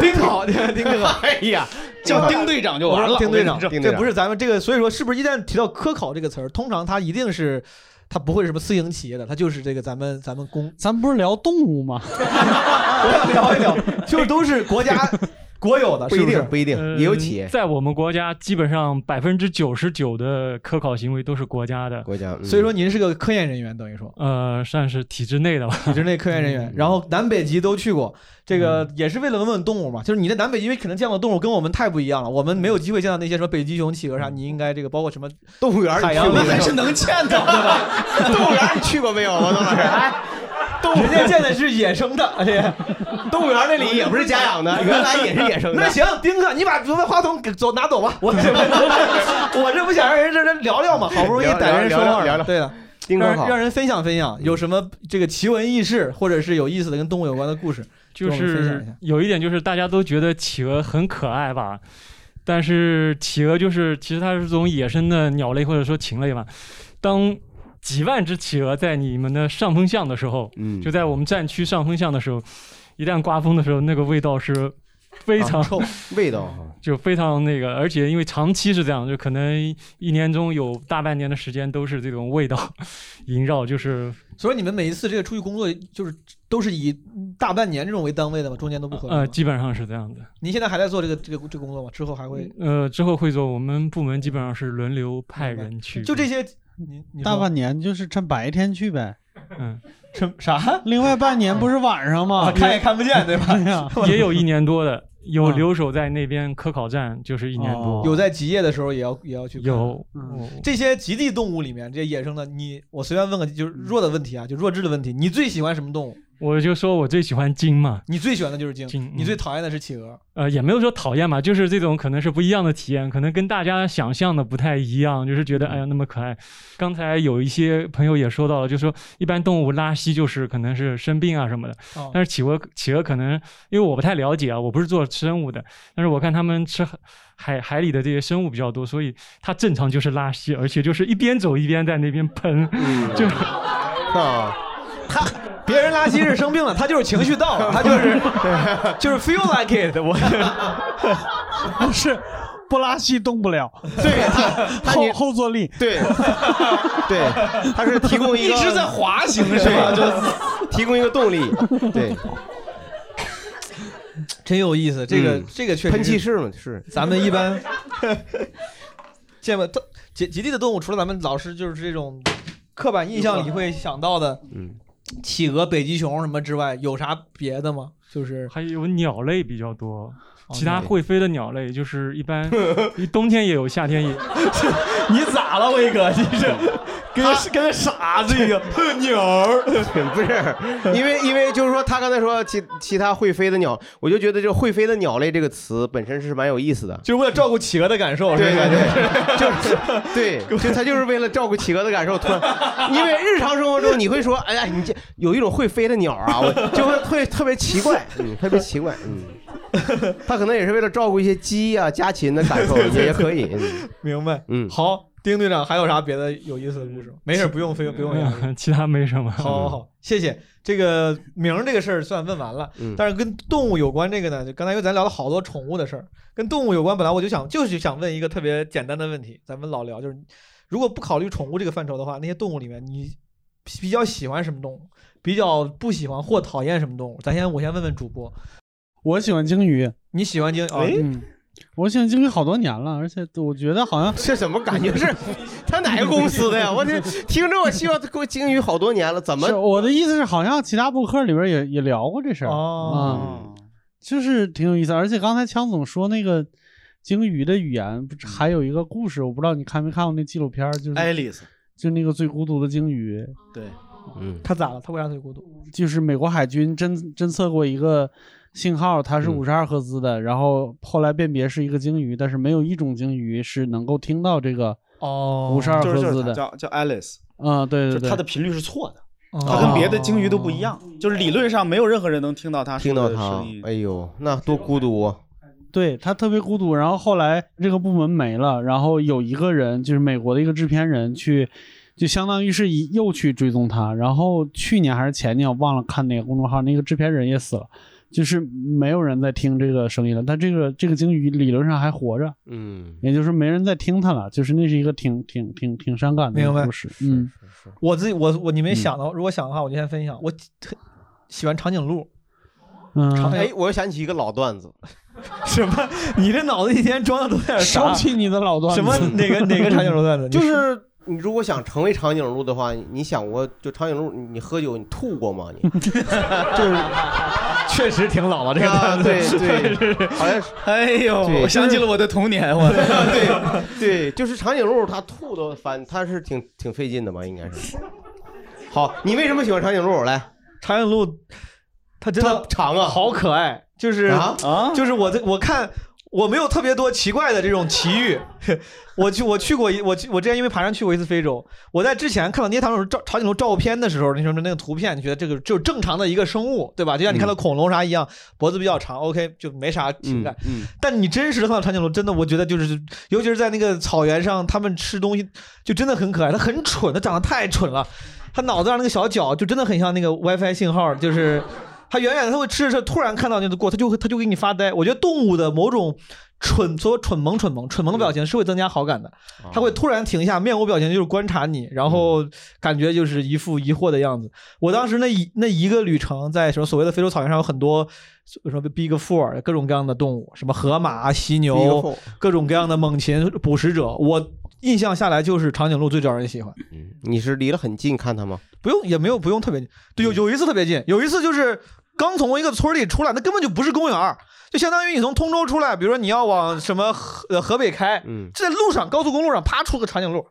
丁考，丁克考。
哎呀，
叫丁队长就完了
丁队长，
我跟你说
这不是咱们这个，所以说是不是一旦提到科考这个词儿，通常它一定是。它不会是什么私营企业的，它就是这个咱们咱们公，
咱不是聊动物吗？
我想聊一聊，就是都是国家国有的，
不一定
是
不一
嗯
定，也有企业。
呃在我们国家，基本上百分之九十九的科考行为都是国家的。
国家嗯
嗯所以说您是个科研人员，等于说
呃，算是体制内的吧。
体制内科研人员，然后南北极都去过，这
嗯
个也是为了问问动物嘛。就是你在南北极，因为可能见到动物跟我们太不一样了，我们没有机会见到那些什么北极熊、企鹅啥。你应该这个包括什么
动物园儿你
海洋
去过没有
还是
能见
到的 吧？
动物园你 去过没有，王东老师？哎，动物
人家见的是野生的，哎呀，
动物园那里也不是家养的，原来也是野生的。
那行，丁克，你把话筒给走拿走吧， 我
啊
我这不想让人这人聊聊嘛，好不容易
聊
逮人
聊
说话
聊聊
了，
聊
对的。
丁克
让
好
让人分享分享，有什么这个奇闻异事，或者是有意思的跟动物有关的故事，
就
跟我们分享一下
是有一点，就是大家都觉得企鹅很可爱吧，但是企鹅就是其实它是种野生的鸟类或者说禽类嘛。当几万只企鹅在你们的上风巷的时候，
嗯
就在我们战区上风巷的时候，一旦刮风的时候，那个味道是非常、
啊臭，味道啊。
就非常那个，而且因为长期是这样，就可能一年中有大半年的时间都是这种味道 萦绕，就是
所以你们每一次这个出去工作，就是都是以大半年这种为单位的嘛，中间都不合作吗。
呃，基本上是这样的。
您现在还在做这个这个这个工作吗？之后还会
呃，之后会做，我们部门基本上是轮流派人去，
就这些？你你
大
说
半年就是趁白天去 呗。
嗯，
趁啥？另外半年不是晚上吗？
啊看也看不见对吧
也有一年多的，有留守在那边科考站，就是一年多。
有在极夜的时候也要也要去看
嗯有
嗯这些极地动物里面，这些野生的，你我随便问个就是弱的问题啊，就弱智的问题，你最喜欢什么动物？
我就说我最喜欢鲸嘛，
你最喜欢的就是鲸，嗯
鲸
你最讨厌的是企鹅。
呃，也没有说讨厌吧，就是这种可能是不一样的体验，可能跟大家想象的不太一样，就是
嗯
觉得哎呀那么可爱。刚才有一些朋友也说到了，就说一般动物拉稀就是可能是生病啊什么的，
哦
但是企鹅企鹅可能因为我不太了解啊，我不是做生物的，但是我看他们吃海海里的这些生物比较多，所以它正常就是拉稀，而且就是一边走一边在那边喷，
嗯
就是
啊。
别人拉稀是生病了，他就是情绪到了，他就是 就是 feel like it。我
不是不拉稀动不 了，
他
后后坐力，
对对，它是提供一个
一直在滑行是吧
对提供一个动力，对，
真有意思，这个、
嗯
这个确实
喷气式嘛是
咱们一 般见过特极极地的动物，除了咱们老师就是这种刻板印象里会想到的，
嗯，
企鹅、北极熊什么之外，有啥别的吗？就是
还有鸟类比较多，其他
鸟类
会飞的鸟类就是一 般，冬天也有，夏天也。
你咋了，威哥？你这
跟个跟个傻子 一样，鸟儿不是，因为因为就是说，他刚才说其其他会飞的鸟，我就觉得这会飞的鸟类这个词本身是蛮有意思的，
就是为了照顾企鹅的感受，
对
是吧
对 对，就是对，就他就是为了照顾企鹅的感受，突然，因为日常生活中你会说，哎呀，你这有一种会飞的鸟啊，我就会会特别奇怪， 嗯，特别奇怪，嗯， 他可能也是为了照顾一些鸡啊、家禽的感受，也也可以，嗯
明白。
嗯，
好，丁队长还有啥别的有意思的故事吗？没事，不用非不用演。
嗯 其他没什么。
好好好，谢谢。这个名儿这个事儿算问完了，
嗯
但是跟动物有关这个呢，就刚才因为咱聊了好多宠物的事儿，跟动物有关，本来我就想就是想问一个特别简单的问题，咱们老聊，就是如果不考虑宠物这个范畴的话，那些动物里面你比比较喜欢什么动物，比较不喜欢或讨厌什么动物？咱先我先问问主播，
我喜欢鲸鱼，
你喜欢鲸？
哦
啊
哎，嗯我喜欢鲸鱼好多年了，而且我觉得好像
这怎么感觉是他哪个公司的呀？我这听着，我希望过鲸鱼好多年了，怎么
是我的意思是，好像其他博客里边也也聊过这事儿
哦、
嗯，就是挺有意思。而且刚才强总说那个鲸鱼的语言，
嗯
不是还有一个故事，我不知道你看没看过那纪录片儿，就是
爱丽丝，
就那个最孤独的鲸鱼，
对，
嗯，
他咋了？他为啥最孤独？
就是美国海军侦侦测过一个信号，它
嗯
是五十二赫兹的，然后后来辨别是一个鲸鱼，但是没有一种鲸鱼是能够听到这个
哦
五十二
就是
赫
就是
兹
它
的，
叫叫 Alice，
嗯，对对哦
就是
对，
它的频率是错的，
哦
它跟别的鲸鱼都不一样，就是理论上没有任何人能听到它
听
说
到
的
他
声音，，
哎呦，那多孤独啊！
对他特别孤独。然后后来这个部门没了，然后有一个人就是美国的一个制片人去，就相当于是以又去追踪他。然后去年还是前年，我忘了看哪个公众号，那个制片人也死了，就是没有人在听这个声音了。但这个这个鲸鱼理论上还活着，
嗯，
也就是没人在听他了。就是那是一个挺挺挺挺伤感的一
明白
个故事。嗯，
我自己我我你
嗯
没想到，如果想的话，我就先分享。我特喜欢长颈鹿，
嗯
长
哎，我又想起一个老段子，
什么？你这脑子一天装的都有点啥？
说起你的老段子
什么哪个哪个长颈鹿段子？
就
你说
是你如果想成为长颈鹿的话，你想过就长颈鹿，你你喝酒你吐过吗？ 你就是
确实挺老了这个
啊
段子，
对对
是是
好像是
哎呦，
对
我想起了我的童年，我
对对，就是长颈鹿它吐都翻，它是挺挺费劲的吧？应该是。好，你为什么喜欢长颈鹿？来，
长颈鹿它真的
长啊，
好可爱，就是
啊
就是我在我看我没有特别多奇怪的这种奇遇。 我去，我去过一，我去，我之前因为爬山去过一次非洲。我在之前看到捏糖手照长颈鹿照片的时候，你说那个图片，你觉得这个就是正常的一个生物，对吧？就像你看到恐龙啥一样，脖子比较长，OK，就没啥情感。
嗯嗯
但你真实的看到长颈鹿，真的，我觉得就是，尤其是在那个草原上，它们吃东西就真的很可爱。它很蠢，它长得太蠢了，它脑子上那个小脚就真的很像那个 WiFi 信号，就是它远远地它会吃着吃，突然看到那个过，它就会它就给你发呆。我觉得动物的某种蠢，所谓蠢萌蠢萌蠢萌的表情是会增加好感的，它会突然停下，面无表情就是观察你，然后感觉就是一副疑惑的样子。我当时那一那一个旅程，在什么所谓的非洲草原上有很多。什么 Big Four 各种各样的动物，什么河马、啊犀
Big
牛
Four，
各种各样的猛禽捕食者，我印象下来就是长颈鹿最招人喜欢。
你是离得很近看它吗？
不用，也没有不用特别近。对，
嗯
有有一次特别近，有一次就是刚从一个村儿里出来，那根本就不是公园儿，就相当于你从通州出来，比如说你要往什么河呃河北开，
嗯
这在路上高速公路上啪出个长颈鹿，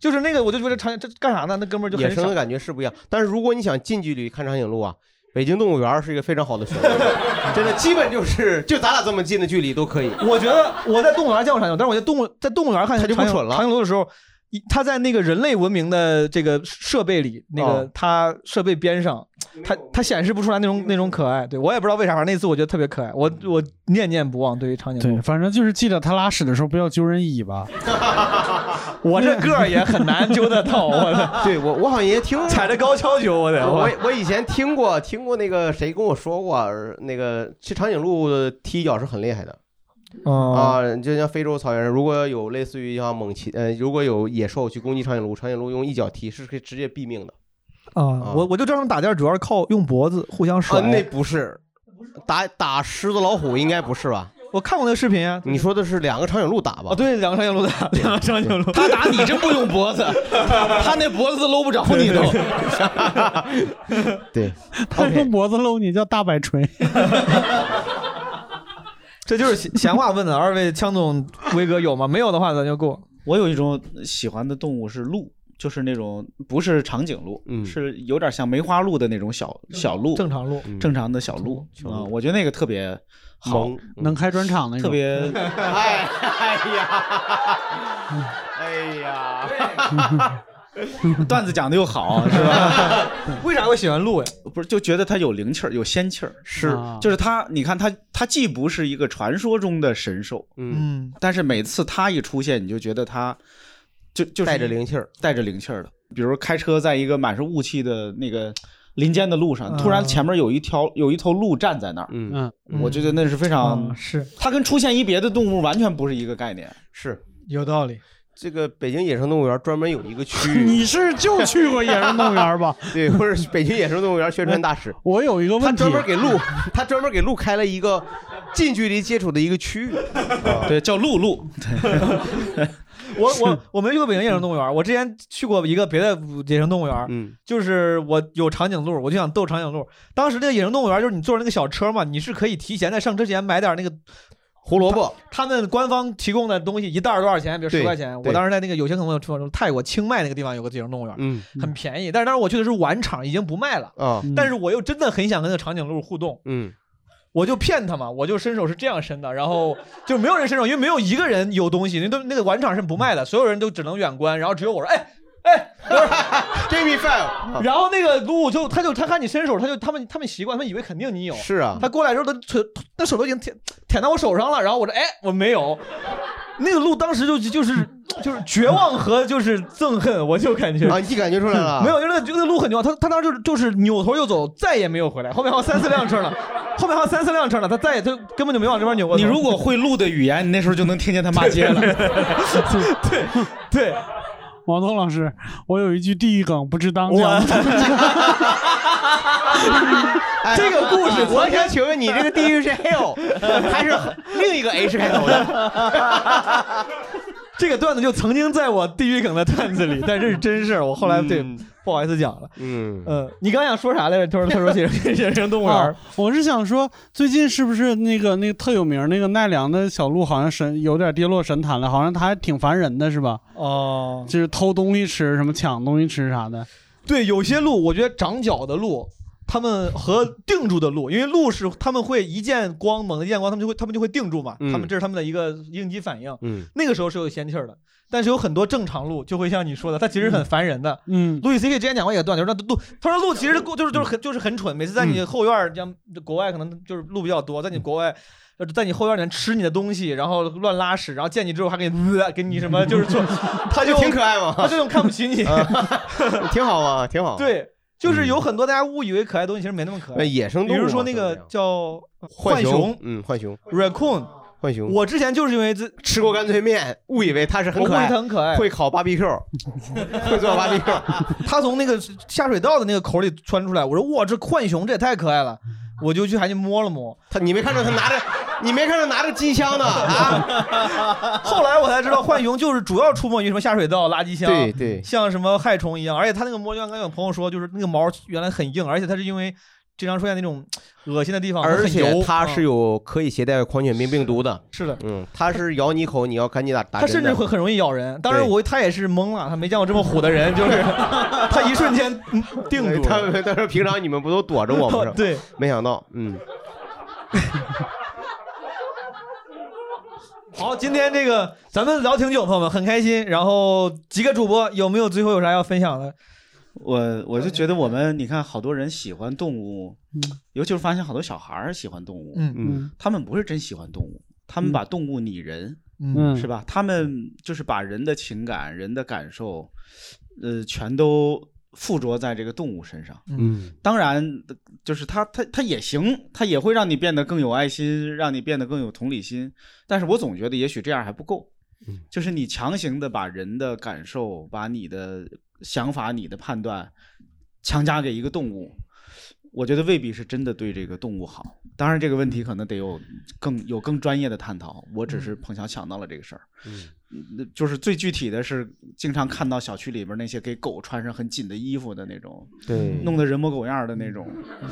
就是那个我就觉得长这干啥呢？那哥们儿就
野
很
生
傻
的。感觉是不一样。但是如果你想近距离看长颈鹿啊，北京动物园是一个非常好的选择， 真的，基本就是就咱俩这么近的距离都可以。
我觉得我在动物园见过长颈鹿，但是我在动物在动物园看
它就不
长颈
蠢了
长颈鹿的时候，一它在那个人类文明的这个设备里，那个
哦。
它设备边上，它它显示不出来那种那种可爱。对我也不知道为啥，反正那次我觉得特别可爱，我我念念不忘对于长颈
对
鹿，。
反正就是记得他拉屎的时候不要揪人 尾巴。
我这个儿也很难揪得 到，我的
对我我好像也听
踩着高跷揪我得。
我我以前听过听过那个谁跟我说过，呃那个其实长颈鹿踢脚是很厉害的。
啊，
啊，就像非洲草原上，如果有类似于像猛禽，呃，如果有野兽去攻击长颈鹿，长颈鹿用一脚踢是可以直接毙命的。
啊，我我就知道他们打架主要是靠用脖子互相
啊
甩。，
那不是，打打狮子老虎应该不是吧？
我看过那个视频啊。哦
你说的是两个长颈鹿打吧？啊，
对，两个长颈鹿打，两个长颈鹿。
他打你真不用脖子， 他那脖子搂不着你都。
对，
他用 脖子
哦
搂你叫大摆锤。
这就是闲闲话问的，二位枪总、威哥有吗？没有的话咱就过。
我有一种喜欢的动物是鹿，就是那种不是长颈鹿，
嗯
是有点像梅花鹿的那种小小鹿，
正常鹿，嗯
正常的小鹿啊、我觉得那个特别好
萌，
能开专场那
种
特别
哎哎呀，哎呀，
段子讲的又好，是吧？
为啥会喜欢鹿呀？
不是，就觉得它有灵气儿，有仙气儿。
是啊
就是它，你看它，它既不是一个传说中的神兽，
嗯，
但是每次它一出现，你就觉得它就就是带着灵
气儿，
带着灵气儿的。比如开车在一个满是雾气的那个林间的路上，突
嗯
然前面有一条有一头鹿站在那儿，
嗯
我觉得那是非常
嗯是，
它跟出现一别的动物完全不是一个概念。
是
有道理。
这个北京野生动物园专门有一个区 域，
你是就去过野生动物园吧？
对，或者是北京野生动物园宣传大使。
我有一个
他
问题，
专门给鹿，他专门给鹿开了一个近距离接触的一个区域。
对，叫鹿鹿。
我我我没去过北京野生动物园，我之前去过一个别的野生动物园，
嗯，
就是我有长颈鹿，我就想逗长颈鹿。当时那个野生动物园就是你坐着那个小车嘛，你是可以提前在上车前买点那个
胡萝卜，
他们官方提供的东西一袋儿多少钱？比如
对
十块钱。
对
我当时在那个有些可能我去过泰国清迈那个地方有个野生动物园，
嗯
很便宜，但是当时我去的是晚场，已经不卖了
啊
但是我又真的很想跟那个长颈鹿互动，
嗯，
我就骗他嘛，我就伸手是这样伸的，然后就没有人伸手，因为没有一个人有东西，那都那个晚场是不卖的，所有人都只能远观，然后只有我说，哎 哎
，Give me five
然后那个鹿就他就他看你伸手，他就他们他们习惯，他们以为肯定你有，
是啊
他过来之后他腿那手都已经舔舔到我手上了，然后我说，哎，我没有。 那个鹿当时就就是就是绝望和就是憎恨，我就感觉
啊你感觉出来了
没有，就是那个就那个鹿很绝望，他他当时就是就是扭头就走，再也没有回来。后面还有三四辆车呢，后面还有三四辆车呢，他再也他根本就没往这边扭过头。
你如果会鹿的语言，你那时候就能听见它骂街了。
对对，
王东老师，我有一句地狱梗，不知当讲。
哎
这个故事
我想请问你这个地狱是 hell 还是另一个 H 开头的？
这个段子就曾经在我地狱梗的段子里，但这是真事儿，我后来对不好意思讲了。
嗯
呃
嗯，你刚想说啥来着？他说他说 野生野生动物园
啊
儿。
我是想说，最近是不是那个那个特有名儿那个奈良的小鹿，好像神有点跌落神坛了，好像它还挺烦人的，是吧？
哦，
就是偷东西吃，什么抢东西吃啥的。
对，有些鹿，我觉得长角的鹿，他们和定住的鹿，因为鹿是他们会一见光，猛地一见光，他们就会他们就会定住嘛，
嗯
他们这是他们的一个应激反应。
嗯
那个时候是有仙气儿的，但是有很多正常鹿就会像你说的，它其实很烦人的。
嗯，
路易 C K 之前讲过一个段子，说那鹿，他说鹿其实就是就是很就是很蠢，每次在
嗯
你后院儿，像国外可能就是鹿比较多，在你国外。呃在你后院儿里面吃你的东西，然后乱拉屎，然后见你之后还给你、呃、给你什么，就是 说， 他就
挺可爱嘛
他这 种看不起你，
挺好啊，挺好。，
对，就是有很多大家误以为可爱的东西，其实没那么可爱。
呃嗯野生动物
比如
嘛
说那个叫
浣
熊
嗯，浣熊
（raccoon）。
浣熊，
我之前就是因为自
吃过干脆面，误以为它是很可
我误
爱，
以为它很可爱
会 烤 BBQ，会做 BBQ。
它从那个下水道的那个口里窜出来，我说哇，这浣熊这也太可爱了，我就去还去摸了摸。
它你没看着它拿着，你没看着拿着机枪呢
啊？ 后来我才知道，浣熊就是主要出没于什么下水道、垃圾箱，
对对
像什么害虫一样。而且它那个摸，就像刚才有朋友说，就是那个毛原来很硬，而且它是因为经常出现那种恶心的地方，它很
而且
油
它是
嗯
有可以携带狂犬病病毒的，
是的，
嗯，它是咬你一口，你要赶紧打打
它
针
甚
的。
至 会很容易咬人。当然我，它也是懵了，它没见过这么虎的人，就是它一瞬间嗯定住
他
了。
他说平常你们不都躲着我吗？是吧
对，
没想到，嗯，
好，今天这个咱们聊挺久，朋友们很开心。然后几个主播有没有最后有啥要分享的？
我我就觉得我们，你看，好多人喜欢动物，尤其是发现好多小孩儿喜欢动物，
嗯嗯，
他们不是真喜欢动物，他们把动物拟人，
嗯
是吧？他们就是把人的情感、人的感受，呃，全都附着在这个动物身上。
嗯，
当然，就是它它它也行，它也会让你变得更有爱心，让你变得更有同理心。但是我总觉得也许这样还不够，就是你强行的把人的感受、把你的想法、你的判断强加给一个动物，我觉得未必是真的对这个动物好。当然，这个问题可能得有更有更专业的探讨。我只是碰巧想到了这个事儿。嗯那就是最具体的是，经常看到小区里边那些给狗穿上很紧的衣服的那种，
对
弄得人模狗样儿的那种，
嗯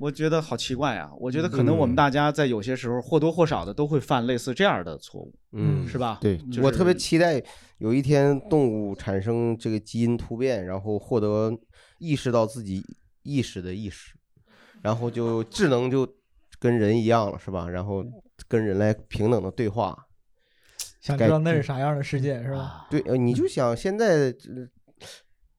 我觉得好奇怪啊！我觉得可能我
嗯
们大家在有些时候或多或少的都会犯类似这样的错误，
嗯
是吧？
对
就是
我特别期待有一天动物产生这个基因突变，然后获得意识到自己意识的意识，然后就智能就跟人一样了，是吧？然后跟人来平等的对话。
想
该
知道那是啥样的世界是吧？
对，呃，你就想现在，呃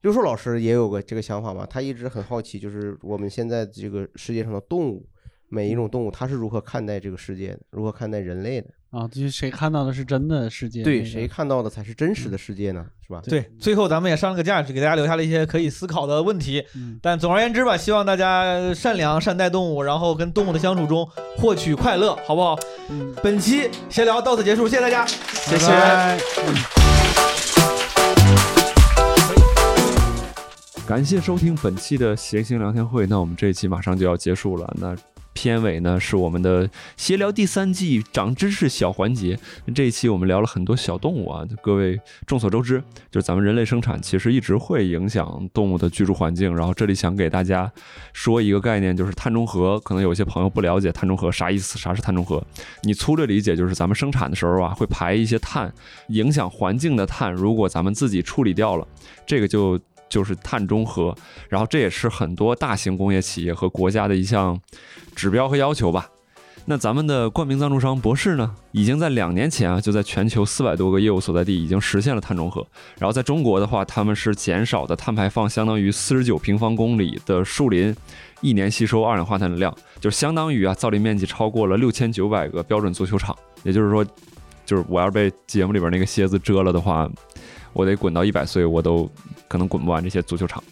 刘硕老师也有个这个想法嘛，他一直很好奇，就是我们现在这个世界上的动物，每一种动物它是如何看待这个世界的，如何看待人类的？
啊，就是谁看到的是真的世界？
对，
那个
谁看到的才是真实的世界呢？是吧？
对，最后咱们也上了个价值，给大家留下了一些可以思考的问题。但总而言之吧，希望大家善良善待动物，然后跟动物的相处中获取快乐，好不好？本期闲聊到此结束，谢谢大家，谢
谢拜
感谢收听本期的谐星聊天会。那我们这一期马上就要结束了，那片尾呢是我们的闲聊第三季长知识小环节。这一期我们聊了很多小动物啊，各位众所周知，就是咱们人类生产其实一直会影响动物的居住环境。然后这里想给大家说一个概念，就是碳中和。可能有一些朋友不了解碳中和啥意思，啥是碳中和？你粗略理解就是咱们生产的时候啊，会排一些碳，影响环境的碳，如果咱们自己处理掉了，这个就。就是碳中和，然后这也是很多大型工业企业和国家的一项指标和要求吧。那咱们的冠名赞助商博士呢，已经在两年前啊，就在全球四百多个业务所在地已经实现了碳中和。然后在中国的话，他们是减少的碳排放相当于四十九平方公里的树林一年吸收二氧化碳的量，就相当于啊造林面积超过了六千九百个标准足球场。也就是说，就是我要被节目里边那个蝎子蛰了的话，我得滚到一百岁，我都可能滚不完这些足球场。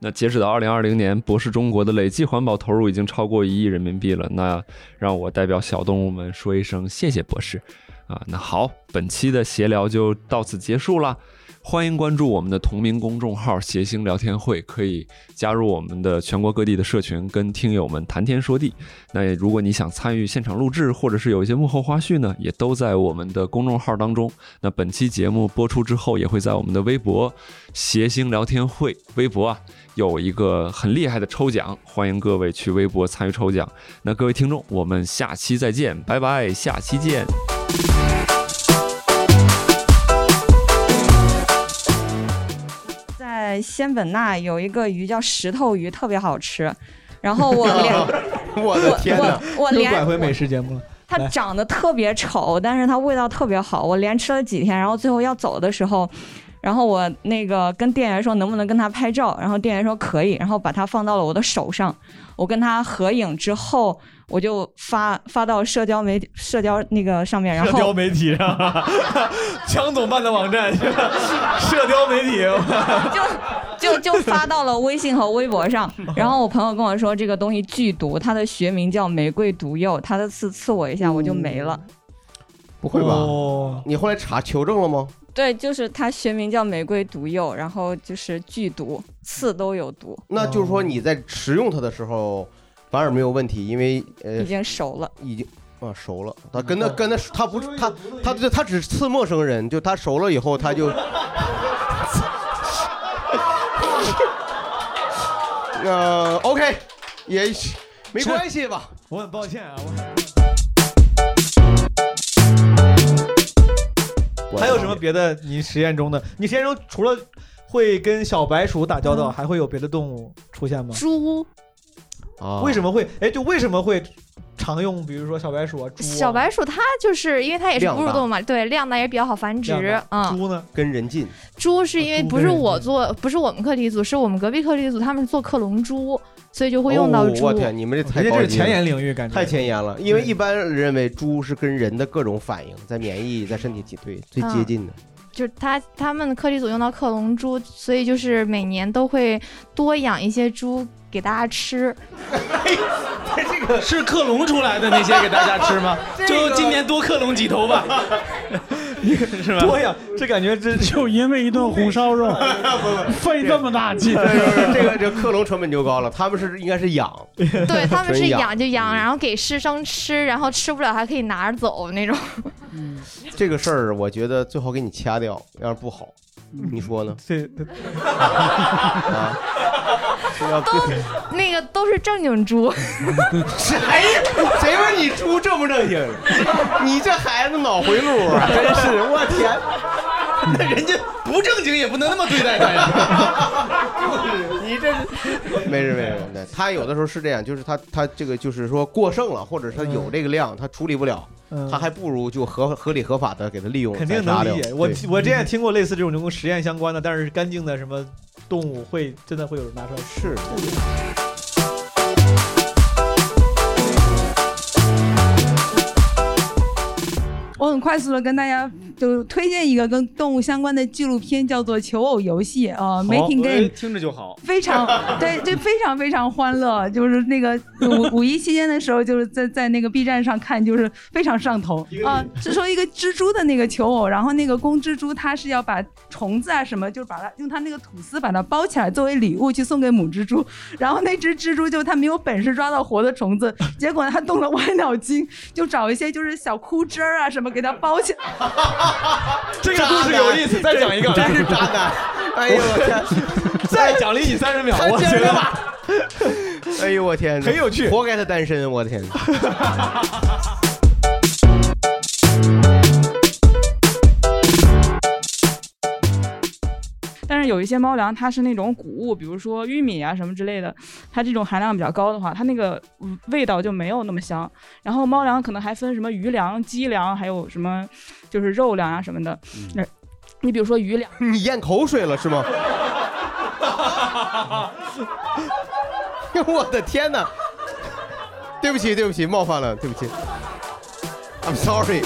那截止到二零二零年，博士中国的累计环保投入已经超过一亿人民币了。那让我代表小动物们说一声谢谢博士啊！那好，本期的闲聊就到此结束啦。欢迎关注我们的同名公众号“谐星聊天会”，可以加入我们的全国各地的社群，跟听友们谈天说地。那也如果你想参与现场录制，或者是有一些幕后花絮呢，也都在我们的公众号当中。那本期节目播出之后，也会在我们的微博“谐星聊天会”微博啊，有一个很厉害的抽奖，欢迎各位去微博参与抽奖。那各位听众，我们下期再见，拜拜，下期见。
在
在仙本那有一个鱼叫石头鱼，特别好吃。然后我连
我
的天哪我我
又
连
拐回美食节目了。
它
来
长得特别丑，但是它味道特别好。我连吃了几天，然后最后要走的时候，然后我那个跟店员说能不能跟他拍照，然后店员说可以，然后把它放到了我的手上。我跟他合影之后，我就发发到社交媒体社交那个上面，然
社交
后
媒体上， 枪总办的网站， 社交媒体，
就 就发到了微信和微博上。然后我朋友跟我说这个东西剧毒，它的学名叫玫瑰毒柚，它的刺刺我一下我就没了。
不会吧？你后来查求证了吗？
对，就是它学名叫玫瑰毒柚，然后就是剧毒，刺都有毒，
那就是说你在食用它的时候反而没有问题，因为呃
已经熟了。
已经啊熟了，它跟它跟它它不是它它它它只刺陌生人，就它熟了以后它 就。呃，OK，也没关系吧？
我很抱歉啊， 我。还有什么别的？你实验中的，你实验中除了会跟小白鼠打交道，还会有别的动物出现吗？
猪，
啊
为什么会？哎，就为什么会常用？比如说小白鼠啊，猪啊
小白鼠它就是因为它也是
量
哺乳
大
动物嘛，对，量大也比较好繁
这
殖
样，吧
嗯。
呢？
跟人近，
猪是因为
呃猪
不
跟
是
人
我做，不是我们课题组，是我们隔壁课题组，他们是做克隆猪，所以就会用到
哦
猪。
我天，你们这太
人家
高
这是
级了
前沿领域感觉？
太前沿了。因为一般认为猪是跟人的各种反应，在免疫、在身体体对最接近的。
就是他他们课题组用到克隆猪，所以就是每年都会多养一些猪给大家 吃。
是克隆出来的那些给大家吃吗
这个
就今年多克隆几 头吧，是吧？
多呀，这感觉 真
就因为一顿红烧 肉，费这么大 劲。
这个这个克隆成本就高了，他们是应该是养，
对他们是
纯嗯
养就养，然后给师生吃，然后吃不了还可以拿着走那种。
这个事儿，我觉得最好给你掐掉，要是不好，你说
嗯
呢？
这
啊，这要
那个都是正经猪，
谁谁问你猪正不正经？ 你这孩子脑回路啊，真是 我天！
那人家不正经也不能那么对待他呀。
你这没事没事，对，他有的时候是这样，就是他他这个就是说过剩了，或者是他有这个量，他处理不了，
嗯
他还不如就合合理合法的给他利用，
肯定
宰杀
能
掉
理解。我
对
我之前也听过类似这种跟实验相关的，但是干净的什么动物会真的会有人拿出来
是。
我很快速的跟大家就推荐一个跟动物相关的纪录片，叫做《求偶游戏》啊、m a t i n g
好
Game
哎。听着就好。
非常对，这非常非常欢乐，就是那个五五一期间的时候，就是在在那个 B 站上看，就是非常上头啊。是说一个蜘蛛的那个求偶，然后那个公蜘蛛它是要把虫子啊什么，就是把它用它那个吐丝把它包起来作为礼物去送给母蜘蛛，然后那只蜘蛛就它没有本事抓到活的虫子，结果呢它动了歪脑筋，就找一些就是小枯枝儿啊什么给它包起来。
这个故事有意思，再讲一个，
真是渣 男！哎呦我
天！再奖励你三十秒，
他
我
接
觉
着
得
吧。哎呦我天，
很有趣
活该他单身，我的天。
但是有一些猫粮它是那种谷物，比如说玉米啊什么之类的，它这种含量比较高的话，它那个嗯味道就没有那么香。然后猫粮可能还分什么鱼粮、鸡粮，还有什么就是肉粮啊什么的。那你比如说鱼粮，
你咽口水了是吗？ 我的天哪！对不起，对不起，冒犯了，对不起。I'm sorry。